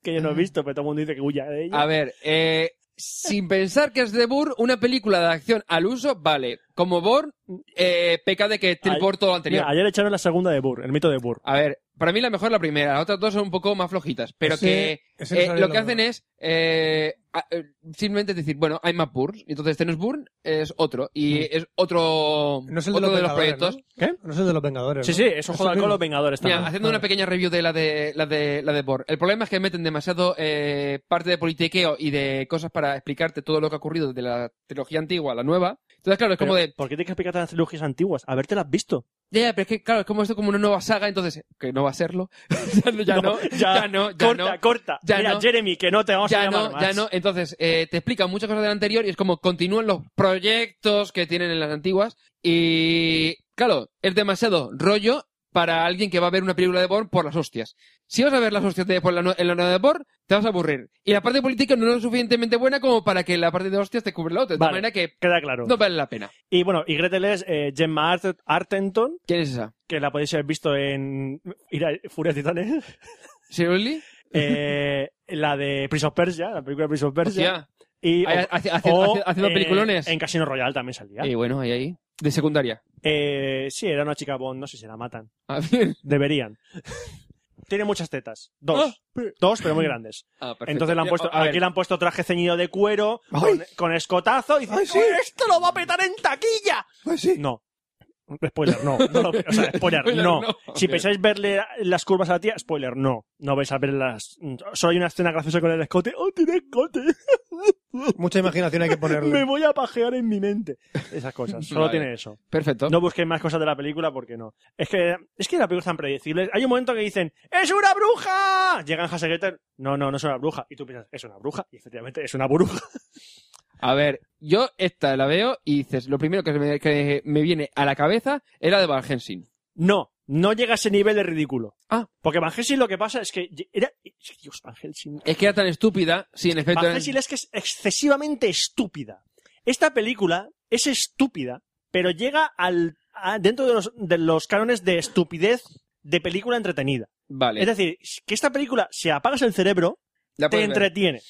que yo no he visto, pero todo el mundo dice que huya de ella.
A ver, eh, sin pensar que es de Burr, una película de acción al uso, vale. Como Born, eh, peca de que
Ay,
tripor todo lo anterior.
Mira, ayer echaron la segunda de Burr, el mito de Burr.
A ver, para mí la mejor es la primera, las otras dos son un poco más flojitas, pero
Ese-
que
ese no
eh,
sabía
lo
la
que hacen
verdad.
es eh, a- eh, simplemente decir, bueno, hay más burns, y entonces Burn es otro, y es otro,
Mm. No es el de
otro
los,
de los
Vengadores,
proyectos.
¿no? ¿Qué? No es el de los Vengadores.
Sí,
¿no?
sí, eso
Eso
juega
mismo.
con los Vengadores
Mira,
también.
haciendo una pequeña review de la de la de la de Bor. El problema es que meten demasiado eh, parte de politiqueo y de cosas para explicarte todo lo que ha ocurrido desde la trilogía antigua a la nueva. Entonces, claro, es
Pero,
como de
¿Por qué tienes que explicarte las trilogías antiguas? Habértelas visto.
ya, ya, pero es que claro, es como esto como una nueva saga, entonces que no va a serlo. ya no, ya no, ya, no, ya
corta,
no.
corta.
Ya
Mira,
no.
Jeremy, que no te vamos a
Ya
llamar
no,
más.
ya no. Entonces, eh, te explican muchas cosas del anterior y es como continúan los proyectos que tienen en las antiguas. Y claro, es demasiado rollo para alguien que va a ver una película de Bourne por las hostias. Si vas a ver las hostias de, por la, nue- en la nueva de Bourne, te vas a aburrir. Y la parte política no es lo suficientemente buena como para que la parte de hostias te cubra la otra. De tal
Vale.
manera que
Queda claro.
no vale la pena.
Y bueno, y Gretel es eh, Gemma Art- Artenton,
¿Quién es esa?
que la podéis haber visto en Ira- Furia de Titanes.
¿Shirley?
Eh, la de Prince of Persia, la película de Prince of Persia.
Hostia.
Pues Y, eh,
Ahí, hace- hace- hace- haciendo peliculones.
En Casino Royale también salía.
Y bueno, ahí, ahí. De secundaria.
Eh, sí, era una chica Bond, no sé si la matan.
Ah, bien.
Deberían. Tiene muchas tetas. Dos. Dos, pero muy grandes.
Ah, perfecto.
Entonces le han puesto,
A ver,
aquí le han puesto traje ceñido de cuero, con, con escotazo, y dice, ¡Esto lo va a petar en taquilla! No. Spoiler, no. no lo- o sea, spoiler,
Spoiler,
no.
no.
Si
Bien.
pensáis verle las curvas a la tía, spoiler, no. No vais a ver las... Solo hay una escena graciosa con el escote. ¡Oh, tiene escote!
Mucha imaginación hay que
Me
ponerle.
voy a pajear en mi mente. Esas cosas. Solo
Vale.
tiene eso.
Perfecto.
No busquéis más cosas de la película porque no. Es que, es que la película es tan predecible. Hay un momento que dicen, ¡Es una bruja! Llegan Hasse Gretel, no, no, no es una bruja. Y tú piensas, es una bruja. Y efectivamente es una bruja.
A ver, yo esta la veo y dices, lo primero que me, que me viene a la cabeza era de Van Helsing.
No, no llega a ese nivel de ridículo.
Ah.
Porque Van Helsing lo que pasa es que era... Dios, Van Helsing.
Es que era tan estúpida, si en efecto...
Van
era-
Helsing es que es excesivamente estúpida. Esta película es estúpida, pero llega al, a- dentro de los, de los cánones de estupidez de película entretenida.
Vale.
Es decir, que esta película, si apagas el cerebro,
la
te
puedes ver.
entretiene.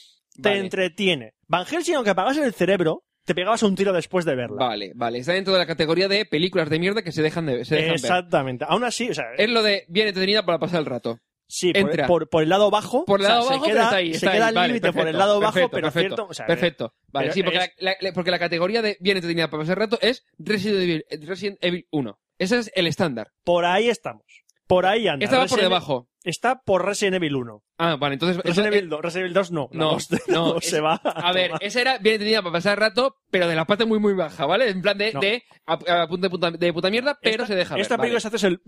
Te
Vale.
entretiene. Van Helsing, aunque apagase el cerebro, te pegabas un tiro después de verla.
Vale, vale. Está dentro de la categoría de películas de mierda que se dejan de se dejan ver.
Exactamente. Aún así, o sea,
Es lo de bien entretenida para pasar el rato.
sí, por,
entra.
por- por el lado bajo.
Por el
o sea,
lado
se
bajo,
queda,
pero está ahí.
se
está
queda
ahí.
al
Vale,
límite por el
perfecto,
lado bajo,
perfecto,
pero
perfecto,
cierto. o sea, eh,
perfecto. Vale,
pero
sí, porque,
es-
la, la- porque la categoría de bien entretenida para pasar el rato es Resident Evil, Resident Evil 1. Ese es el estándar.
Por ahí estamos. Por ahí anda.
Esta va por
Resident-
debajo.
Está por Resident Evil 1.
Ah, vale, entonces...
Resident
entonces-
Evil 2. Resident Evil 2 no. la
No,
dos- la
no,
dos
es- ah,
se va.
A ver,
tomar.
esa era bien entendida para pasar rato, pero de la parte muy, muy baja, ¿vale? En plan de,
No.
de a, a punta de, puta, de puta mierda, pero
Esta-
se deja ver.
Esta película se hace el.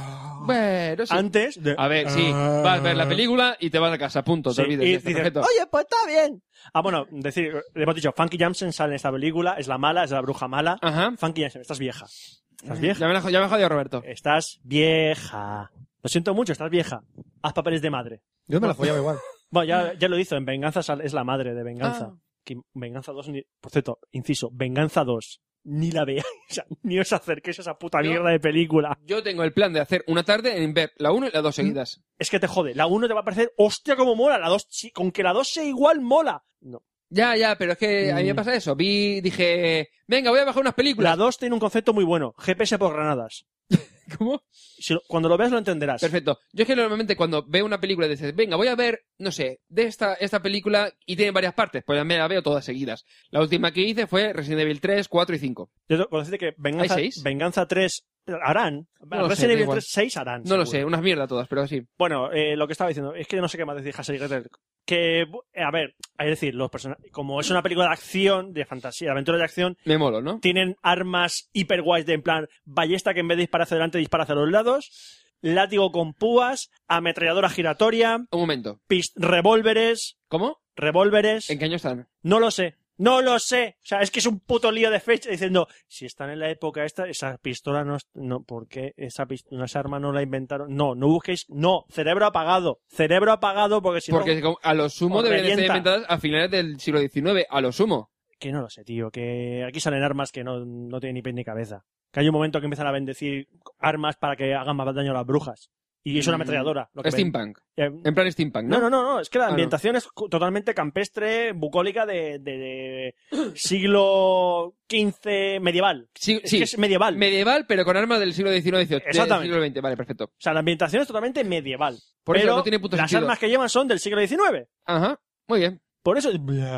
vale. Bueno, sí. Ah,
Antes de.
A ver, sí, vas a ver la película y te vas a casa, punto,
Sí,
te olvides.
y
de esto,
dices,
perfecto.
oye, pues está bien. Ah, bueno, decir, hemos dicho, Funky Jansen sale en esta película, es la mala, es la bruja mala.
Ajá.
Funky Jansen, estás vieja. Estás
Ya
vieja.
me, la, ya me ha jodido Roberto.
Estás vieja. Lo siento mucho, estás vieja. Haz papeles de madre.
Yo me la follaba igual.
Bueno, ya, ya lo hizo, en Venganza sal- es la madre de Venganza.
Ah.
Que Venganza 2, ni- por cierto, inciso, Venganza 2, ni la veáis, o sea, ni os acerquéis a esa puta
No.
mierda de película.
Yo tengo el plan de hacer una tarde en ver la 1 y la
¿Mm?
2 seguidas.
Es que te jode, la 1 te va a parecer, hostia, como mola, la 2, sí, con que la 2 sea igual, mola. No.
Ya, ya, pero es que a mí me
Mm.
pasa eso. Vi, dije, venga, voy a bajar unas películas.
La 2 tiene un concepto muy bueno, GPS por granadas.
¿Cómo?
Si lo- cuando lo veas lo entenderás.
Perfecto. Yo es que normalmente cuando veo una película dices, venga, voy a ver, no sé, de esta, esta película y tiene varias partes, pues me la veo todas seguidas. La última que hice fue Resident Evil 3, 4 y 5.
Yo te- conociste que Venganza,
¿Hay seis?
Venganza 3 harán.
No lo sé,
Resident
da
Evil
igual.
3 6 harán.
No lo
seguro.
sé, unas mierdas todas, pero sí.
Bueno, eh, lo que estaba diciendo, es que yo no sé qué más decir Hassel Gretel. Que, bu- eh, a ver, es decir, los persona- como es una película de acción, de fantasía, de aventura de acción,
Me molo, ¿no?
tienen armas hiper guays de en plan ballesta que en vez de disparar hacia adelante dispara hacia los lados, látigo con púas, ametralladora giratoria,
Un momento.
pist- revólveres,
¿Cómo?
revólveres.
¿En qué año están?
No lo sé. No lo sé. O sea, es que es un puto lío de fecha diciendo, si están en la época esta, esa pistola no, es- no ¿por qué esa, pis- no, esa arma no la inventaron? No, no busquéis, no, cerebro apagado, cerebro apagado porque si
Porque
no,
como a lo sumo
os
deberían ser
revienta.
inventadas a finales del siglo XIX, a lo sumo.
que no lo sé, tío, que aquí salen armas que no, no tienen ni pie ni cabeza. Que hay un momento que empiezan a bendecir armas para que hagan más daño a las brujas. Y es una
Mm,
ametralladora. lo que ven.
Steampunk.
Eh,
En plan steampunk, ¿no?
No, no, no, no, es que la
em, Ah, no.
ambientación es cu- totalmente campestre, bucólica de, de- de siglo XV medieval.
Sí,
Es
sí.
que es medieval.
Medieval, pero con armas del siglo XIX, XVIII.
Exactamente.
Del siglo XX, vale, perfecto.
O sea, la ambientación es totalmente medieval.
Por eso
pero
no tiene puto
las
sentido.
armas que llevan son del siglo XIX.
Ajá, muy bien.
Por eso,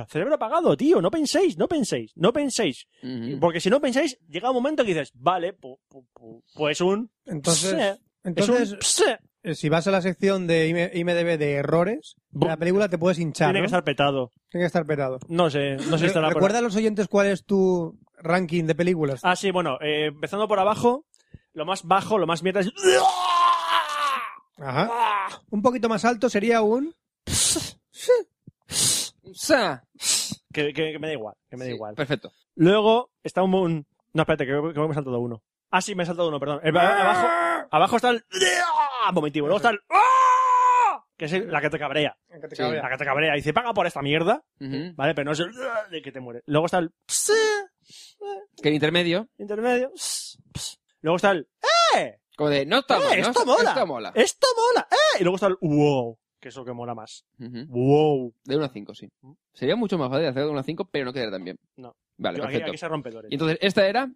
cerebro apagado, tío, no penséis, no penséis, no penséis.
Ujú.
Porque si no pensáis, llega un momento que dices, vale, pu- pu- pu- pues un...
Entonces,
pse,
entonces
es un... pse.
eh, si vas a la sección de IM- IMDB de errores,
Bu-
la película te puedes hinchar.
Tiene
¿no?
que estar petado.
Tiene que estar petado.
No sé, no sé si estará
Re-
por-
Recuerda a los oyentes cuál es tu ranking de películas.
Ah, sí, bueno, eh, empezando por abajo, lo más bajo, lo más mierda es...
Ajá. Un poquito más alto sería un.
Sa.
Que, que- que me da igual, que me da
Sí,
igual.
Perfecto.
Luego está un... un- No, espérate, que, que me he saltado uno. Ah, sí, me he saltado uno, perdón. Eh, abajo, abajo está el... ¡Ah! Vomitivo. Luego está el... ¡Ah! Que es el- la que te cabrea.
Sí.
La que te cabrea. Y dice, paga por esta mierda.
Mm.
Ujú.
¿Vale? Pero no es el... ¡Ah! De que te muere. Luego está el...
Que en intermedio,
Intermedio. Luego está el... ¡Eh!
como de, no está
¡Eh,
mal, ¿no?
esto mola!
Esto mola.
¡Esto mola! ¡Eh! Y luego está el... ¡Wow! Que es lo que mola más.
Ujú.
¡Wow!
De 1 a 5, sí. Sería mucho más fácil hacer de 1 a 5, pero no quedaría tan bien.
Mm. No.
Vale,
Yo, aquí,
perfecto.
aquí se rompedores.
Y entonces, esta era,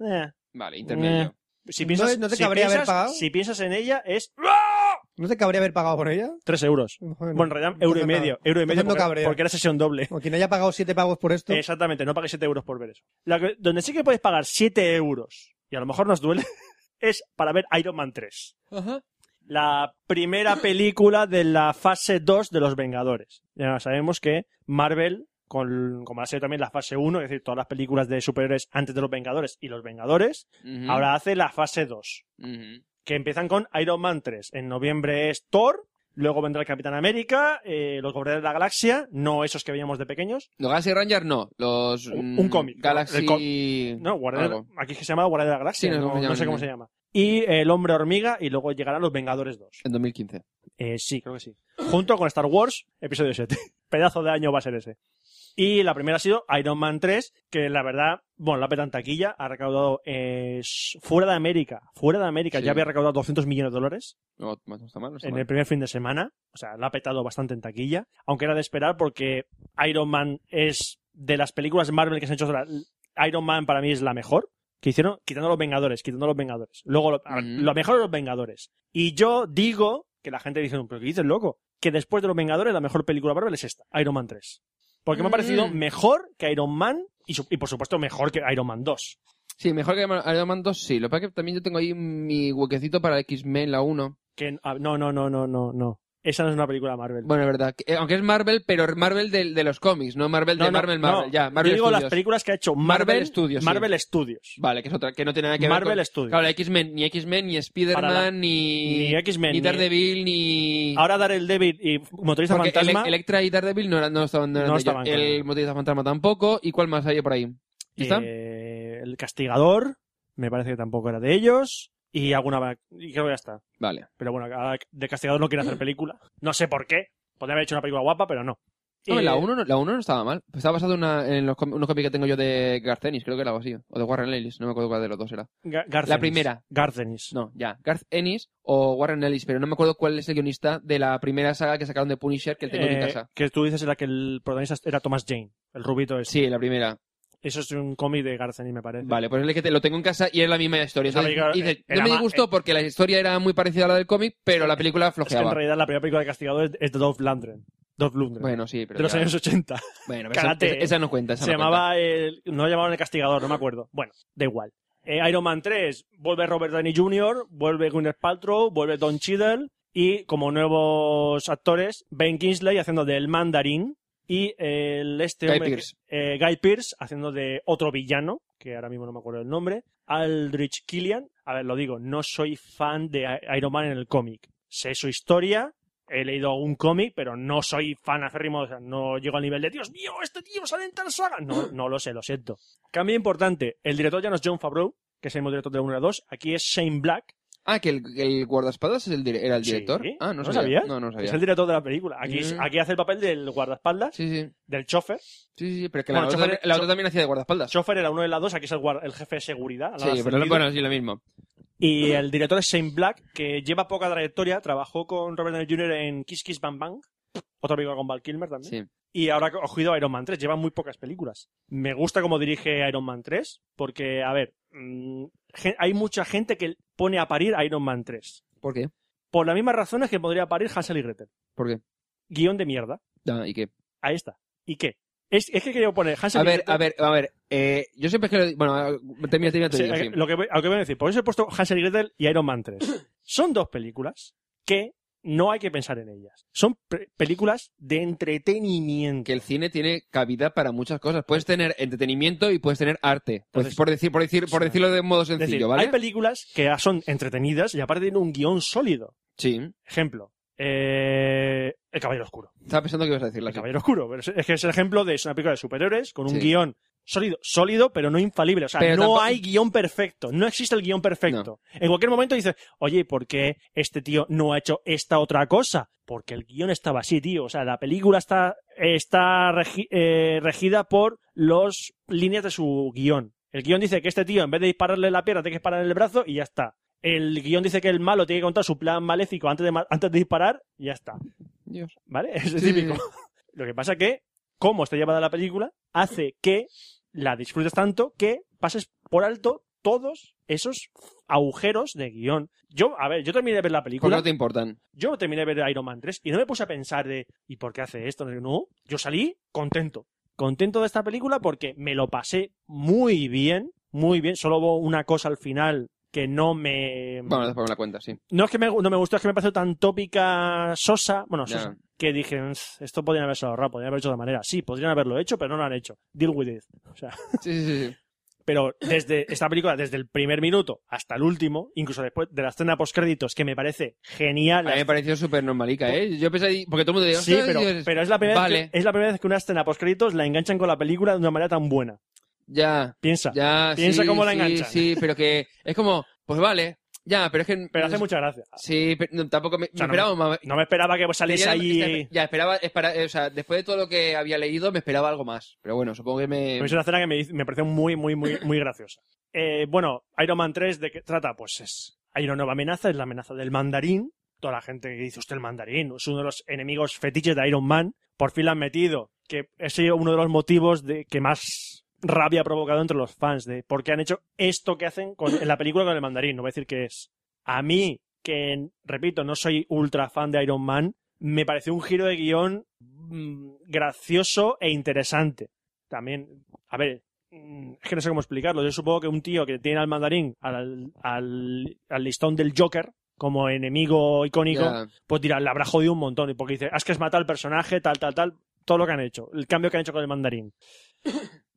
Eh.
vale, intermedio.
Si piensas,
¿No- no te
si
cabría haber
piensas-
pagado?
Si piensas en ella, es... ¡ah!
¿No te cabría haber pagado por ella?
Tres euros. Bueno, en realidad, euro y
entonces
medio.
nada.
Euro y medio
Entonces no
porque,
cabrea.
porque era sesión doble.
O quien haya pagado siete pagos por esto.
Exactamente, no paguéis 7 euros por ver eso. La que- donde sí que podéis pagar 7 euros, y a lo mejor nos duele, es para ver Iron Man 3.
Ajá.
La primera película de la fase 2 de Los Vengadores. Ya sabemos que Marvel, con, como ha sido también la fase 1, es decir, todas las películas de superhéroes antes de Los Vengadores y Los Vengadores,
Ujú.
ahora hace la fase 2,
Ujú.
que empiezan con Iron Man 3. En noviembre es Thor, luego vendrá el Capitán América, eh, los Guardianes de la Galaxia, no esos que veíamos de pequeños,
Los Galaxy Rangers no, los...
Un-
mm,
un cómic, ¿no?
Galaxy...
El No, Guardia
algo.
aquí es que se llama Guardia de la Galaxia,
Sí, no sé
no,
cómo
no
se llama,
sé cómo
sí.
se llama. Y eh, El Hombre Hormiga, y luego llegarán Los Vengadores 2.
En 2015.
Eh, sí, creo que sí. Junto con Star Wars, episodio 7. Pedazo de año va a ser ese. Y la primera ha sido Iron Man 3, que la verdad, bueno, la petan taquilla, ha recaudado eh, s- fuera de América, fuera de América
Sí.
ya había recaudado 200 millones de dólares
No, no está mal, no está
en
mal.
el primer fin de semana, o sea, la ha petado bastante en taquilla, aunque era de esperar porque Iron Man es de las películas Marvel que se han hecho, ahora, Iron Man para mí es la mejor que hicieron, quitando los Vengadores, quitando los Vengadores. Luego, lo, a-
Ujú.
lo mejor de los Vengadores. Y yo digo, que la gente dice, pero ¿qué dices, loco? Que después de los Vengadores la mejor película Marvel es esta, Iron Man 3. Porque me ha parecido
Mm.
mejor que Iron Man y, su- y por supuesto mejor que Iron Man 2.
Sí, mejor que Iron Man 2, sí. Lo que pasa es que también yo tengo ahí mi huequecito para X-Men, la 1.
Que, ah, no, no, no, no, no, no. Esa no es una película Marvel.
Bueno, es verdad. que- eh, Aunque es Marvel, pero Marvel del- de, los cómics, no Marvel de
No, no,
Marvel,
no.
Marvel. Ya, Marvel
Yo digo las
Studios.
películas que ha hecho
Marvel
Marvel,
Studios, sí.
Marvel Studios.
Vale, que es otra, que no tiene nada que ver
Marvel
con...
Studios.
Claro, la X-Men, ni X-Men, ni Spider-Man,
Para la-
ni...
Ni X-Men.
ni
ni-
Daredevil, ni...
Ahora Daredevil y Motorista
Porque
Fantasma.
Ele- Electra y Daredevil no, eran- no estaban, no eran
No
de
estaban
ellos.
con
El
ellos.
motorista fantasma tampoco. ¿Y cuál más había por ahí? ¿Y está?
eh, el Castigador. Me parece que tampoco era de ellos. Y alguna. va- Y creo que ya está.
Vale.
Pero bueno, ahora de Castigador no quiere hacer película. No sé por qué. Podría haber hecho una película guapa, pero no.
No,
Eh,
la 1 no, la uno no estaba mal. Estaba basado en, una- en los, com- unos cómics que tengo yo de Garcenis, creo que era algo así. O de Warren Ellis, no me acuerdo cuál de los dos era.
Ga- Garcenis.
la primera.
Garcenis.
No, ya. Garth Ennis o Warren Ellis, pero no me acuerdo cuál es el guionista de la primera saga que sacaron de Punisher que tengo en mi
Eh,
casa.
que tú dices en la que el protagonista era Thomas Jane, el rubito ese.
Sí, la primera.
Eso es un cómic de Garcenis, me parece.
Vale, pues es que te- lo tengo en casa y es la misma historia.
Esa
Entonces,
película
dices,
era
no me
ma-
disgustó
eh,
porque la historia era muy parecida a la del cómic, pero la película
Es que en
flojeaba.
realidad la primera película de Castigador es- es de Dolph Lundgren. Dolph Lundgren.
Bueno, sí, pero.
de los
ya-
años 80.
Bueno, esa-
Karate,
esa, esa no cuenta. esa
Se
no cuenta.
llamaba el, no llamaban el castigador, no me acuerdo. Bueno, da igual. Eh, Iron Man 3, vuelve Robert Downey Jr., vuelve Gwyneth Paltrow, vuelve Don Cheadle y como nuevos actores Ben Kingsley haciendo del Mandarín y el este
Guy
hombre que-
Pearce.
eh, Guy Pearce haciendo de otro villano que ahora mismo no me acuerdo el nombre, Aldrich Killian. A ver, lo digo, no soy fan de I- Iron Man en el cómic. Sé su historia, he leído algún cómic, pero no soy fan acérrimo, o sea, no llego al nivel de Dios mío, este tío sale en tal saga. No, no lo sé, lo siento. Cambio importante, el director ya no es John Favreau, que es el mismo director de 1 y 2, aquí es Shane Black,
Ah, que el, el guardaespaldas es el dire- era el
Sí.
director. Ah, no,
¿No
sabía.
sabías?
No, no sabía.
es el director de la película. Aquí, es-
Mm.
aquí hace el papel del guardaespaldas,
Sí, sí.
del chofer.
Sí, sí, pero que
Bueno,
la, otra,
chofer-
la otra también hacía de guardaespaldas.
Chofer era uno de la dos, aquí es el, guar- el jefe de seguridad. al
Sí, pero
ascendido.
bueno, sí, lo mismo.
Y el director es Shane Black, que lleva poca trayectoria, trabajó con Robert Downey Jr. en Kiss Kiss Bang Bang, otra película con Val Kilmer también.
Sí.
Y ahora ha cogido Iron Man 3, lleva muy pocas películas. Me gusta cómo dirige Iron Man 3, porque, a ver, mm, gen- hay mucha gente que pone a parir a Iron Man 3.
¿Por qué?
Por las mismas razones que podría parir Hansel y Gretel.
¿Por qué?
Guión de mierda.
Ah, ¿Y qué?
Ahí está. ¿Y qué? Es, es que quería poner Hansel
A
y
ver,
Gretel.
a ver, a ver. eh, yo siempre que lo- Bueno, ah, termina, termina, te
Sí,
digo,
a-
sí.
Lo que, voy- a lo que voy a decir, por eso he puesto Hansel y Gretel y Iron Man 3. Son dos películas que no hay que pensar en ellas. Son pe- películas de entretenimiento.
que el cine tiene cabida para muchas cosas. Puedes tener entretenimiento y puedes tener arte. Pues,
Entonces,
por decir, por decir, por
sí.
decirlo de modo
Es
sencillo,
decir,
¿vale?
hay películas que son entretenidas y aparte tienen un guión sólido.
Sí.
Ejemplo, eh, El Caballero Oscuro.
Estaba pensando que ibas a
El
decirla. así.
Caballero Oscuro. pero es- es que es el ejemplo de es una película de superhéroes con un
Sí.
guión sólido, sólido, pero no infalible. O sea,
Pero
no
tampoco-
hay guión perfecto. No existe el guión perfecto. En cualquier momento dices, oye, ¿y ¿por qué este tío no ha hecho esta otra cosa? Porque el guión estaba así, tío. O sea, la película está, está regi- eh, regida por las líneas de su guión. El guión dice que este tío, en vez de dispararle la pierna, tiene que dispararle el brazo y ya está. El guión dice que el malo tiene que contar su plan maléfico antes de, ma- antes de disparar y ya está.
Dios.
¿Vale? Es
Sí,
típico. Lo que pasa que, cómo está llevada la película, hace que la disfrutes tanto que pases por alto todos esos agujeros de guión. Yo, a ver, yo terminé de ver la
Porque
película,
Pues no te importan.
yo terminé de ver Iron Man 3 y no me puse a pensar de, ¿y por qué hace esto? No, yo salí contento. Contento de esta película porque me lo pasé muy bien, muy bien. Solo hubo una cosa al final que no me...
Bueno, después me la cuenta, sí.
No es que me, no me gustó, es que me pareció tan tópica sosa. Bueno,
Ya.
sosa. Que dije, "Pff, esto podrían haberse ahorrado, podrían haberlo hecho de otra manera. Sí, podrían haberlo hecho, pero no lo han hecho. Deal with it. O sea,
Sí, sí, sí, sí.
pero desde esta película, desde el primer minuto hasta el último, incluso después de la escena postcréditos, que me parece genial.
A mí me pareció súper normalica, ¿eh? Yo pensé, ahí- porque todo el mundo dijo,
Sí,
"Hostia,
pero,
Dios".
pero es, la primera
Vale.
vez que, es la primera vez que una escena postcréditos la enganchan con la película de una manera tan buena.
Ya,
Piensa.
ya,
Piensa
sí,
cómo la
sí,
enganchan.
Sí, pero que es como, pues vale, ya, pero es que...
Pero hace mucha gracia.
Sí, pero no, tampoco me,
sea,
me esperaba más.
No me esperaba que saliese
Quería-
allí.
Ya, esperaba, espera- eh, o sea, después de todo lo que había leído, me esperaba algo más. Pero bueno, supongo que me...
Pero es una escena que me, hizo- me pareció muy, muy, muy, muy graciosa. Eh, bueno, Iron Man 3, ¿de qué trata? Pues es. Hay una nueva amenaza, es la amenaza del mandarín. Toda la gente que dice, usted el mandarín, es uno de los enemigos fetiches de Iron Man. Por fin la han metido. Que es uno de los motivos de que más rabia ha provocado entre los fans. De por qué han hecho esto que hacen con- en la película con el mandarín. No voy a decir qué es. A mí, que repito, no soy ultra fan de Iron Man, me pareció un giro de guión mm, gracioso e interesante también, a ver, mm, es que no sé cómo explicarlo. Yo supongo que un tío que tiene al mandarín, al, al, al listón del Joker, como enemigo icónico,
Ya.
pues dirá, le habrá jodido un montón. Y porque dice, has que has matado al personaje, tal, tal, tal, todo lo que han hecho, el cambio que han hecho con el mandarín.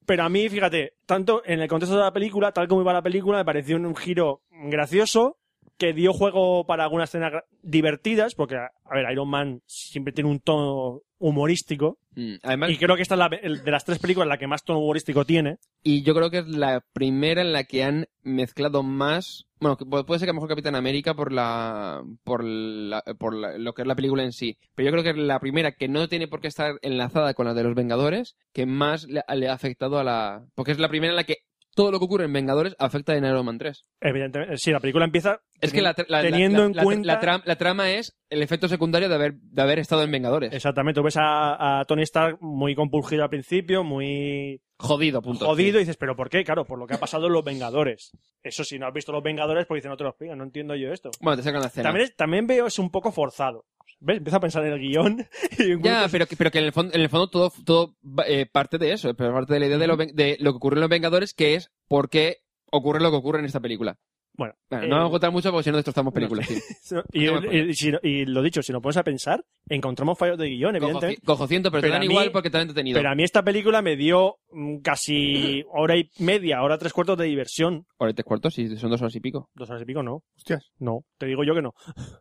Pero a mí, fíjate, tanto en el contexto de la película, tal como iba la película, me pareció un, un giro gracioso que dio juego para algunas escenas gra- divertidas, porque, a a ver, Iron Man siempre tiene un tono humorístico,
Mm, Además,
y creo que esta es la, el- de las tres películas la que más tono humorístico tiene.
Y yo creo que es la primera en la que han mezclado más. Bueno, que pu- puede ser que a lo mejor Capitán América por la. por, la, por la- lo que es la película en sí. Pero yo creo que es la primera que no tiene por qué estar enlazada con la de los Vengadores, que más le, le ha afectado a la. Porque es la primera en la que todo lo que ocurre en Vengadores afecta en Iron Man 3.
Evidentemente, sí, la película empieza
Es que la, tra- la- la-
teniendo
la-
en
la-
cuenta...
la tra- la trama es el efecto secundario de haber, de haber estado en Vengadores.
Exactamente, tú ves a, a Tony Stark muy compungido al principio, muy
Jodido, punto.
jodido, y dices, ¿pero por qué? Claro, por lo que ha pasado en Los Vengadores. Eso si no has visto Los Vengadores, pues dicen, no te lo explican, no entiendo yo esto.
Bueno, te sacan la escena.
También, es- también veo es un poco forzado. ¿Ves? Empiezo a pensar en el guión y
Ya,
encuentro-
pero que, pero que en el fondo, en el fondo todo, todo va- eh, parte de eso, pero parte de la idea de lo, ven- de lo que ocurre en los Vengadores, que es por qué ocurre lo que ocurre en esta película.
Bueno,
Bueno,
eh,
no vamos a contar mucho porque si no destrozamos películas. sí.
y,
no me acuerdo.
y- y si no- y lo dicho, si lo pones a pensar, encontramos fallos de guión,
Cojo,
evidentemente.
ci- cojo ciento, pero,
Pero
te
a
dan
mí-
igual porque te han entretenido.
Pero a mí esta película me dio mm, casi hora y media, hora tres cuartos de diversión.
Ahora tres cuartos, si son dos horas y pico.
Dos horas y pico, no. Hostias. No, te digo yo que no.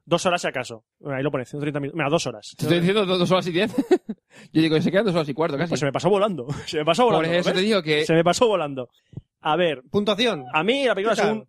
Dos horas si acaso. Ahí lo pones, 130 minutos. Mira, dos horas.
Te estoy diciendo dos, dos horas y diez. Yo digo, se quedan dos horas y cuarto casi.
Pues se me pasó volando. Se me pasó
Por
volando.
eso te
¿ves?
digo que...
Se me pasó volando. A ver,
Puntuación.
a mí la película es
¿Qué
un...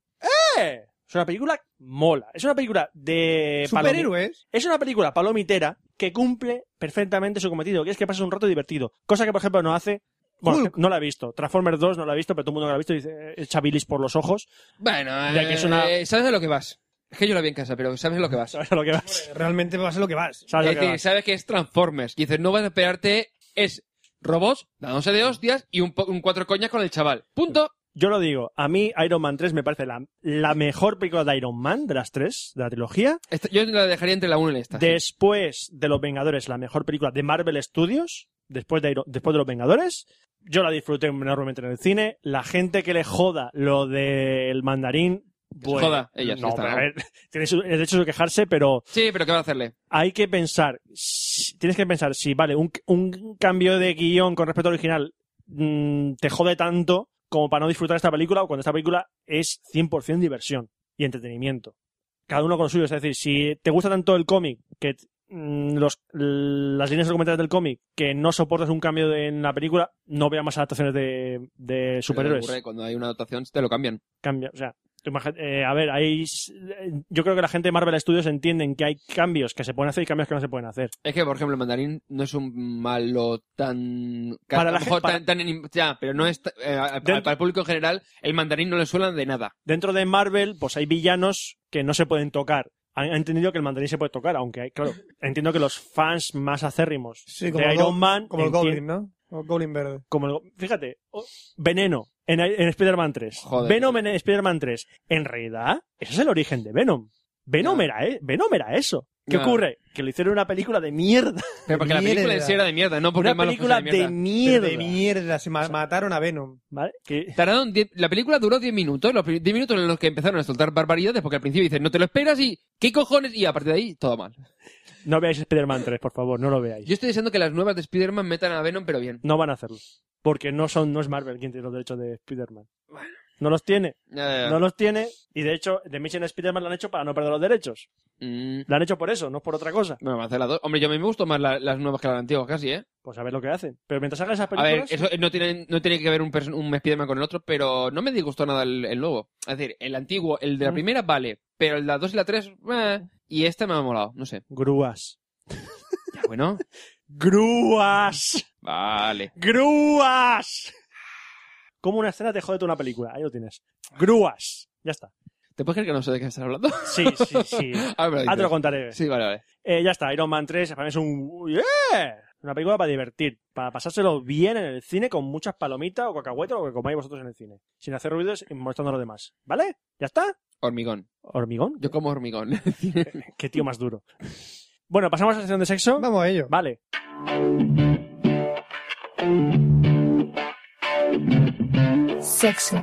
¡Eh! Es una película mola. Es una película de... palomi-
Superhéroes.
Es una película palomitera que cumple perfectamente su cometido, que es que pases un rato divertido. Cosa que, por ejemplo, no hace Bueno,
Hulk.
no la he visto. Transformers 2 no la he visto, pero todo el mundo que la ha visto dice eh, Chabilis por los ojos.
Bueno,
Ya que es una-
eh, sabes a lo que vas. Es que yo la vi en casa, pero sabes a lo que vas.
¿Sabes a lo que vas?
Realmente va a ser lo que vas.
¿Sabes a
Es
lo que
decir,
vas?
sabes que es Transformers. Y dices, no vas a esperarte, es robots, dándose de hostias y un, po- un cuatro coñas con el chaval. Punto.
Yo lo digo. A mí Iron Man 3 me parece la, la mejor película de Iron Man de las tres, de la trilogía.
Esta- yo la dejaría entre la 1 y la esta. sí.
Después de Los Vengadores, la mejor película de Marvel Studios, después de, Iron- después de Los Vengadores. Yo la disfruté enormemente en el cine. La gente que le joda lo del mandarín.
se
pues,
joda, ellas,
no,
ya está,
pero a
¿no?
ver, tiene su- el hecho de quejarse, pero
Sí, pero ¿qué va a hacerle?
hay que pensar, si- tienes que pensar si, vale, un, un cambio de guión con respecto al original mm, te jode tanto como para no disfrutar esta película o cuando esta película es 100% diversión y entretenimiento. Cada uno con lo suyo. Es decir, si te gusta tanto el cómic, que mm, los, las líneas argumentales del cómic, que no soportas un cambio de- en la película, no veas más adaptaciones de, de superhéroes
Ocurre Cuando hay una dotación, te lo cambian.
cambia. O sea, tú imagi- eh, a ver, hay, s- eh, yo creo que la gente de Marvel Studios entienden que hay cambios que se pueden hacer y cambios que no se pueden hacer.
Es que, por ejemplo, el mandarín no es un malo tan...
Para
a lo
la
mejor
gen-
tan, tan enim- ya, pero no es... ta- eh, a- a-
Dentro-
Para el público en general, el mandarín no le suelan de nada.
Dentro de Marvel, pues hay villanos que no se pueden tocar. Han han entendido que el mandarín se puede tocar, aunque, hay- claro, entiendo que los fans más acérrimos
Sí, como
de
el
Iron
Go-
Man,
Como el
entien-
Goblin, ¿no? O Goblin verde.
como el Go- fíjate, oh, Veneno en, en Spider-Man 3,
Joder.
Venom en Spider-Man 3. En realidad, ese es el origen de Venom. Venom,
No.
era, eh, Venom era eso. ¿Qué
No.
ocurre? Que le hicieron una película de mierda.
Pero porque la película en sí era de mierda, no porque el
Una
malo
película
fuese de mierda.
de mierda.
De mierda, se ma- mataron a Venom.
¿Vale? Que-
Tardaron diez- la película duró 10 minutos, los pri- 10 minutos en los que empezaron a soltar barbaridades, porque al principio dicen, no te lo esperas y ¿qué cojones? Y a partir de ahí, todo mal.
No veáis Spider-Man 3, por favor, no lo veáis.
Yo estoy deseando que las nuevas de Spider-Man metan a Venom, pero bien.
No van a hacerlo. Porque no son, no es Marvel quien tiene los derechos de Spider-Man. No los tiene,
Ya, ya, ya.
no los tiene. Y de hecho, The Mission Spider-Man lo han hecho para no perder los derechos.
Mm,
Lo han hecho por eso, no por otra cosa.
Bueno, van a hacer las dos. Hombre, yo a mí me gustan más la- las nuevas que las antiguas casi, ¿eh?
Pues a ver lo que hacen. Pero mientras hagan esas
A ver,
películas.
eso eh, no tiene, no tiene que ver un, perso- un Spider-Man con el otro, pero no me disgustó nada el, el nuevo. Es decir, el antiguo, el de la
Mm.
primera vale, pero el de la 2 y la 3, y esta me ha molado, no sé.
Grúas.
Ya, bueno,
¡Grúas!
vale.
¡Grúas! Como una escena te jode toda una película. Ahí lo tienes. ¡Grúas! Ya está.
¿Te puedes creer que no sé de qué estás hablando?
Sí, sí, sí.
Ahora me lo
Ah, te lo
dices.
contaré.
Sí, vale, vale.
Eh, ya está, Iron Man 3 para mí es un... ¡Yeah! Una película para divertir, para pasárselo bien en el cine con muchas palomitas o cacahuetes o lo que comáis vosotros en el cine. Sin hacer ruidos y molestando a los demás. ¿Vale? ¿Ya está?
Hormigón.
¿Hormigón?
Yo como hormigón.
Qué tío más duro. Bueno, ¿pasamos a la sección de sexo?
Vamos a ello.
Vale.
Sexo.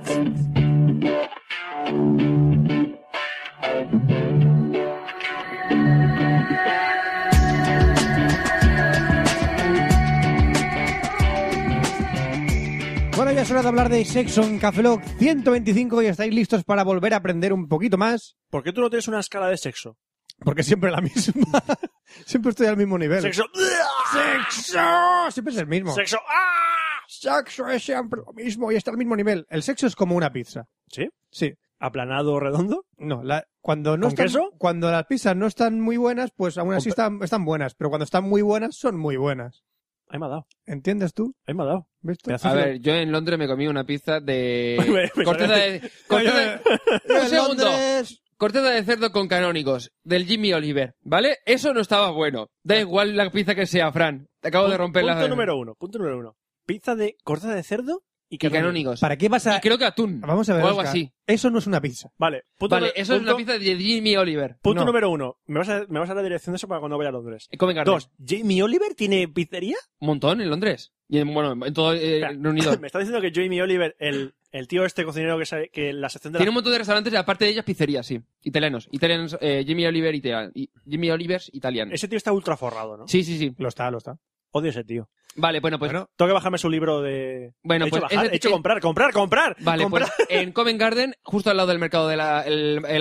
Bueno, ya es hora de hablar de sexo en Café Lock 125 y estáis listos para volver a aprender un poquito más.
¿Por qué tú no tienes una escala de sexo?
Porque siempre la misma. siempre estoy al mismo nivel.
Sexo...
¡Sexo! Siempre es el mismo.
Sexo... ¡Ah!
Sexo es siempre lo mismo y está al mismo nivel. El sexo es como una pizza.
¿Sí?
Sí.
¿Aplanado o redondo?
No, la- cuando no
¿Con
están-
queso?
cuando las pizzas no están muy buenas, pues aún así
Con
están, están buenas, pero cuando están muy buenas son muy buenas.
Ahí me ha dado.
¿Entiendes tú?
Ahí me ha dado.
¿Ves tú?
Pedazo
A ver, yo en Londres me comí una pizza de...
Me- me
Corteza
sale-
de... corteza de-
Yo en
Un segundo.
Londres-
Corteza de cerdo con canónicos, del Jimmy Oliver, ¿vale? Eso no estaba bueno. Da igual la pizza que sea, Fran. Te acabo de romper
Ah. punto
la...
número uno. Punto número uno. Pizza de... Cortada de cerdo y
Y
canónico.
canónicos.
¿Para qué vas
Y
a...?
creo que atún.
Vamos a ver,
O algo
Oscar.
así.
Eso no es una pizza.
Vale. Punto
Vale,
número-
eso es
punto-
una pizza de Jimmy Oliver.
Punto
No.
número uno. Me vas, a, me vas a la dirección de eso para cuando vaya a Londres.
Y Come carne.
Dos. ¿Jamie Oliver tiene pizzería?
Un montón en Londres. Y en, bueno, en todo eh,
Espera.
Reino Unido.
Me está diciendo que Jamie Oliver, el, el tío este cocinero que, sabe, que la sección de
Tiene un
la...
montón de restaurantes, y aparte de ellas, pizzerías, sí. Italianos. Italianos, eh, Jimmy Oliver, Italia- y- Jimmy Oliver's italiano.
Ese tío está ultra forrado, ¿no?
Sí, sí, sí.
Lo está, lo está.
Odio ese tío.
Vale, bueno, pues... Bueno,
Tengo que bajarme su libro de... he hecho,
pues...
bajar,
ese-
he hecho
eh,
comprar, comprar, comprar.
Vale,
comprar.
pues en Covent Garden, justo al lado del mercado del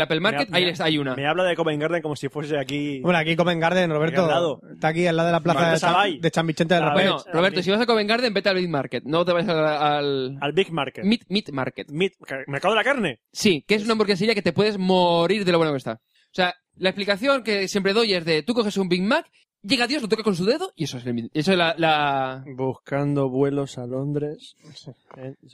Apple Market,
Me ha-
ahí
me ha-
les- hay una.
Me habla de Covent Garden como si fuese aquí...
Bueno, aquí Comen Garden, Roberto.
Aquí al lado.
Está aquí al lado de la plaza
Roberto
de,
Sabai.
San, de San Vicente del
Ah,
Rapel.
Bueno,
Pues,
Roberto,
a mí-
si vas a Covent Garden, vete al Big Market. No te vayas a- al,
Al Big Market.
Meat, Meat Market.
Meat- Mercado de la carne.
Sí, que es una hamburguesería que te puedes morir de lo bueno que está. O sea, la explicación que siempre doy es de tú coges un Big Mac Llega Dios, lo toca con su dedo y eso es, el- eso es la, la-
Buscando vuelos a Londres. Eh, sí.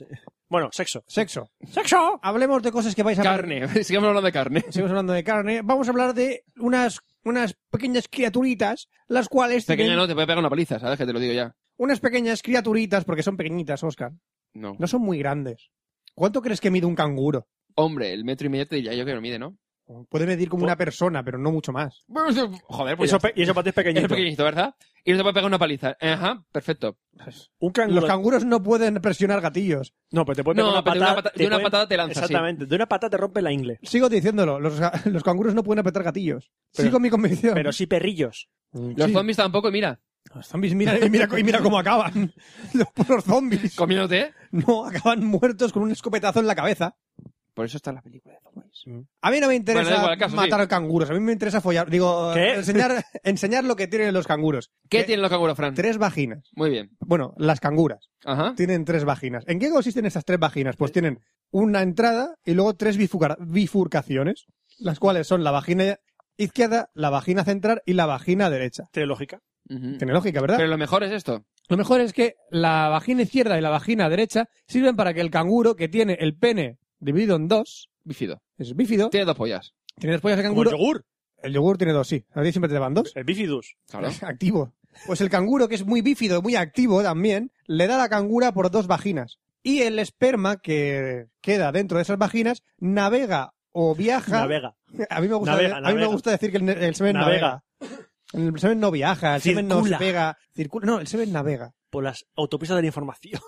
Bueno, sexo.
Sexo. ¡Sexo! Hablemos de cosas que vais a...
carne. Sigamos hablando de carne.
Seguimos hablando de carne. Vamos a hablar de unas, unas pequeñas criaturitas, las cuales...
Pequeña
tienen-
no, te puede pegar una paliza, ¿sabes? Que te lo digo ya.
Unas pequeñas criaturitas, porque son pequeñitas, Oscar.
No.
No son muy grandes. ¿Cuánto crees que mide un canguro?
Hombre, el metro y medio te diría yo que lo mide, ¿no?
Puede medir
Pues
como una persona, pero no mucho más.
Bueno, sí, Joder, pues
Eso
ya
pe- y eso para ti es
está. es
pequeñito.
pequeñito, ¿verdad? Y no te puede pegar una paliza. Ajá, perfecto.
Un canguro.
Los canguros no pueden presionar gatillos.
No, pero te puede
No,
pegar una
pero de
patada.
una pata- de una
pueden-
patada te lanza, sí.
Exactamente. De una patada te rompe la ingle.
Sigo diciéndolo, los, los canguros no pueden apretar gatillos.
Pero-
Sigo mi convicción.
Pero sí perrillos.
Los zombies tampoco, mira.
Los zombies mira, y, mira, y mira cómo acaban. Los puros zombies.
Comiéndote. ¿eh?
No, acaban muertos con un escopetazo en la cabeza.
Por eso está la película de zombies.
A mí no me interesa
Bueno, da igual, el caso,
matar canguros, a mí me interesa follar. Digo,
¿Qué?
enseñar enseñar lo que tienen los canguros.
¿Qué
Eh,
tienen los canguros, Fran?
Tres vaginas.
Muy bien.
Bueno, las canguras.
Ajá.
tienen tres vaginas. ¿En qué consisten estas tres vaginas? Pues tienen una entrada y luego tres bifurca- bifurcaciones, las cuales son la vagina izquierda, la vagina central y la vagina derecha.
Tiene lógica.
Ujú.
Tiene lógica, ¿verdad?
Pero lo mejor es esto.
Lo mejor es que la vagina izquierda y la vagina derecha sirven para que el canguro que tiene el pene dividido en dos,
Bífido.
es bífido,
Tiene dos pollas.
tiene dos pollas de
Como el
canguro.
yogur.
El yogur tiene dos, sí. A ti siempre te daban dos.
El bifidus.
Claro.
Activo. Pues el canguro, que es muy bífido, muy activo también, le da la cangura por dos vaginas. Y el esperma que queda dentro de esas vaginas navega o viaja.
Navega.
A mí me gusta, a
Navega,
mí
navega.
me gusta decir que el, el semen navega.
Navega.
El semen no viaja, el semen
Circula.
no pega. Circula. No, el semen navega.
Por las autopistas de la información.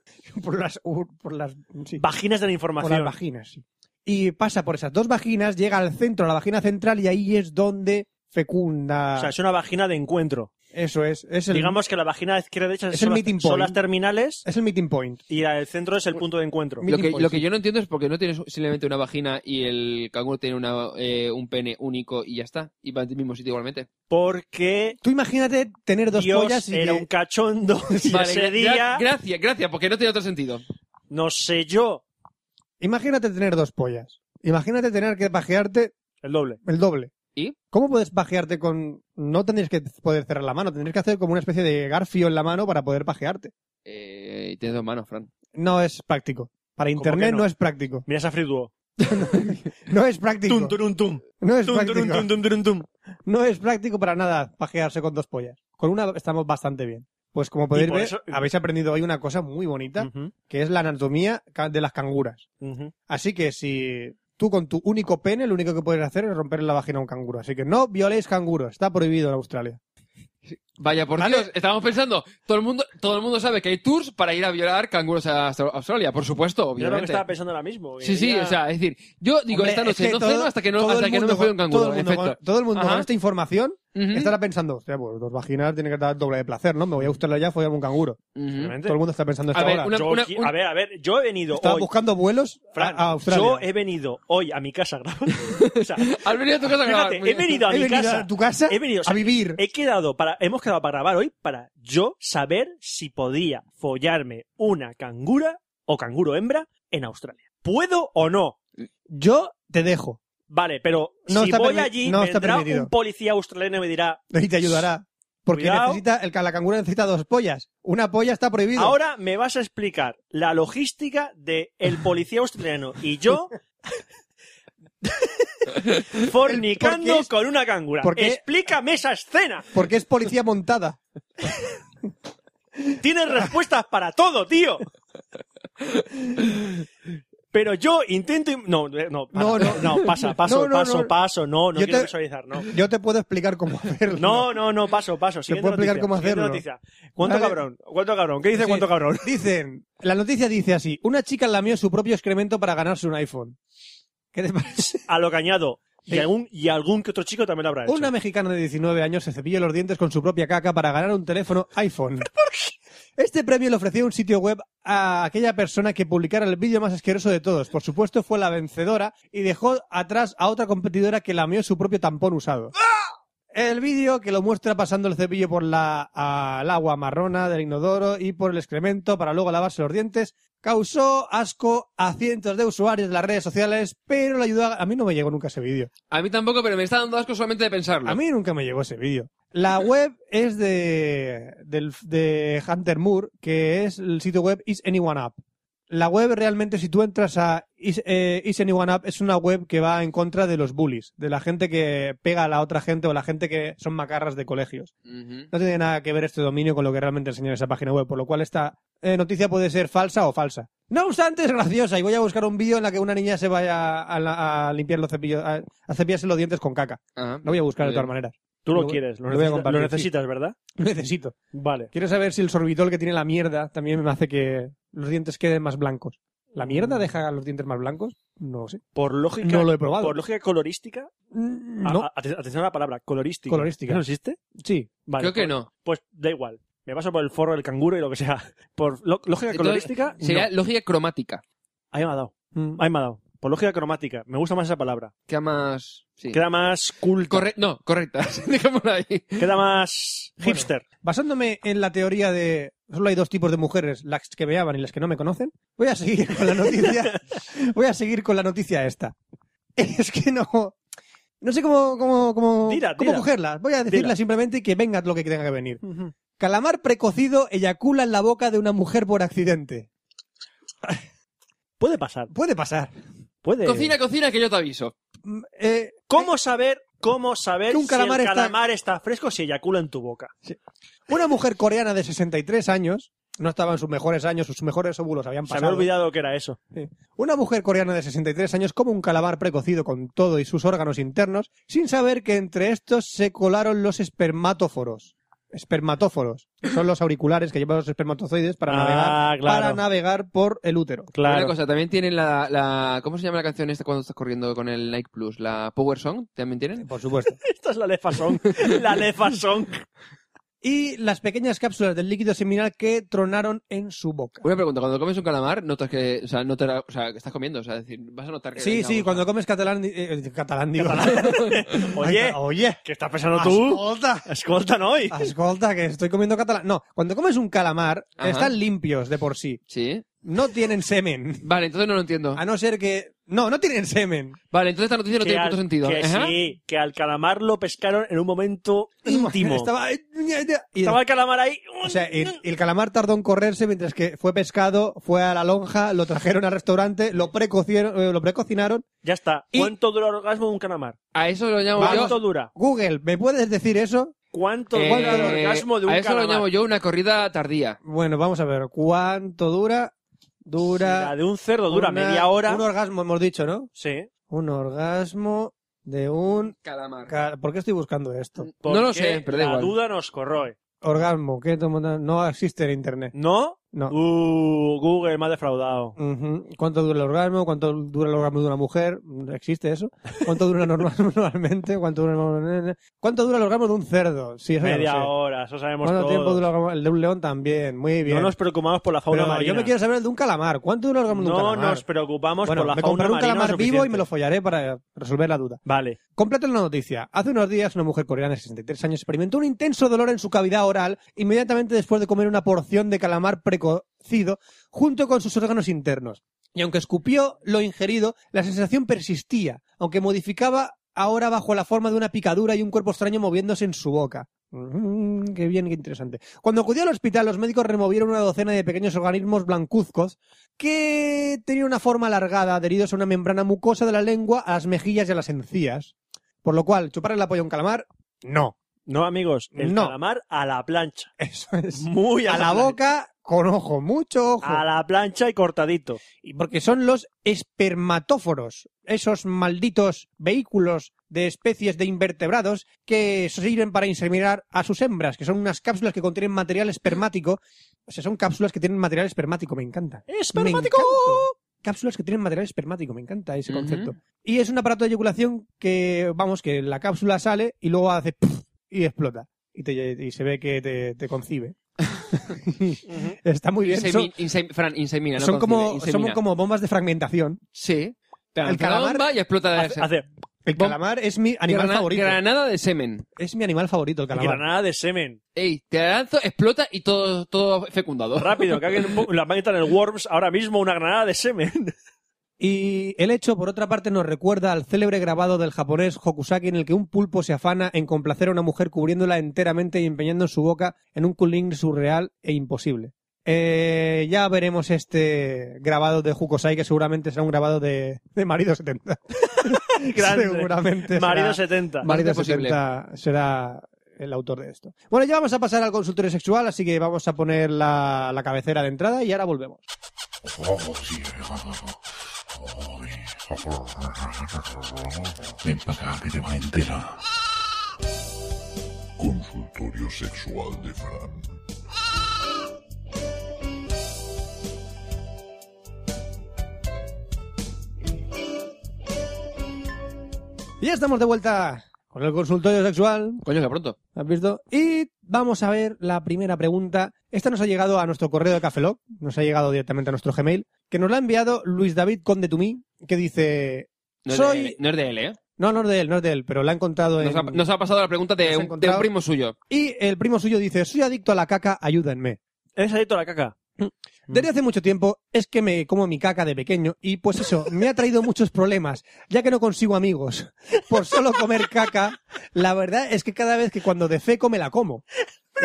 Por las. ur- Por las, sí,
Vaginas de la
por las
información.
vaginas, sí. Y pasa por esas dos vaginas, llega al centro, a la vagina central, y ahí es donde fecunda.
O sea, es una vagina de encuentro.
Eso es. Es el,
Digamos que la vagina izquierda y derecha
Es
son,
el
las-
meeting
son
point.
las terminales
es el meeting point.
y la del centro es el punto de encuentro.
Mi-
Lo que,
Meeting point,
lo que
sí.
yo no entiendo es por qué no tienes simplemente una vagina y el canguro tiene una, eh, un pene único y ya está. Y va al mismo sitio igualmente.
Porque
Tú imagínate tener dos pollas
Dios
y
era
que-
un cachondo y
Vale,
ese
gra-
día,
gra- gracias, gracias, porque no tiene otro sentido.
no sé yo,
imagínate tener dos pollas. Imagínate tener que pajearte
el doble.
el doble.
¿Y?
¿Cómo puedes pajearte con no tendrías que poder cerrar la mano, tendrías que hacer como una especie de garfio en la mano para poder pajearte.
Eh, y tienes dos manos, Fran.
No es práctico. Para
¿Cómo
internet
que
no?
no?
es práctico.
Mira esa friduo.
No es práctico.
Tum, turum, tum.
No es
Tum, turum,
práctico.
tum, tum, turum, tum.
No es práctico para nada pajearse con dos pollas. Con una estamos bastante bien. Pues como podéis
por
ver,
eso-
habéis aprendido hoy una cosa muy bonita,
Ujú,
que es la anatomía ca- de las canguras.
ujú.
Así que si tú con tu único pene, lo único que puedes hacer es romperle la vagina a un canguro. Así que no violéis canguros, está prohibido en Australia.
Vaya, por
Vale.
Dios, estábamos pensando, todo el mundo todo el mundo sabe que hay tours para ir a violar canguros a Austra- Australia, por supuesto,
Yo lo que
obviamente.
estaba pensando ahora mismo. que
Sí, sí,
ya-
o sea, es decir, yo digo
Hombre,
esta
es
noche
que
no
todo-
ceno hasta que no,
todo el
hasta que no me
mundo
juegue un
con-
canguro,
Todo el mundo,
efecto.
con, todo el mundo con
Ajá.
esta información
Ujú,
estará pensando, hostia, pues dos vaginas tienen que dar doble de placer, ¿no? Me voy a Australia ya, follarme un canguro.
ujú.
Obviamente.
Todo el mundo está pensando esto
A ver,
ahora.
una-
Yo
una-
qui-
una-
A ver, a ver, yo he venido
Estaba
hoy.
buscando vuelos a-
Fran,
a Ah, Australia.
yo he venido hoy a mi casa a grabar. O sea,
Has venido a tu casa a grabar.
fíjate, he venido a
Ah, He
mi
venido
casa.
a tu casa
He venido, o sea,
a
eh,
vivir.
He quedado para, hemos quedado para grabar hoy para yo saber si podía follarme una cangura o canguro hembra en Australia. ¿Puedo o no?
Yo te dejo
Vale, pero
No
si
está
voy
permi-
allí,
no está
vendrá
permitido.
un policía australiano y me dirá,
y te ayudará. Porque
Cuidado.
necesita, el, ca- la cangura necesita dos pollas. Una polla está prohibida.
ahora me vas a explicar la logística de el policía australiano y yo
El-
fornicando
porque es-
con una cangura.
porque-
Explícame esa escena.
Porque es policía montada.
Tienes respuestas para todo, tío. Pero yo intento... im- No, eh, no, para.
No, no.
no, pasa,
No,
paso,
no,
paso,
no.
paso. No, no
Yo
quiero
te-
visualizar, no.
Yo te puedo explicar cómo hacerlo.
No, no, no, paso, paso.
¿Te
Siguiente
puedo explicar
noticia,
cómo
siguiente
hacerlo?
noticia. ¿Cuánto
Dale.
cabrón? ¿Cuánto cabrón? ¿Qué dice
Sí.
cuánto cabrón?
Dicen, la noticia dice así, una chica lamió su propio excremento para ganarse un iPhone. ¿Qué te parece?
A lo que añado. Y
Sí.
algún, y algún que otro chico también lo habrá hecho.
Una mexicana de 19 años se cepilló los dientes con su propia caca para ganar un teléfono iPhone. Este premio le ofreció un sitio web a aquella persona que publicara el vídeo más asqueroso de todos. Por supuesto, fue la vencedora y dejó atrás a otra competidora que lamió su propio tampón usado. El vídeo que lo muestra pasando el cepillo por la al agua marrona del inodoro y por el excremento para luego lavarse los dientes causó asco a cientos de usuarios de las redes sociales, pero le ayudó a... a mí no me llegó nunca ese vídeo.
A mí tampoco, pero me está dando asco solamente de pensarlo.
A mí nunca me llegó ese vídeo. La web es de, del- de Hunter Moore, que es el sitio web Is Anyone Up. La web realmente, si tú entras a Is, eh, Is Anyone Up, es una web que va en contra de los bullies, de la gente que pega a la otra gente o la gente que son macarras de colegios.
Ujú.
No tiene nada que ver este dominio con lo que realmente enseña en esa página web, por lo cual esta eh, noticia puede ser falsa o falsa. No obstante, es graciosa y voy a buscar un vídeo en la que una niña se vaya a, la- a limpiar los cepillos, a, a cepillarse los dientes con caca.
Ajá.
Lo voy a buscar de
Muy
todas
bien.
maneras.
Tú lo,
Lo-
quieres, lo,
lo voy a
necesita-
compartir,
lo necesitas, ¿verdad?
Lo necesito.
Vale.
Quiero saber si el sorbitol que tiene la mierda también me hace que los dientes queden más blancos. ¿La mierda deja los dientes más blancos? No lo sé.
Por lógica,
No lo he probado.
por Ah, lógica colorística,
Mm,
a-
No.
a- aten- atención a la palabra, colorística.
Colorística.
¿Eso existe?
Sí.
Vale,
Creo que
pues-
no.
Pues da igual. Me paso por el forro del canguro y lo que sea. Por lo- lógica
Entonces,
colorística,
Sería
no.
lógica cromática.
Ahí me ha dado.
Mm,
Ahí me ha dado. Por lógica cromática. Me gusta más esa palabra.
Queda más. Sí.
Queda más cool.
Corre- No, correcta. Dejémoslo ahí.
Queda más hipster.
Basándome en la teoría de solo hay dos tipos de mujeres, las que me aman y las que no me conocen, voy a seguir con la noticia. voy a seguir con la noticia esta. Es que no. No sé cómo, cómo, cómo,
Dila,
cómo
dila.
cogerla. Voy a decirla
Dila.
simplemente y que venga lo que tenga que venir. Calamar precocido eyacula en la boca de una mujer por accidente.
Puede pasar.
Puede pasar.
Puede.
Cocina, cocina, que yo te aviso.
Mm, eh,
¿Cómo saber, cómo saber
Que un calamar
si
está-
el calamar está... fresco si eyacula en tu boca?
una mujer coreana de 63 años, no estaba en sus mejores años, sus mejores óvulos habían
Se me ha
pasado.
olvidado que era eso.
Una mujer coreana de 63 años como un calamar precocido con todo y sus órganos internos, sin saber que entre estos se colaron los espermatóforos. Espermatóforos. que Son los auriculares que llevan los espermatozoides para,
Ah,
navegar,
claro.
para navegar por el útero.
Una cosa, también tienen la, la- ¿Cómo se llama la canción esta cuando estás corriendo con el Nike Plus? ¿La Power Song? ¿También tienen?
Por supuesto.
Esta es la lefasón. la lefasón.
y las pequeñas cápsulas del líquido seminal que tronaron en su boca.
Una pregunta, cuando comes un calamar, notas que. O sea, no te la- o sea, que estás comiendo, o sea, es decir, vas a notar que.
Sí,
venga,
sí,
gusta.
cuando comes catalán, di- eh, catalán digo.
Oye,
Ay, oye,
¿qué estás pensando tú?
Ascolta.
Escolta, ¿no?
Ah,
Y-
Ascolta, que estoy comiendo catalán. No, cuando comes un calamar,
Ajá.
están limpios de por sí.
Sí.
No tienen semen.
Vale, entonces no lo entiendo.
A no ser que. No, no tienen semen.
Vale, entonces esta noticia no
Ah. que
tiene
al-
puto sentido.
¿eh?
¿eh?
Que
Ajá.
sí, que al calamar lo pescaron en un momento íntimo. Estaba,
Estaba. y-
el calamar ahí.
o sea, el, el calamar tardó en correrse mientras que fue pescado, fue a la lonja, lo trajeron al restaurante, lo precocieron, eh, lo precocinaron.
Ya está.
y-
¿Cuánto dura el orgasmo de un calamar?
A eso lo llamo
¿Cuánto
yo.
dura?
Google, ¿me puedes decir eso?
¿Cuánto
eh,
dura el orgasmo de un
a eso lo
calamar?
llamo yo una corrida tardía.
Bueno, vamos a ver. ¿Cuánto dura? Dura.
La de un cerdo dura
una-
media hora.
Un orgasmo, hemos dicho, ¿no?
Sí.
Un orgasmo de un.
Calamar.
ca- ¿Por qué estoy buscando esto?
No lo
porque
sé, pero da
La
igual.
duda nos corroe.
Orgasmo, que no existe en internet.
¿No?
No.
Uh, Google me ha defraudado.
Ujú. ¿Cuánto dura el orgasmo? ¿Cuánto dura el orgasmo de una mujer? ¿Existe eso? ¿Cuánto dura normal- normalmente? ¿Cuánto dura, ¿Cuánto dura el orgasmo de un cerdo? Sí, eso ya lo sé.
Media hora, eso sabemos
¿Cuánto
todo.
tiempo dura el orgasmo- el de un león también? Muy bien.
No nos preocupamos por la fauna
Pero
marina.
yo me quiero saber el de un calamar. ¿Cuánto dura el orgasmo de un
no
calamar?
nos preocupamos
bueno,
por la
me
fauna
compraré un
marina.
calamar vivo y
suficiente.
me lo follaré para resolver la duda.
Vale.
Completo la noticia. Hace unos días, una mujer coreana de 63 años experimentó un intenso dolor en su cavidad oral inmediatamente después de comer una porción de calamar precocido junto con sus órganos internos. Y aunque escupió lo ingerido, la sensación persistía, aunque modificaba ahora bajo la forma de una picadura y un cuerpo extraño moviéndose en su boca. Mm, qué bien, qué interesante. Cuando acudió al hospital, los médicos removieron una docena de pequeños organismos blancuzcos que tenía una forma alargada, adheridos a una membrana mucosa de la lengua, a las mejillas y a las encías. Por lo cual, chupar el apoyo a un calamar, no.
No, amigos, el
No.
calamar a la plancha.
Eso es.
Muy a,
A la
plancha.
boca, con ojo, mucho ojo.
A la plancha y cortadito.
Y Porque son los espermatóforos, esos malditos vehículos de especies de invertebrados que sirven para inseminar a sus hembras, que son unas cápsulas que contienen material espermático. O sea, son cápsulas que tienen material espermático, me encanta.
¡Espermático!
encanta. Cápsulas que tienen material espermático, me encanta ese
Ujú.
concepto. Y es un aparato de eyaculación que, vamos, que la cápsula sale y luego hace pf y explota. Y, te- y se ve que te, te concibe. Está muy bien. Son,
Insemi- insem- Fran, insemina, no
son como,
concibe,
somos
insemina.
como bombas de fragmentación.
Sí. Te
El
lanza la
calamar-
bomba y explota la
Hace, hace
El
Bom-
calamar es mi animal
Grana-
favorito.
Granada de semen.
Es mi animal favorito, el calamar.
granada de semen.
Ey, te la lanzo, explota y todo, todo fecundado.
Rápido, que hagan un po- la maqueta en el Worms ahora mismo una granada de semen.
Y el hecho, por otra parte, nos recuerda al célebre grabado del japonés Hokusaki en el que un pulpo se afana en complacer a una mujer cubriéndola enteramente y empeñando su boca en un culín surreal e imposible. Eh, ya veremos este grabado de Hokusai, que seguramente será un grabado de, de Marido 70.
Grande.
Seguramente.
Marido
será-
70.
Marido
Bastante posible.
70 será el autor de esto. Bueno, ya vamos a pasar al consultorio sexual, así que vamos a poner la, la cabecera de entrada y ahora volvemos.
Ven para acá que te va entera. Consultorio sexual de Fran.
Y ya estamos de vuelta con el consultorio sexual.
Coño, que pronto.
¿Has visto? Y vamos a ver la primera pregunta. Esta nos ha llegado a nuestro correo de Cafeloc, nos ha llegado directamente a nuestro Gmail, que nos la ha enviado Luis David Conde Tumí, que dice...
No es,
Soy-
de, no es de él, ¿eh?
No, no es de él, no es de él, pero la ha encontrado en...
Nos ha, nos ha pasado la pregunta
Nos
de
ha
un, de un
encontrado-
primo suyo.
Y el primo suyo dice, soy adicto a la caca, ayúdenme.
¿Eres adicto a la caca?
Desde hace mucho tiempo es que me como mi caca de pequeño y pues eso, me ha traído muchos problemas, ya que no consigo amigos. Por solo comer caca, la verdad es que cada vez que cuando defeco me la como.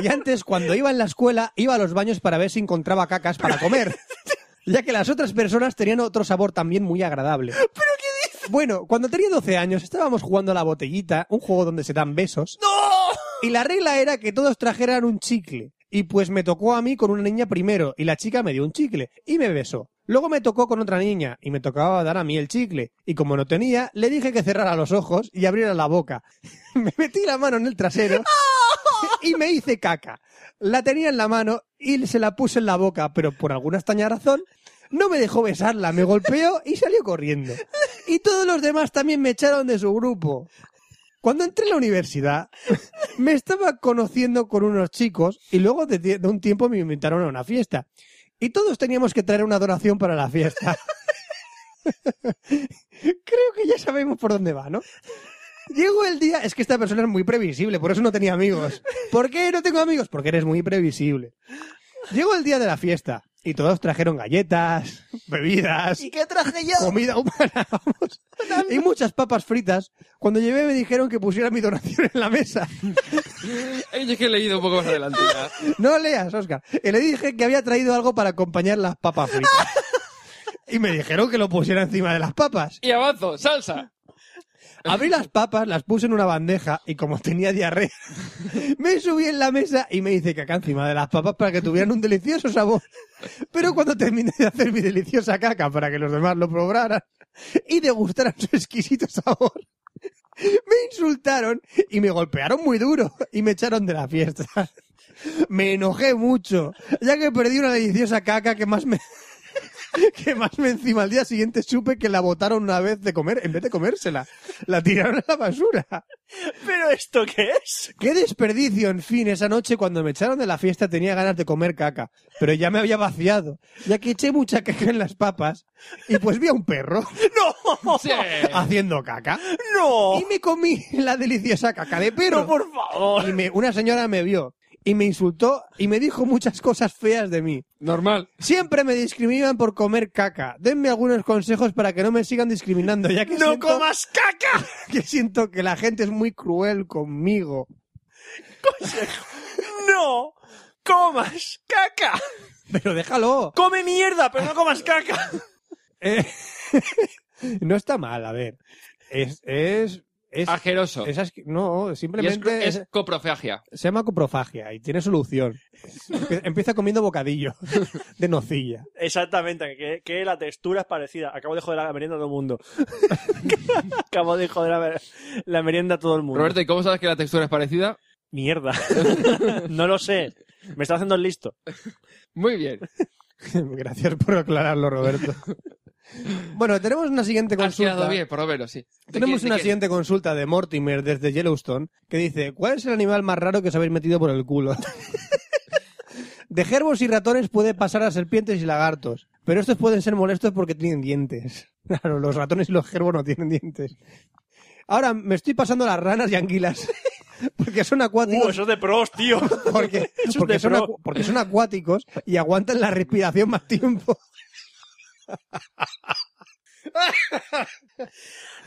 Y antes, cuando iba en la escuela, iba a los baños para ver si encontraba cacas para comer. Ya que las otras personas tenían otro sabor también muy agradable. ¿Pero qué dices? Bueno, cuando tenía 12 años estábamos jugando a la botellita, un juego donde se dan besos. Y la regla era que todos trajeran un chicle. Y pues me tocó a mí con una niña primero, y la chica me dio un chicle, y me besó. Luego me tocó con otra niña, y me tocaba dar a mí el chicle. Y como no tenía, le dije que cerrara los ojos y abriera la boca. me metí la mano en el trasero y me hice caca. La tenía en la mano y se la puse en la boca, pero por alguna extraña razón no me dejó besarla, me golpeó y salió corriendo. Y todos los demás también me echaron de su grupo. Cuando entré en la universidad, me estaba conociendo con unos chicos y luego de, tie- de un tiempo me invitaron a una fiesta. Y todos teníamos que traer una donación para la fiesta. Creo que ya sabemos por dónde va, ¿no? Llegó el día, es que esta persona es muy previsible, por eso no tenía amigos. ¿Por qué no tengo amigos? Porque eres muy previsible. Llegó el día de la fiesta y todos trajeron galletas, bebidas. ¿Y qué traje yo? Comida humana, vamos. Y muchas papas fritas. Cuando llevé me dijeron que pusiera mi donación en la mesa.
Eh, Yo es que he leído un poco más adelante ya.
No leas, Oscar. Y le dije que había traído algo para acompañar las papas fritas. Y me dijeron que lo pusiera encima de las papas.
Y avanzo, salsa.
Abrí las papas, las puse en una bandeja y como tenía diarrea, me subí en la mesa y me hice caca encima de las papas para que tuvieran un delicioso sabor. Pero cuando terminé de hacer mi deliciosa caca para que los demás lo probaran y degustaran su exquisito sabor, me insultaron y me golpearon muy duro y me echaron de la fiesta. Me enojé mucho, ya que perdí una deliciosa caca que más me... Que más me encima al día siguiente supe que la botaron una vez de comer, en vez de comérsela. La tiraron a la basura.
¿Pero esto qué es?
Qué desperdicio, en fin, esa noche cuando me echaron de la fiesta tenía ganas de comer caca, pero ya me había vaciado, ya que eché mucha caca en las papas y pues vi a un perro
¡No!
Sí.
haciendo caca
¡No!
y me comí la deliciosa caca de perro.
¡Pero por favor!
Y me- una señora me vio y me insultó y me dijo muchas cosas feas de mí.
Normal.
Siempre me discriminan por comer caca. Denme algunos consejos para que no me sigan discriminando, ya que
¡No
siento-
comas caca!
que siento que la gente es muy cruel conmigo.
¡No comas caca!
Pero déjalo.
¡Come mierda, pero no comas caca!
Eh, no está mal, a ver. Es. es, es,
Ajeroso.
es asque- no,
Y es,
simplemente
es coprofegia.
es- se llama coprofagia y tiene solución. Empie- Empieza comiendo bocadillo de nocilla.
Exactamente, que, que la textura es parecida. Acabo de joder la merienda a todo el mundo. Acabo de joder la, mer- la merienda a todo el mundo.
Roberto, ¿y cómo sabes que la textura es parecida?
Mierda. no lo sé. Me está haciendo el listo.
Muy bien.
Gracias por aclararlo, Roberto. Bueno, tenemos una siguiente
Has quedado
consulta.
bien, por lo menos, sí. ¿De
Tenemos
quién- de
una
quién?
siguiente consulta de Mortimer desde Yellowstone que dice, ¿cuál es el animal más raro que os habéis metido por el culo? de gerbos y ratones puede pasar a serpientes y lagartos, pero estos pueden ser molestos porque tienen dientes. Claro, los ratones y los gerbos no tienen dientes. Ahora me estoy pasando las ranas y anguilas porque son
Uh,
acuáticos.
eso es de pros, tío.
Porque,
Eso es
porque
de
son
pro.
acu- porque son acuáticos y aguantan la respiración más tiempo.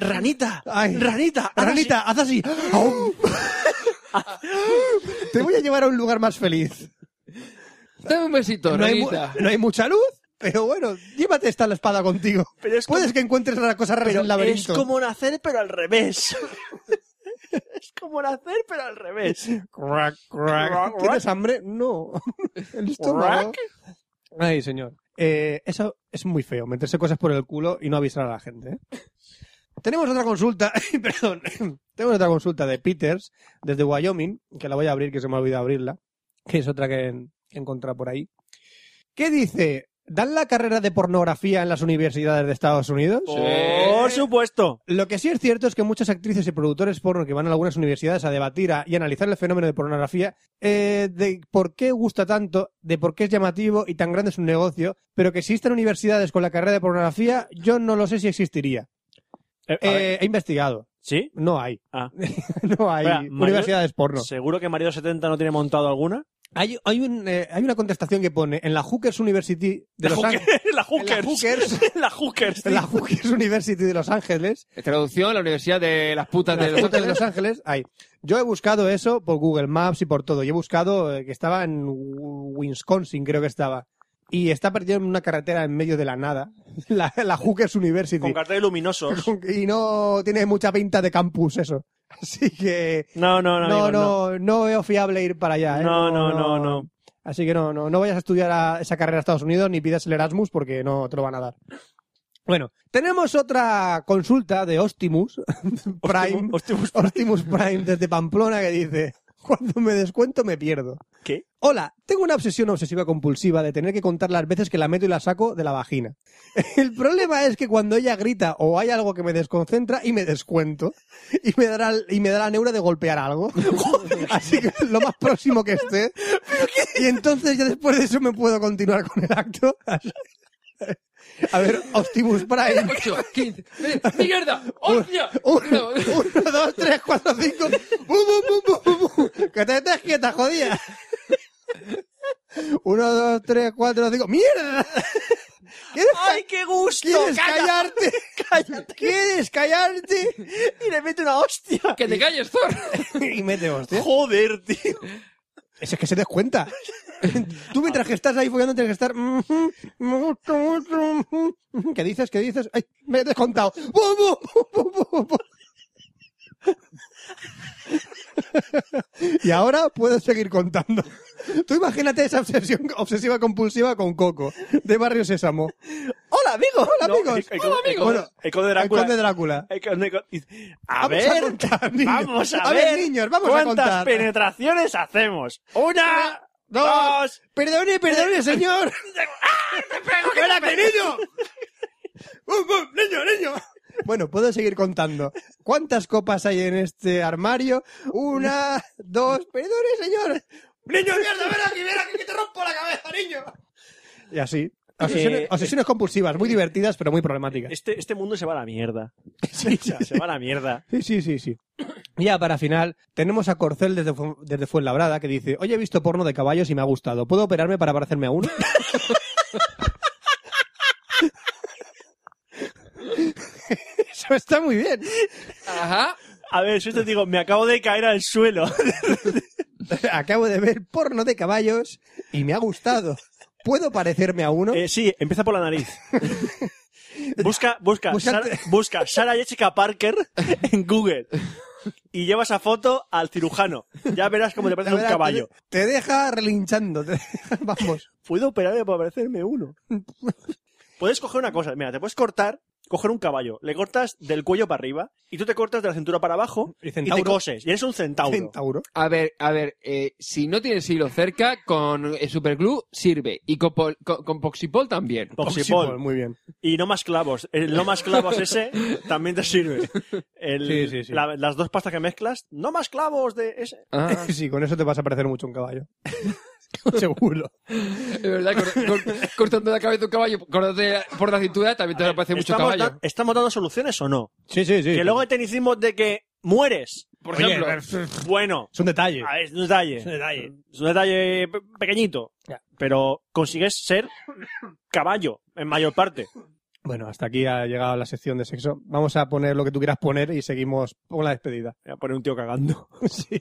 ¡Ranita!
Ay.
¡Ranita! haz
Ranita, haz así. Aum. Te voy a llevar a un lugar más feliz.
Dame un besito,
No hay, mu-
Ranita.
no hay mucha luz, pero bueno, llévate esta la espada contigo.
Pero es
Puedes
como-
que encuentres las cosas raras en
Pero
el laberinto.
Es como nacer, pero al revés. es como nacer, pero al revés.
Crack, crack.
Crack,
¿Tienes hambre? No. El estómago. Ay, señor. Eh, eso es muy feo, meterse cosas por el culo y no avisar a la gente. ¿eh? Tenemos otra consulta, perdón, tenemos otra consulta de Peters desde Wyoming, que la voy a abrir, que se me ha olvidado abrirla, que es otra que en- que he encontrado por ahí. ¿Qué dice? ¿Dan la carrera de pornografía en las universidades de Estados Unidos?
Por supuesto.
Lo que sí es cierto es que muchas actrices y productores porno que van a algunas universidades a debatir a- y analizar el fenómeno de pornografía, eh, de por qué gusta tanto, de por qué es llamativo y tan grande es un negocio, pero que existan universidades con la carrera de pornografía, yo no lo sé si existiría.
Eh, a ver,
Eh, he investigado,
¿Sí?
no hay.
Ah.
no hay
Espera, Mario-
universidades porno.
¿Seguro que Marido 70 no tiene montado alguna?
Hay, hay, un, eh, hay una contestación que pone en la Hookers University de Los
Hooker-
Ángeles.
la Hookers.
La Hookers.
la Hookers.
En la Hookers University de Los Ángeles
Traducción, la Universidad de las Putas de
Las
Los
fotos de
Ángeles.
Los Ángeles, ahí. Yo he buscado eso por Google Maps y por todo. Y he buscado eh, que estaba en Wisconsin, creo que estaba. Y está perdido en una carretera en medio de la nada. La, la Hookers University.
Con carteles luminosos.
Con- y no tiene mucha pinta de campus eso. Así que
No, no, no.
no,
amigos,
no, no, veo fiable ir para allá. ¿eh?
No, no, no, no.
Así que no, no, no vayas a estudiar a esa carrera a Estados Unidos ni pidas el Erasmus porque no te lo van a dar. Bueno, tenemos otra consulta de Optimus Prime.
Optimus Prime.
Optimus Prime desde Pamplona que dice, cuando me descuento me pierdo.
¿Qué?
Hola, tengo una obsesión obsesiva compulsiva de tener que contar las veces que la meto y la saco de la vagina. El problema es que cuando ella grita o hay algo que me desconcentra y me descuento y me dará y me dará neura de golpear algo. Así que lo más próximo que esté. Y entonces ya después de eso me puedo continuar con el acto. A ver, Optimus Prime.
8, 15. ¡Eh, ¡Mierda! ¡Hostia!
Uno,
No.
uno, dos, tres, cuatro, cinco. ¡Bum, bum, bum, bum, bum! bum que te estés quieta, jodida! Uno, dos, tres, cuatro, cinco. ¡Mierda! ¿Quieres, ca-
¡Ay, qué gusto!
¿quieres
Calla.
callarte? ¡Cállate! ¿Quieres callarte?
Y le mete una hostia.
¡Que te calles, Thor!
Y mete hostia.
Joder, tío.
Eso es que se des cuenta. Tú mientras que estás ahí follando tienes que estar... "Ujú, me gusta mucho, ujú". ¿Qué dices? ¿Qué dices? ¡Ay, me he descontado! ¡Bum, bum, bum, bum, bum, bum! Y ahora puedes seguir contando. Tú imagínate esa obsesión obsesiva compulsiva con Coco, de Barrio Sésamo. ¡Hola, amigos! ¡Hola,
No,
amigos!
el- el- el- el-
Bueno,
el conde Drácula.
El conde Drácula.
Hay que- hay que- A
Vamos
ver,
contar, niños.
vamos a,
A ver, niños, vamos a
cuántas
contar.
penetraciones hacemos. Una,
dos. Eh,
dos.
Perdone, perdone, señor. ¡Espérate, niño! ¡Bum, bum! ¡Niño, niño! Bueno, puedo seguir contando. ¿Cuántas copas hay en este armario? Una, dos... ¡Perdone, señor! ¡Niño, mierda! ¡Ven aquí, ven aquí que te rompo la cabeza, niño! Y así. Obsesiones,
Eh,
obsesiones compulsivas, muy divertidas, pero muy problemáticas.
Este, este mundo se va a la mierda.
Sí,
O sea, se va a la mierda.
Sí, sí, sí, sí. Ya para final, tenemos a Corcel desde, Fu- desde Fuenlabrada que dice, oye, he visto porno de caballos y me ha gustado. ¿Puedo operarme para parecerme a uno? Eso está muy bien.
Ajá.
A ver, yo te digo, me acabo de caer al suelo.
Acabo de ver porno de caballos y me ha gustado. ¿Puedo parecerme a uno?
Eh, sí, empieza por la nariz. Busca, busca,
Buscate-
Sara- busca Sara Jessica Parker en Google y lleva esa foto al cirujano. Ya verás cómo te
La
parece un
verdad,
caballo.
Te, te deja relinchando. te deja- vamos.
Puedo operarme para parecerme uno. Puedes coger una cosa, mira, te puedes cortar, coger un caballo, le cortas del cuello para arriba y tú te cortas de la cintura para abajo
Y
y,
centauro.
te coses. Y eres un centauro.
Centauro.
A ver, a ver, eh, si no tienes hilo cerca, con eh, Superglue sirve. Y con, pol- con, con Poxipol también.
Oxipol.
Oxipol, pues, Muy bien.
Pues Y no más clavos. El no más clavos ese también te sirve. El-
Sí, sí, sí.
la- las dos pastas que mezclas, no más clavos de ese.
Ah,
Sí, con eso te vas a parecer mucho a un caballo. Seguro.
es verdad, cor- cor- cortando la cabeza de un caballo, cortándote por la cintura, también te
A ver,
parece mucho
¿estamos
caballo.
da- ¿Estamos dando soluciones o no?
Sí, sí, sí.
que luego hay tecnicismos de que mueres.
Por
Oye,
ejemplo,
Bueno,
Es un detalle.
a ver, es un detalle. Ah, Es un detalle. pe- pequeñito. Pero consigues ser caballo en mayor parte.
Bueno, hasta aquí ha llegado la sección de sexo. Vamos a poner lo que tú quieras poner y seguimos con la despedida.
Voy a poner un tío cagando. sí.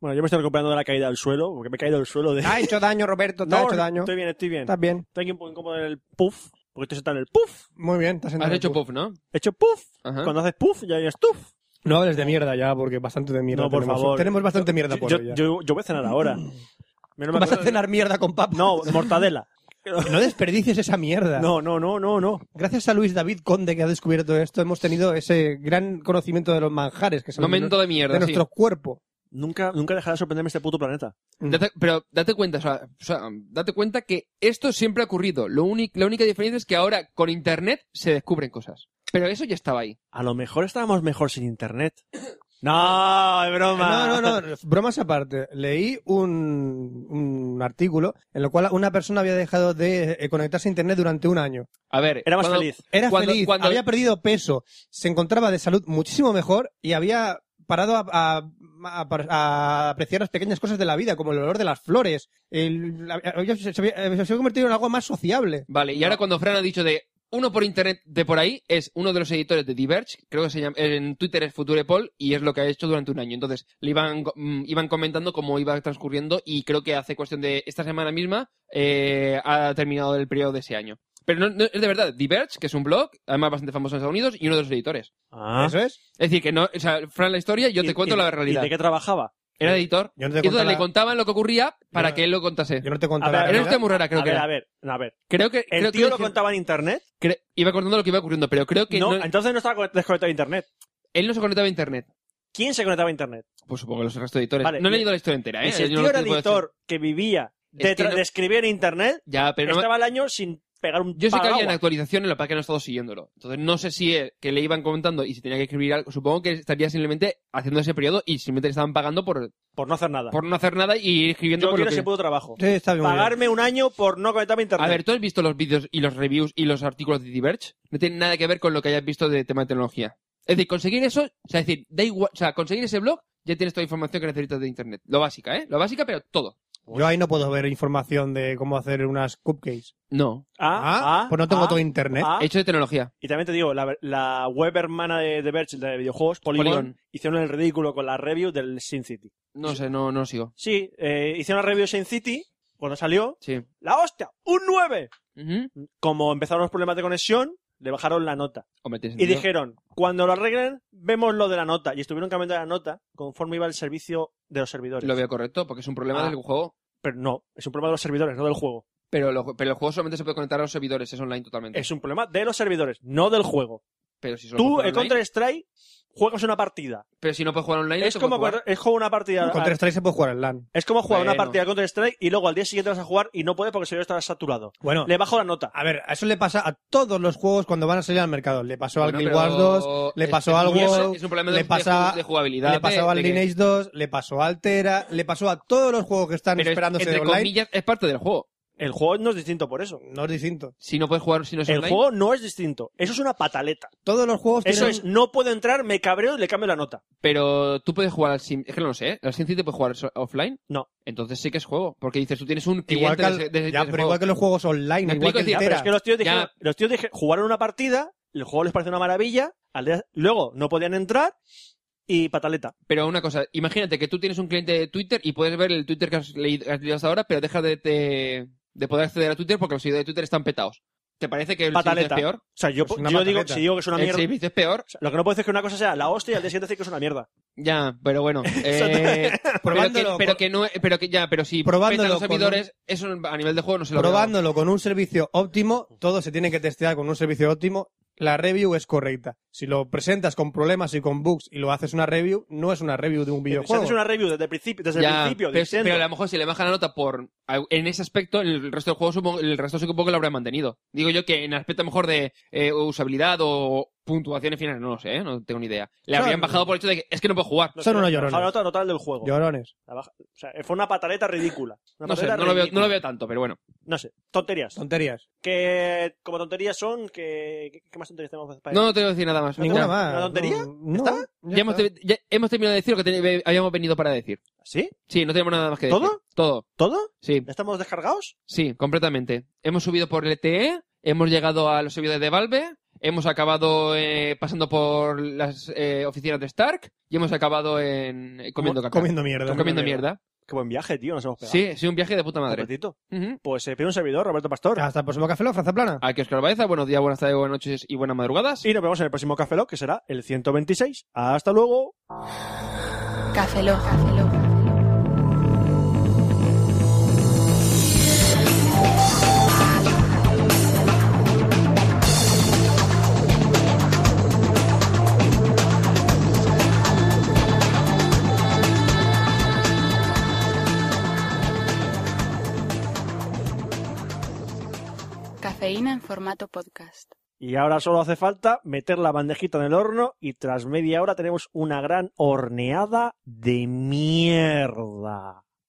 Bueno, yo me estoy recuperando de la caída al suelo, porque me he caído al suelo de...
Te ha hecho daño, Roberto, te ha
No,
hecho daño.
Estoy bien, estoy bien.
Estás bien.
Estoy aquí un poco incómodo en el puff, porque estoy sentado en el puff.
Muy bien, te has
Has
sentado
hecho
tú.
puff, ¿no?
He hecho puff.
Ajá.
Cuando haces puff, ya es tuff.
No hables de mierda ya, porque bastante de mierda.
No, por
tenemos.
favor.
Tenemos bastante mierda por
yo,
hoy ya.
yo, yo voy a cenar ahora. Menos mal
Vas
que-
a cenar mierda con papa.
No, mortadela.
No desperdicies esa mierda.
No, no, no, no, no.
Gracias a Luis David Conde que ha descubierto esto, hemos tenido ese gran conocimiento de los manjares que son
Momento de mierda, sí.
nuestro cuerpo.
Nunca, nunca dejará de sorprenderme este puto planeta.
Date- pero date cuenta, o sea, o sea, date cuenta que esto siempre ha ocurrido. Lo uni- la única diferencia es que ahora con internet se descubren cosas. Pero eso ya estaba ahí.
A lo mejor estábamos mejor sin internet. No, es broma.
No, no, no, bromas aparte. Leí un, un artículo en el cual una persona había dejado de eh, conectarse a internet durante un año.
A ver.
Era más
cuando-
feliz.
Era
Cuando-
feliz,
cuando-
había perdido peso, se encontraba de salud muchísimo mejor y había parado a, a- a- a apreciar las pequeñas cosas de la vida, como el olor de las flores. el- la- había- se, se había, se había convertido en algo más sociable.
Vale, y ahora cuando Fran ha dicho de uno por internet de por ahí, es uno de los editores de Diverge, creo que se llama, en Twitter es Futurepol, y es lo que ha hecho durante un año. Entonces, le iban, co- mm, iban comentando cómo iba transcurriendo, y creo que hace cuestión de esta semana misma eh, ha terminado el periodo de ese año. Pero no- no- es de verdad, Diverge, que es un blog, además bastante famoso en Estados Unidos, y uno de los editores.
Ah.
¿Eso es?
Es decir, que no, o sea, Fran la historia, yo
¿Y-
te cuento
y-
la realidad.
¿Y de qué trabajaba?
Era editor.
Yo no
y
te
entonces
contaba-
le contaban lo que ocurría para
Yo-
que él lo contase.
Yo no te contaba.
A ver,
la
Era
realidad.
una muy rara, creo
a
que
ver,
era.
a ver, a ver.
Creo que,
El
creo que
tío lo
decía-
contaba en internet.
cre- iba contando lo que iba ocurriendo, pero creo que
No,
no-
entonces no estaba co- desconectado a internet.
él no se conectaba a internet.
¿Quién se conectaba a internet?
Pues supongo que los restos de editores.
Vale,
no he
y-
leído la historia entera, ¿eh?
y si el
Yo no
tío era
te puedo decir.
editor que vivía de,
Es que
tra-
no-
de escribir en internet,
Ya, pero no me-
estaba al año sin pegar un
yo sé que había en
palagua.
actualización en la que no he estado siguiéndolo. Entonces no sé si es que le iban comentando y si tenía que escribir algo. Supongo que estaría simplemente haciendo ese periodo y simplemente le estaban pagando por,
por no hacer nada.
por no hacer nada y ir escribiendo
Yo
por
quiero
lo que...
ese puto trabajo.
Sí, está bien, muy bien.
Pagarme un año por no conectarme a internet.
A ver, ¿tú has visto los vídeos y los reviews y los artículos de Diverge? No tienen nada que ver con lo que hayas visto de tema de tecnología. Es decir, conseguir eso, o sea, es decir, da igual, o sea, conseguir ese blog, ya tienes toda la información que necesitas de internet. Lo básica, ¿eh? Lo básica, pero todo.
Yo ahí no puedo ver información de cómo hacer unas cupcakes.
No.
Ah, ah,
pues no tengo
ah,
todo internet.
ah.
Hecho de tecnología.
Y también te digo, la, la web hermana de, de Verge, la de videojuegos, Polygon,
Polygon.
hicieron el ridículo con la review del Sin City.
No sé, no, no sigo.
Sí, eh, hicieron la review de Sin City, cuando salió,
Sí.
¡la hostia! ¡Un 9!
Ujú.
Como empezaron los problemas de conexión, le bajaron la nota.
Hombre, tiene
Y
sentido.
dijeron, cuando lo arreglen, vemos lo de la nota. Y estuvieron cambiando la nota conforme iba el servicio de los servidores.
Lo veo correcto, porque es un problema
Ah.
del juego.
Pero no, es un problema de los servidores, no del juego.
Pero, lo- pero el juego solamente se puede conectar a los servidores, es online totalmente.
Es un problema de los servidores, no del juego.
Pero si solo
Tú,
puedes
eh,
el
jugar online-
Counter-Strike, juegas una partida.
Pero si no puedes jugar online, no
Es
te
como,
puedes jugar.
es como una partida...
Contra Strike se puede jugar en LAN.
Es como jugar una
Bueno.
partida de Counter-Strike y luego al día siguiente vas a jugar y no puedes porque el servidor está saturado.
Ah.
Bueno,
Le bajo la nota.
a ver, a eso le pasa a todos los juegos cuando van a salir al mercado. Le pasó al
Bueno,
Guild
pero
Wars 2, le
es-
pasó
es
algo,
un problema- es un problema de-
le
de
pasa-
ju- de jugabilidad,
le pasó
de-
al
de que-
Lineage 2, le pasó a Altera, le pasó a todos los juegos que están
Pero es-
esperándose
entre
online.
comillas, es parte del juego.
El juego no es distinto por eso.
No es distinto.
Si no puedes jugar, si no es
El
online.
juego no es distinto. Eso es una pataleta.
Todos los juegos
Eso
tienen-
es, no puedo entrar, me cabreo y le cambio la nota.
Pero tú puedes jugar al Sim. Es que no lo sé. ¿eh? ¿Al Sim City puedes jugar so- offline?
No.
Entonces sí que es juego. Porque dices, tú tienes un
igual
cliente
que, al-
de, ese- de-
ya,
de
pero
ese juego.
igual que los juegos
Me
online, igual que
explico,
el
Pero
ya,
Altera.
es que los tíos, dijeron,
Ya.
los tíos dije- jugaron una partida, el juego les pareció una maravilla, al día- luego no podían entrar y pataleta.
Pero una cosa, imagínate que tú tienes un cliente de Twitter y puedes ver el Twitter que has leído, que has leído hasta ahora, pero deja de, de- de poder acceder a Twitter porque los seguidores de Twitter están petados. ¿Te parece que el
Pataleta.
servicio es peor?
O sea, yo,
Pues una
yo
pataleta.
digo, si digo que es una
El
mierda,
servicio es peor.
o sea, lo que no puedo decir es que una cosa sea la hostia y al día siguiente decir que es una mierda.
Ya, pero bueno. eh, pero, que,
Probándolo,
pero que no, pero que ya, pero si
Probándolo
petan los
con
servidores, eso a nivel de juego no se lo veo.
probándolo con un servicio óptimo, todo se tiene que testear con un servicio óptimo. la review es correcta. Si lo presentas con problemas y con bugs y lo haces una review, no es una review de un
Si
videojuego.
haces una review desde el principio, desde
Ya,
el principio
pero,
diciendo-
pero a lo mejor si le bajan la nota por en ese aspecto, el resto del juego supongo, el resto supongo que lo habrá mantenido. Digo yo que en el aspecto mejor de eh, usabilidad o puntuaciones finales, no lo sé, ¿eh? no tengo ni idea. Le
Son-
habrían bajado por el hecho de que es que no puedo jugar.
No
Son
sé,
unos
la
llorones.
nota total del juego.
Llorones.
La baja- o sea, fue una pataleta ridícula. Una
No sé,
pataleta
no lo, veo,
ridícula.
no lo veo tanto, pero bueno.
No sé, tonterías.
Tonterías.
Que Eh, como tonterías son, que... ¿qué- ¿Qué más tonterías tenemos para
No, no te voy a decir nada más.
Ninguna
Ya.
más.
¿Una tontería?
No, no,
¿Está?
Ya, hemos, te- ya hemos terminado de decir lo que te- eh, habíamos venido para decir.
¿Sí?
Sí, no tenemos nada más que
¿Todo?
decir. Todo.
¿Todo?
Sí,
¿Estamos descargados?
sí, completamente. Hemos subido por LTE, E, hemos llegado a los servidores de Valve, hemos acabado eh, pasando por las eh, oficinas de Stark y hemos acabado en eh, comiendo caca.
Comiendo mierda.
Comiendo mierda.
Qué buen viaje, tío, nos hemos pegado.
Sí, sí, un viaje de puta madre.
Apetito.
Ujú.
Pues se pide un servidor, Roberto Pastor.
Hasta el próximo Café Lock, Franza Plana.
Aquí Oscar Baeza, buenos días, buenas tardes, buenas noches y buenas madrugadas.
Y nos vemos en el próximo Café Lock, que será el 126. Hasta luego.
Café Lock. Café Lock. Cafeína en formato podcast.
Y ahora solo hace falta meter la bandejita en el horno y tras media hora tenemos una gran horneada de mierda.